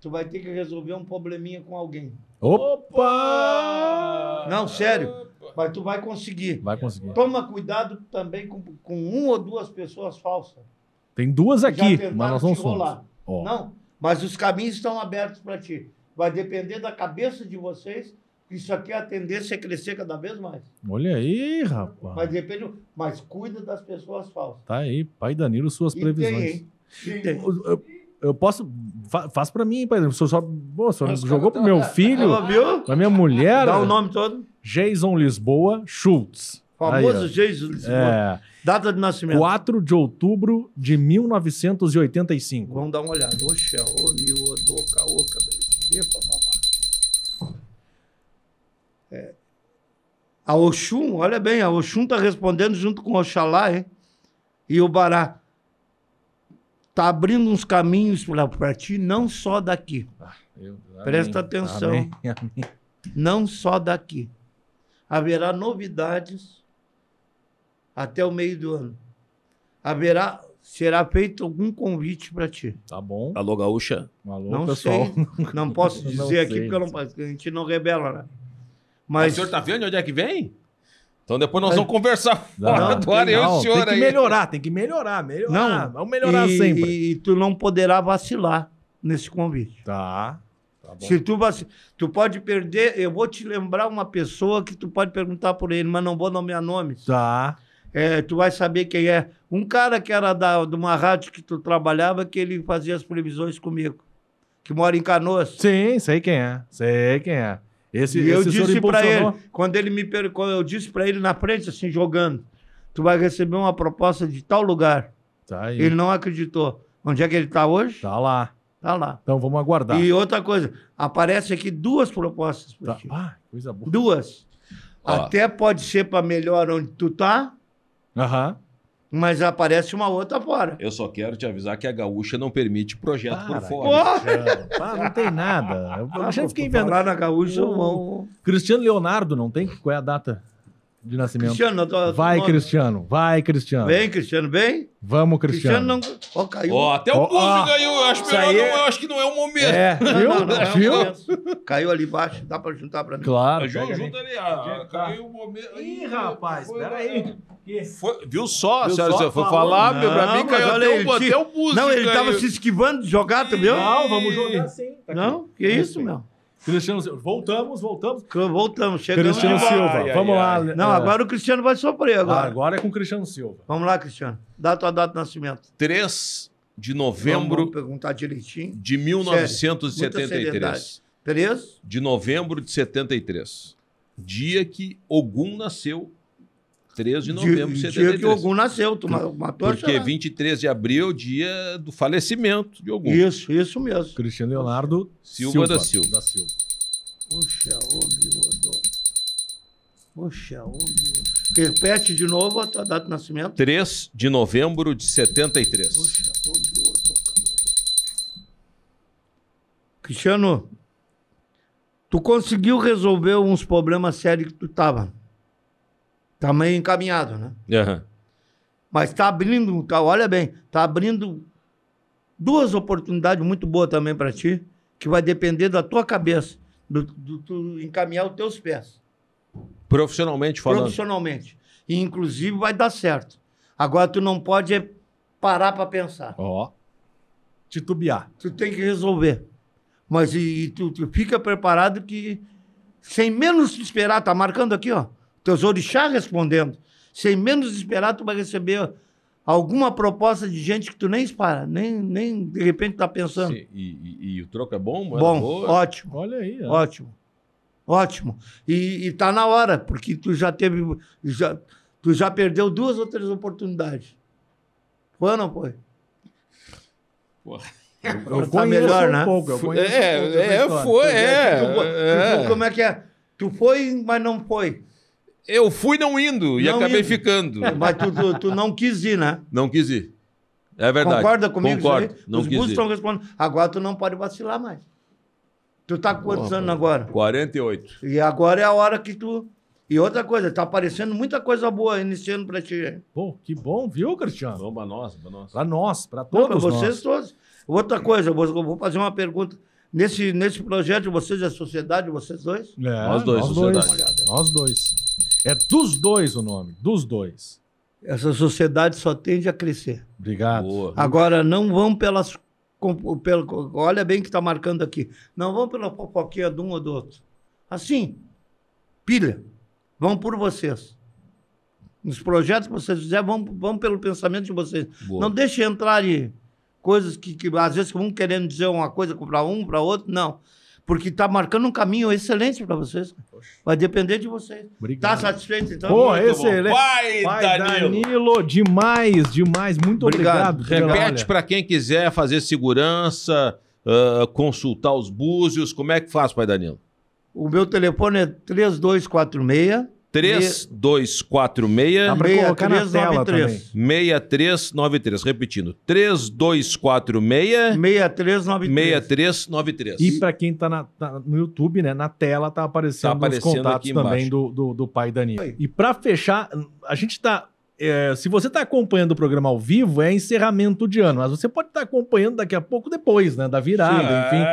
Speaker 6: Tu vai ter que resolver um probleminha com alguém.
Speaker 4: Opa!
Speaker 6: Não, sério. Mas tu vai conseguir.
Speaker 4: Vai conseguir.
Speaker 6: Toma cuidado também com, com um ou duas pessoas falsas.
Speaker 4: Tem duas
Speaker 6: Já
Speaker 4: aqui,
Speaker 6: tentaram
Speaker 4: mas nós não
Speaker 6: te
Speaker 4: somos.
Speaker 6: rolar.
Speaker 4: Ó.
Speaker 6: Não, mas os caminhos estão abertos para ti. Vai depender da cabeça de vocês. Isso aqui a tendência é crescer cada vez mais.
Speaker 4: Olha aí,
Speaker 6: Mas
Speaker 4: rapaz.
Speaker 6: depende, mas cuida das pessoas falsas.
Speaker 4: Tá aí, pai Danilo, suas
Speaker 6: E
Speaker 4: previsões.
Speaker 6: tem, hein?
Speaker 4: Eu, eu- eu posso. fa- faz pra mim, pai. O senhor só. Pô, o senhor
Speaker 3: Mas
Speaker 4: jogou
Speaker 3: cara,
Speaker 4: pro meu
Speaker 3: tá-
Speaker 4: filho,
Speaker 6: Ela viu?
Speaker 4: pra minha mulher.
Speaker 6: Dá o nome todo.
Speaker 4: Jason Lisboa Schultz.
Speaker 6: Famoso
Speaker 4: Aí,
Speaker 6: Jesus
Speaker 4: ó. é,
Speaker 6: Data de nascimento.
Speaker 4: 4 de outubro de 1985.
Speaker 6: Vamos dar uma olhada. Oxe, ô, Nil, ô, do, caô, cabelecinha, papapá. É. A Oxum, olha bem, a Oxum está respondendo junto com Oxalá, hein? E o Bará. Tá abrindo uns caminhos para ti, não só daqui. Presta
Speaker 4: Tá
Speaker 6: atenção.
Speaker 4: Amém, amém.
Speaker 6: não só daqui. Haverá novidades até o meio do ano. Haverá, será feito algum convite para ti.
Speaker 4: Tá bom.
Speaker 5: Alô, gaúcha.
Speaker 4: Alô,
Speaker 6: Não
Speaker 4: pessoal.
Speaker 6: sei, não posso
Speaker 4: Não
Speaker 6: dizer aqui
Speaker 4: sei.
Speaker 6: porque eu não, posso, a gente não revela, né?
Speaker 5: Mas...
Speaker 6: Mas
Speaker 5: O senhor tá vendo onde é que vem? Então depois nós vamos conversar fora
Speaker 4: Não,
Speaker 5: do ar, eu e o
Speaker 4: não,
Speaker 5: senhor
Speaker 4: tem que
Speaker 5: aí.
Speaker 4: melhorar, tem que melhorar, melhorar.
Speaker 6: Não,
Speaker 4: Vamos melhorar
Speaker 6: e,
Speaker 4: sempre.
Speaker 6: e tu não poderá vacilar nesse convite.
Speaker 4: Tá. Tá bom.
Speaker 6: Se tu vaci- tu pode perder, eu vou te lembrar uma pessoa que tu pode perguntar por ele, mas não vou nomear nomes.
Speaker 4: Tá.
Speaker 6: É, tu vai saber quem é. Um cara que era da, de uma rádio que tu trabalhava, que ele fazia as previsões comigo, que mora em Canoas.
Speaker 4: Sim, sei quem é. Sei quem é. Esse,
Speaker 6: e eu
Speaker 4: esse senhor
Speaker 6: disse pra
Speaker 4: impulsionou.
Speaker 6: ele, quando ele me per- quando eu disse para ele na frente assim jogando, tu vai receber uma proposta de tal lugar.
Speaker 4: Tá aí.
Speaker 6: Ele não acreditou. Onde é que ele tá hoje?
Speaker 4: Tá lá.
Speaker 6: Tá lá.
Speaker 4: Então vamos aguardar.
Speaker 6: E outra coisa, aparece aqui duas propostas pra
Speaker 4: Tá.
Speaker 6: ti.
Speaker 4: Ah, coisa boa.
Speaker 6: Duas.
Speaker 5: Ó.
Speaker 6: Até pode ser para melhor onde tu tá,
Speaker 4: Aham.
Speaker 6: mas aparece uma outra fora.
Speaker 5: Eu só quero te avisar que a gaúcha não permite projeto
Speaker 4: Para,
Speaker 5: por fora.
Speaker 6: Ó.
Speaker 4: Ah, não tem nada. Eu
Speaker 6: Ah,
Speaker 4: já
Speaker 6: pô,
Speaker 4: fiquei
Speaker 6: tu
Speaker 4: vendo.
Speaker 6: falar na gaúcha,
Speaker 4: Ô,
Speaker 6: vão.
Speaker 4: Cristiano Leonardo, não tem? Qual é a data de nascimento?
Speaker 6: Cristiano, eu tô- eu tô
Speaker 4: Vai,
Speaker 6: no-
Speaker 4: Cristiano. Vai, Cristiano.
Speaker 6: Bem, Cristiano, bem.
Speaker 4: Vamos,
Speaker 6: Cristiano,
Speaker 4: Cristiano.
Speaker 6: não. Ó, caiu.
Speaker 5: Ó, até o
Speaker 4: Ó,
Speaker 5: Búzio
Speaker 4: ó.
Speaker 5: ganhou. Eu acho,
Speaker 4: Isso
Speaker 5: melhor
Speaker 4: aí
Speaker 5: não,
Speaker 4: é-
Speaker 5: eu acho que não é o momento.
Speaker 4: É, viu?
Speaker 6: Não, não, não, é um
Speaker 4: viu?
Speaker 6: momento. caiu ali embaixo, dá pra juntar pra mim.
Speaker 4: Claro.
Speaker 5: Ju-
Speaker 4: pega
Speaker 5: Junta ali. ah, caiu o momento.
Speaker 4: Ih, rapaz,
Speaker 5: foi-
Speaker 4: peraí.
Speaker 5: foi- viu só,
Speaker 4: Viu
Speaker 5: senhora,
Speaker 4: só?
Speaker 5: você foi
Speaker 4: Falou.
Speaker 5: falar, meu, pra
Speaker 6: Não,
Speaker 5: mim
Speaker 6: mas
Speaker 5: caiu
Speaker 6: olha
Speaker 5: até
Speaker 6: aí,
Speaker 5: o,
Speaker 6: ele
Speaker 5: até o Búzio
Speaker 6: Não, ele tava
Speaker 5: caiu.
Speaker 6: se esquivando de jogar, tu viu?
Speaker 4: Não, vamos jogar sim. Tá aqui.
Speaker 6: Não? Que isso, meu?
Speaker 4: Cristiano Silva. Voltamos, voltamos.
Speaker 6: Voltamos, chegamos.
Speaker 4: Cristiano
Speaker 6: de volta.
Speaker 4: Silva,
Speaker 5: ai,
Speaker 4: vamos lá.
Speaker 5: ai.
Speaker 6: Não,
Speaker 4: É.
Speaker 6: agora o Cristiano vai sofrer
Speaker 4: Ah,
Speaker 6: agora.
Speaker 4: agora é com o Cristiano Silva.
Speaker 6: Vamos lá, Cristiano. Dá a tua data de nascimento.
Speaker 5: 3 de
Speaker 6: Vamos
Speaker 5: novembro
Speaker 6: perguntar direitinho.
Speaker 5: de
Speaker 6: muita
Speaker 5: 1973.
Speaker 6: seriedade. Três?
Speaker 5: De novembro de 73. Dia que Ogum nasceu. 3 de novembro de
Speaker 6: Dia- Dia que o
Speaker 5: 73.
Speaker 6: Ogum nasceu, tu ma- matou a
Speaker 5: Porque
Speaker 6: charada.
Speaker 5: 23 de abril é o dia do falecimento de Ogum.
Speaker 6: Isso, isso mesmo.
Speaker 4: Cristiano Leonardo
Speaker 5: Silva da Silva.
Speaker 4: Da Silva.
Speaker 6: Poxa, ô miúdo. Poxa, ô miúdo. Repete de novo a tua data de nascimento.
Speaker 5: 3 de novembro de 73.
Speaker 6: Poxa, ô miúdo. cara. Cristiano, tu conseguiu resolver uns problemas sérios que tu tava. Tá meio encaminhado, né?
Speaker 5: Aham.
Speaker 6: Mas tá abrindo, tá, olha bem, tá abrindo duas oportunidades muito boas também para ti, que vai depender da tua cabeça, do, do tu encaminhar os teus pés.
Speaker 5: Profissionalmente falando.
Speaker 6: profissionalmente. E, inclusive, vai dar certo. Agora, tu não pode é parar para pensar.
Speaker 4: Ó. Titubear.
Speaker 6: Tu tem que resolver. Mas e, e tu, tu fica preparado que, sem menos te esperar, tá marcando aqui, ó. Teus orixás respondendo. Sem menos esperar, tu vai receber alguma proposta de gente que tu nem espera, nem, nem de repente tá pensando.
Speaker 5: Sim, E, e- e o troco é bom? moeda
Speaker 6: Bom,
Speaker 5: boa?
Speaker 6: ótimo.
Speaker 4: Olha aí. ó.
Speaker 6: Ótimo. Ótimo. E, e tá na hora, porque tu já teve. Já, tu já perdeu duas ou três oportunidades. Foi ou não foi?
Speaker 4: Eu
Speaker 6: Tá melhor, né?
Speaker 4: pouco. Eu
Speaker 5: Foi-
Speaker 4: conheço um pouco dessa
Speaker 5: é, é,
Speaker 4: história.
Speaker 5: foi,
Speaker 6: Tu foi- tu foi-
Speaker 5: é, é.
Speaker 6: Como é que é? Tu foi, mas não foi.
Speaker 5: Eu fui não indo e
Speaker 6: Não
Speaker 5: acabei
Speaker 6: indo. É,
Speaker 5: ficando.
Speaker 6: Mas tu, tu, tu não quis ir, né?
Speaker 5: Não quis ir. É verdade.
Speaker 6: Concorda comigo? isso
Speaker 5: Concordo.
Speaker 6: aí?
Speaker 5: Não
Speaker 6: Os
Speaker 5: quis
Speaker 6: búzios
Speaker 5: ir.
Speaker 6: estão respondendo. Agora tu não pode vacilar mais. Tu tá com quantos anos agora?
Speaker 5: 48.
Speaker 6: E agora é a hora que tu. E outra coisa, tá aparecendo muita coisa boa aí nesse ano pra ti. hein?
Speaker 4: Pô, que bom, viu, Cristiano?
Speaker 5: Vamos pra nós, pra nós.
Speaker 4: Pra nós, pra
Speaker 6: Não,
Speaker 4: todos
Speaker 6: pra
Speaker 4: nós.
Speaker 6: vocês todos. Outra coisa, eu vou- eu vou fazer uma pergunta. Nesse, nesse projeto, vocês, a sociedade, vocês dois?
Speaker 4: É,
Speaker 5: Nós dois,
Speaker 4: nós dois.
Speaker 5: sociedade.
Speaker 4: Nós dois. É dos dois o nome, dos dois.
Speaker 6: Essa sociedade só tende a crescer.
Speaker 4: Obrigado.
Speaker 5: Boa.
Speaker 6: Agora, não vão pelas. com- Pelo, olha bem que está marcando aqui. Não vão pela fofoquinha de um ou do outro. Assim, pilha. Vão por vocês. Nos projetos que vocês fizerem, vão, vão pelo pensamento de vocês.
Speaker 5: Boa.
Speaker 6: Não deixe entrar em coisas que, que às vezes um querendo dizer uma coisa para um, para outro, não. Porque está marcando um caminho excelente para vocês. Vai depender de vocês. Está
Speaker 4: Obrigado.
Speaker 6: satisfeito, então?
Speaker 4: Pô, é
Speaker 6: Muito bom.
Speaker 4: excelente.
Speaker 5: Vai,
Speaker 4: né? Vai,
Speaker 5: Danilo.
Speaker 4: Danilo, demais, demais. Muito obrigado.
Speaker 6: Obrigado.
Speaker 4: pela-
Speaker 5: Repete para quem quiser fazer segurança, ah, consultar os búzios. Como é que faz, pai Danilo?
Speaker 6: O meu telefone é 3246.
Speaker 5: 3246
Speaker 4: Dá pra colocar na tela
Speaker 6: 6393.
Speaker 5: 6393. Repetindo, 3246
Speaker 6: 6393.
Speaker 5: 6393.
Speaker 4: E pra quem tá, na- tá no YouTube, né, na tela tá aparecendo,
Speaker 5: Tá aparecendo
Speaker 4: os contatos
Speaker 5: aqui
Speaker 4: também
Speaker 5: embaixo.
Speaker 4: do, do, do pai Danilo.
Speaker 6: Aí.
Speaker 4: E pra fechar, a gente tá. é, se você tá acompanhando o programa ao vivo, é encerramento de ano, mas você pode estar acompanhando daqui a pouco depois, né, da virada, enfim.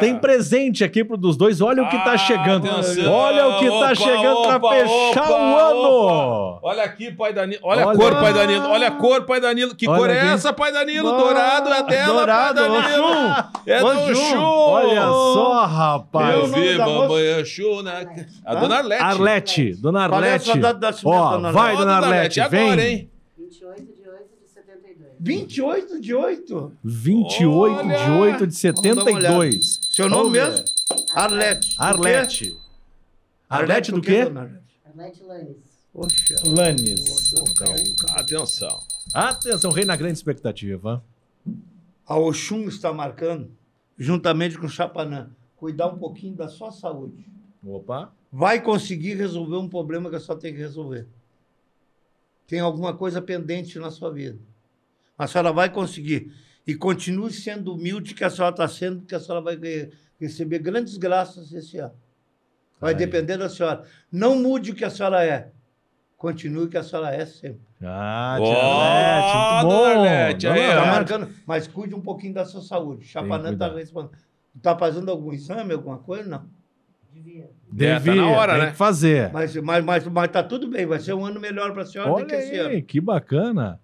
Speaker 4: Tem presente aqui pro dos dois. Olha o que tá
Speaker 5: É. Ah,
Speaker 4: chegando.
Speaker 5: atenção.
Speaker 4: Olha o que tá
Speaker 5: Opa,
Speaker 4: chegando pra
Speaker 5: opa,
Speaker 4: fechar
Speaker 5: opa,
Speaker 4: o ano.
Speaker 5: Olha aqui, pai Danilo. Olha, a
Speaker 4: Olha.
Speaker 5: cor, pai Danilo. Olha a cor, pai Danilo. Que
Speaker 4: Olha
Speaker 5: cor é
Speaker 4: aqui.
Speaker 5: essa, pai Danilo? Dourado é dela,
Speaker 6: Dourado,
Speaker 5: pai Danilo. É do
Speaker 6: Oxum.
Speaker 5: show.
Speaker 4: Um, Olha só, rapaz.
Speaker 5: Eu
Speaker 6: o nome
Speaker 5: vi,
Speaker 6: da
Speaker 5: mamãe, é show na... A dona Arlete.
Speaker 4: Arlete, dona
Speaker 6: Qual é a
Speaker 4: Arlete.
Speaker 6: sua data de nascimento,
Speaker 4: Ó,
Speaker 6: dona
Speaker 4: vai,
Speaker 5: Ó,
Speaker 4: dona Arlete, vem.
Speaker 5: Agora, hein?
Speaker 9: 28 de 8 de 72.
Speaker 6: 28 de 8?
Speaker 4: 28 de
Speaker 5: Olha!
Speaker 4: 8 de
Speaker 6: Vamos dar uma olhada.
Speaker 4: 72.
Speaker 6: Seu nome
Speaker 4: Vamos ver.
Speaker 6: mesmo? Arlete.
Speaker 4: Arlete. Arlete do quê?
Speaker 9: Arlete Lanes.
Speaker 6: Poxa.
Speaker 4: Lanes.
Speaker 5: Então, Atenção.
Speaker 4: Atenção, rei na grande expectativa.
Speaker 6: A Oxum está marcando, juntamente com o Chapanã, cuidar um pouquinho da sua saúde.
Speaker 4: Opa.
Speaker 6: Vai conseguir resolver um problema que só tem que resolver. Tem alguma coisa pendente na sua vida. A senhora vai conseguir. E continue sendo humilde que a senhora está sendo, porque a senhora vai ganhar- receber grandes graças esse ano. Vai
Speaker 4: Aí.
Speaker 6: depender da senhora. Não mude o que a senhora é. Continue o que a senhora é sempre.
Speaker 4: Ah,
Speaker 5: Ó,
Speaker 4: tia Arlete. Muito
Speaker 5: dona
Speaker 4: bom.
Speaker 5: Arlete,
Speaker 4: Dona
Speaker 5: aí, ó.
Speaker 6: Tá
Speaker 4: Arlete.
Speaker 6: marcando, mas cuide um pouquinho da sua saúde. Chapanã está
Speaker 4: é. cuidar.
Speaker 6: respondendo. Está fazendo algum exame, alguma coisa? Não.
Speaker 9: Devia.
Speaker 5: É, tá
Speaker 4: Devia,
Speaker 5: na hora,
Speaker 4: tem
Speaker 5: né?
Speaker 4: que fazer.
Speaker 6: Mas está mas, mas, mas tá tudo bem. Vai ser um ano melhor para a senhora do que
Speaker 4: Olha
Speaker 6: esse ano.
Speaker 4: aí, que bacana.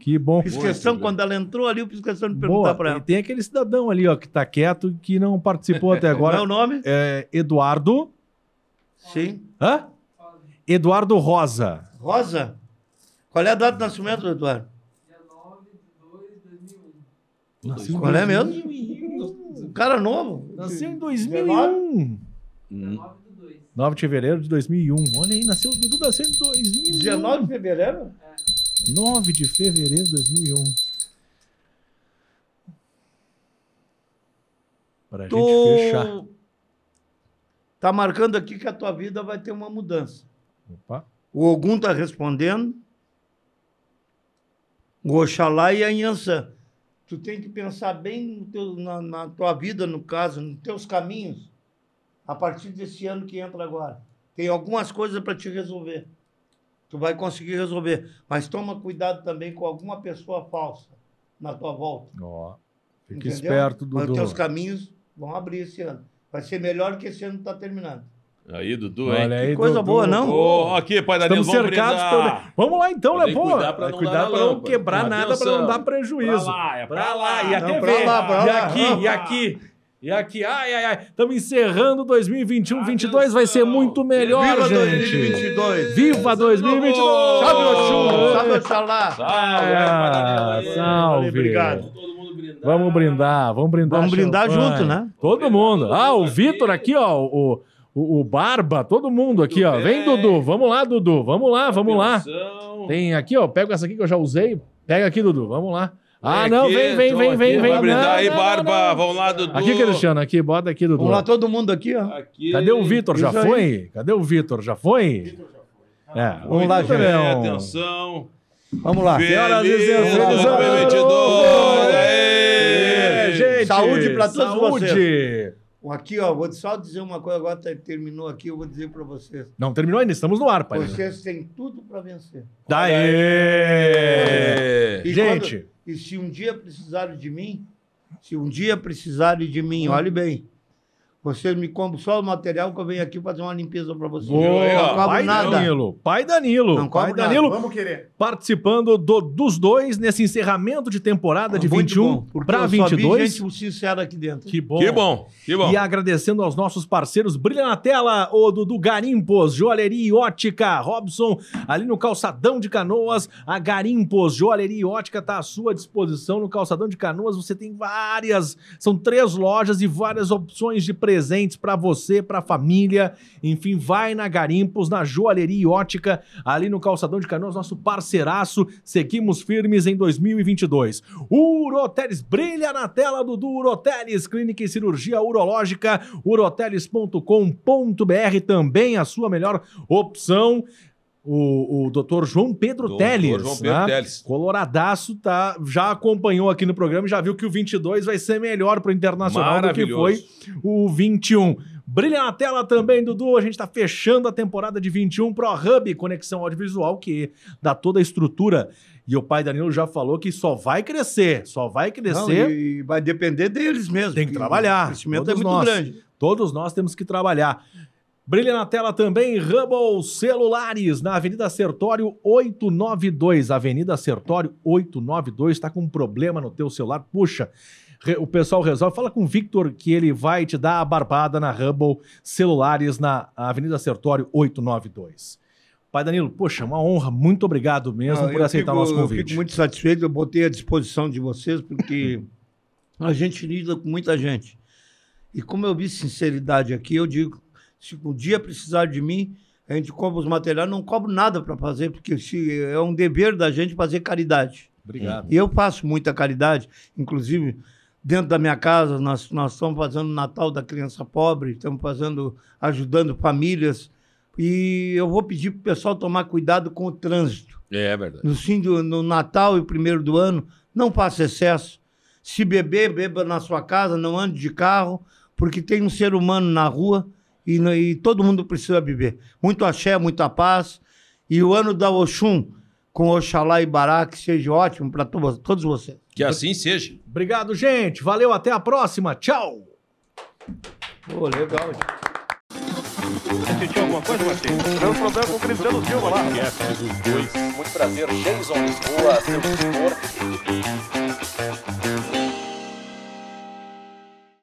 Speaker 4: Que bom.
Speaker 6: Fiz questão, quando ela entrou ali, eu fiz questão de perguntar
Speaker 4: Boa.
Speaker 6: para
Speaker 4: E
Speaker 6: ela.
Speaker 4: tem aquele cidadão ali, ó, que tá quieto, que não participou até
Speaker 6: Qual é
Speaker 4: agora.
Speaker 6: o nome?
Speaker 4: É Eduardo.
Speaker 6: Sim.
Speaker 4: Hã? Eduardo Rosa.
Speaker 6: Rosa? Qual é a data de nascimento, Eduardo?
Speaker 7: 19 de 2 de 2001.
Speaker 4: Nasceu em
Speaker 6: Qual é
Speaker 4: 2000.
Speaker 6: mesmo? Um cara novo.
Speaker 4: Nasceu em
Speaker 6: 19?
Speaker 4: 2001.
Speaker 7: 19 de 2.
Speaker 4: 9 um. de fevereiro de 2001. Olha aí, nasceu, o Dudu nasceu em 2001.
Speaker 6: 19 de fevereiro?
Speaker 4: 9 um. de fevereiro de 2001. Pra
Speaker 6: Tu
Speaker 4: gente fechar.
Speaker 6: tá marcando aqui que a tua vida vai ter uma mudança.
Speaker 4: Opa.
Speaker 6: O Ogum tá respondendo. O Oxalá e a Inhansã. Tu tem que pensar bem no teu- na, na tua vida, no caso, nos teus caminhos, a partir desse ano que entra agora. Tem algumas coisas para te resolver. Tu vai conseguir resolver. Mas toma cuidado também com alguma pessoa falsa na tua volta.
Speaker 4: Ó. Fica
Speaker 6: entendeu?
Speaker 4: esperto,
Speaker 6: Mas
Speaker 4: Dudu.
Speaker 6: os teus caminhos vão abrir esse ano. Vai ser melhor que esse ano está terminando.
Speaker 5: Aí, Dudu, hein?
Speaker 4: Olha aí,
Speaker 6: coisa
Speaker 4: Dudu.
Speaker 6: boa, não?
Speaker 5: Ô, aqui, pai Danilo,
Speaker 4: Estamos
Speaker 5: vamos
Speaker 4: cercados
Speaker 5: brindar.
Speaker 4: por... Vamos lá então,
Speaker 5: Tem
Speaker 4: né?
Speaker 5: que
Speaker 4: Pô,
Speaker 5: cuidar pra
Speaker 4: Vai
Speaker 5: não
Speaker 4: cuidar
Speaker 5: dar
Speaker 4: pra
Speaker 5: na
Speaker 4: não
Speaker 5: lâmpada.
Speaker 4: quebrar nada, pra não
Speaker 5: Atenção.
Speaker 4: dar prejuízo.
Speaker 5: Pra lá, é pra
Speaker 4: Pra
Speaker 5: lá.
Speaker 4: lá, e a
Speaker 6: Não,
Speaker 4: TV.
Speaker 6: pra lá, pra
Speaker 4: E
Speaker 6: lá.
Speaker 4: aqui, e aqui. E aqui, ai, ai, ai. Estamos encerrando 2021, 2022 vai ser
Speaker 5: Atenção.
Speaker 4: muito melhor,
Speaker 6: Viva
Speaker 4: gente.
Speaker 6: 2022.
Speaker 4: Viva 2022.
Speaker 6: Sabe, Oxum?
Speaker 5: Oxum?
Speaker 6: Sabe, Oxalá?
Speaker 5: Salve, pai
Speaker 4: Ah,
Speaker 5: Danilo.
Speaker 4: salve.
Speaker 6: Obrigado.
Speaker 5: Todo mundo brindar.
Speaker 4: Vamos brindar, vamos brindar.
Speaker 6: Vamos brindar
Speaker 4: champanhe.
Speaker 6: junto, né?
Speaker 4: Todo mundo. Ah, o Vitor aqui, ó, o, o, o Barba, todo mundo aqui, ó. Vem, Dudu, vamos lá, Dudu, vamos lá, vamos lá.
Speaker 5: Atenção.
Speaker 4: Tem aqui, ó, pega essa aqui que eu já usei. Pega aqui, Dudu, vamos lá. Ah,
Speaker 5: Vem
Speaker 4: não,
Speaker 5: aqui,
Speaker 4: vem, vem,
Speaker 5: tô
Speaker 4: vem,
Speaker 5: aqui.
Speaker 4: vem, vem.
Speaker 5: Vai brindar
Speaker 4: Não,
Speaker 5: aí,
Speaker 4: não, não,
Speaker 5: Barba.
Speaker 4: não.
Speaker 5: Vamos lá, Dudu.
Speaker 4: Aqui, Cristiano, aqui, bota aqui, Dudu.
Speaker 6: Vamos lá, todo mundo aqui, ó.
Speaker 5: Aqui.
Speaker 4: Cadê o Vitor? Já
Speaker 6: Isso aí.
Speaker 4: foi? Cadê o Vitor? Já foi? É,
Speaker 6: Vamos lá,
Speaker 4: Vitor
Speaker 5: Vitor,
Speaker 4: é um-
Speaker 5: atenção.
Speaker 6: Vamos lá.
Speaker 4: Ah, Senhoras e senhores,
Speaker 5: feliz
Speaker 4: feliz
Speaker 5: ano É,
Speaker 4: ano!
Speaker 5: 2022.
Speaker 4: É,
Speaker 5: Ei!
Speaker 4: gente,
Speaker 6: Saúde pra todos
Speaker 4: saúde.
Speaker 6: Aqui, ó, vou só dizer uma coisa, agora tá- terminou aqui, eu vou dizer para vocês.
Speaker 4: Não, terminou ainda, estamos no ar, pai. Danilo.
Speaker 6: Vocês têm tudo para vencer.
Speaker 4: é. Daê!
Speaker 5: É.
Speaker 6: E
Speaker 4: Gente,
Speaker 6: E se um dia precisarem de mim, se um dia precisarem de mim,
Speaker 4: Uhum.
Speaker 6: olhe bem. Vocês me compram só o material que eu venho aqui fazer uma limpeza para vocês. eu não
Speaker 4: boa,
Speaker 6: cobro
Speaker 4: pai
Speaker 6: nada.
Speaker 4: Danilo, pai Danilo,
Speaker 6: Não
Speaker 4: pai
Speaker 6: cobro nada.
Speaker 4: Danilo
Speaker 8: Vamos querer.
Speaker 4: participando do- dos dois nesse encerramento de temporada de
Speaker 6: Muito
Speaker 4: 21
Speaker 6: bom, porque
Speaker 4: para
Speaker 6: eu só vi
Speaker 4: 22.
Speaker 6: gente sincera aqui dentro.
Speaker 4: Que bom.
Speaker 5: Que bom, que bom.
Speaker 4: E agradecendo aos nossos parceiros, brilha na tela, o Dudu Garimpos, Joalheria e Ótica, Robson, ali no Calçadão de Canoas, a Garimpos, Joalheria e Ótica está à sua disposição no Calçadão de Canoas, você tem várias, são três lojas e várias opções de presentes para você, para a família, enfim, vai na Garimpos, na Joalheria e Ótica, ali no Calçadão de Canoas, nosso parceiraço, seguimos firmes em 2022. Uroteles, brilha na tela do Uroteles, clínica e cirurgia urológica, uroteles.com.br, também a sua melhor opção. O, o doutor João Pedro
Speaker 5: Dr.
Speaker 4: Teles,
Speaker 5: João Pedro
Speaker 4: né?
Speaker 5: Teles.
Speaker 4: Coloradaço, tá, já acompanhou aqui no programa, e já viu que o 22 vai ser melhor para o Internacional do que foi
Speaker 5: Maravilhoso.
Speaker 4: o 21. Brilha na tela também, Dudu. A gente está fechando a temporada de 21 Pro Hub, conexão audiovisual, que dá toda a estrutura. E o pai Danilo já falou que só vai crescer, só vai
Speaker 6: Não,
Speaker 4: crescer.
Speaker 6: e vai depender deles mesmo.
Speaker 4: Tem que
Speaker 6: porque
Speaker 4: trabalhar,
Speaker 6: O crescimento é
Speaker 4: todos
Speaker 6: muito
Speaker 4: nós.
Speaker 6: grande.
Speaker 4: Todos nós temos que trabalhar. Brilha na tela também, Hubble Celulares, na Avenida Sertório 892. Avenida Sertório 892, está com um problema no teu celular, puxa. re- O pessoal resolve, fala com o Victor que ele vai te dar a barbada na Hubble Celulares, na Avenida Sertório 892. Pai Danilo, poxa, uma honra, muito obrigado mesmo
Speaker 6: Não,
Speaker 4: por
Speaker 6: Ah, eu
Speaker 4: aceitar o
Speaker 6: fico-
Speaker 4: nosso
Speaker 6: Eu fico
Speaker 4: convite.
Speaker 6: muito satisfeito, eu botei à disposição de vocês, porque a gente lida com muita gente. E como eu vi sinceridade aqui, eu digo, se um dia precisar de mim, a gente compra os materiais, não cobro nada para fazer, porque se, é um dever da gente fazer caridade.
Speaker 4: Obrigado.
Speaker 6: E eu faço muita caridade, inclusive dentro da minha casa, nós, nós estamos fazendo o Natal da Criança Pobre, estamos fazendo, ajudando famílias. E eu vou pedir para o pessoal tomar cuidado com o trânsito.
Speaker 5: É verdade.
Speaker 6: No, fim do, no Natal e primeiro do ano, não faça excesso. Se beber, beba na sua casa, não ande de carro, porque tem um ser humano na rua e, no- e todo mundo precisa beber. Muito axé, muita paz. E o ano da Oxum, com Oxalá e Bará, que seja ótimo para to todos vocês.
Speaker 5: Que assim seja.
Speaker 4: Obrigado, gente. Valeu, até a próxima. Tchau.
Speaker 6: Pô, legal,
Speaker 1: Assistiu alguma coisa, Marcinho?
Speaker 2: Tivemos um problema com o Cristiano Silva lá.
Speaker 3: Muito prazer, Jason Lisboa, seu editor.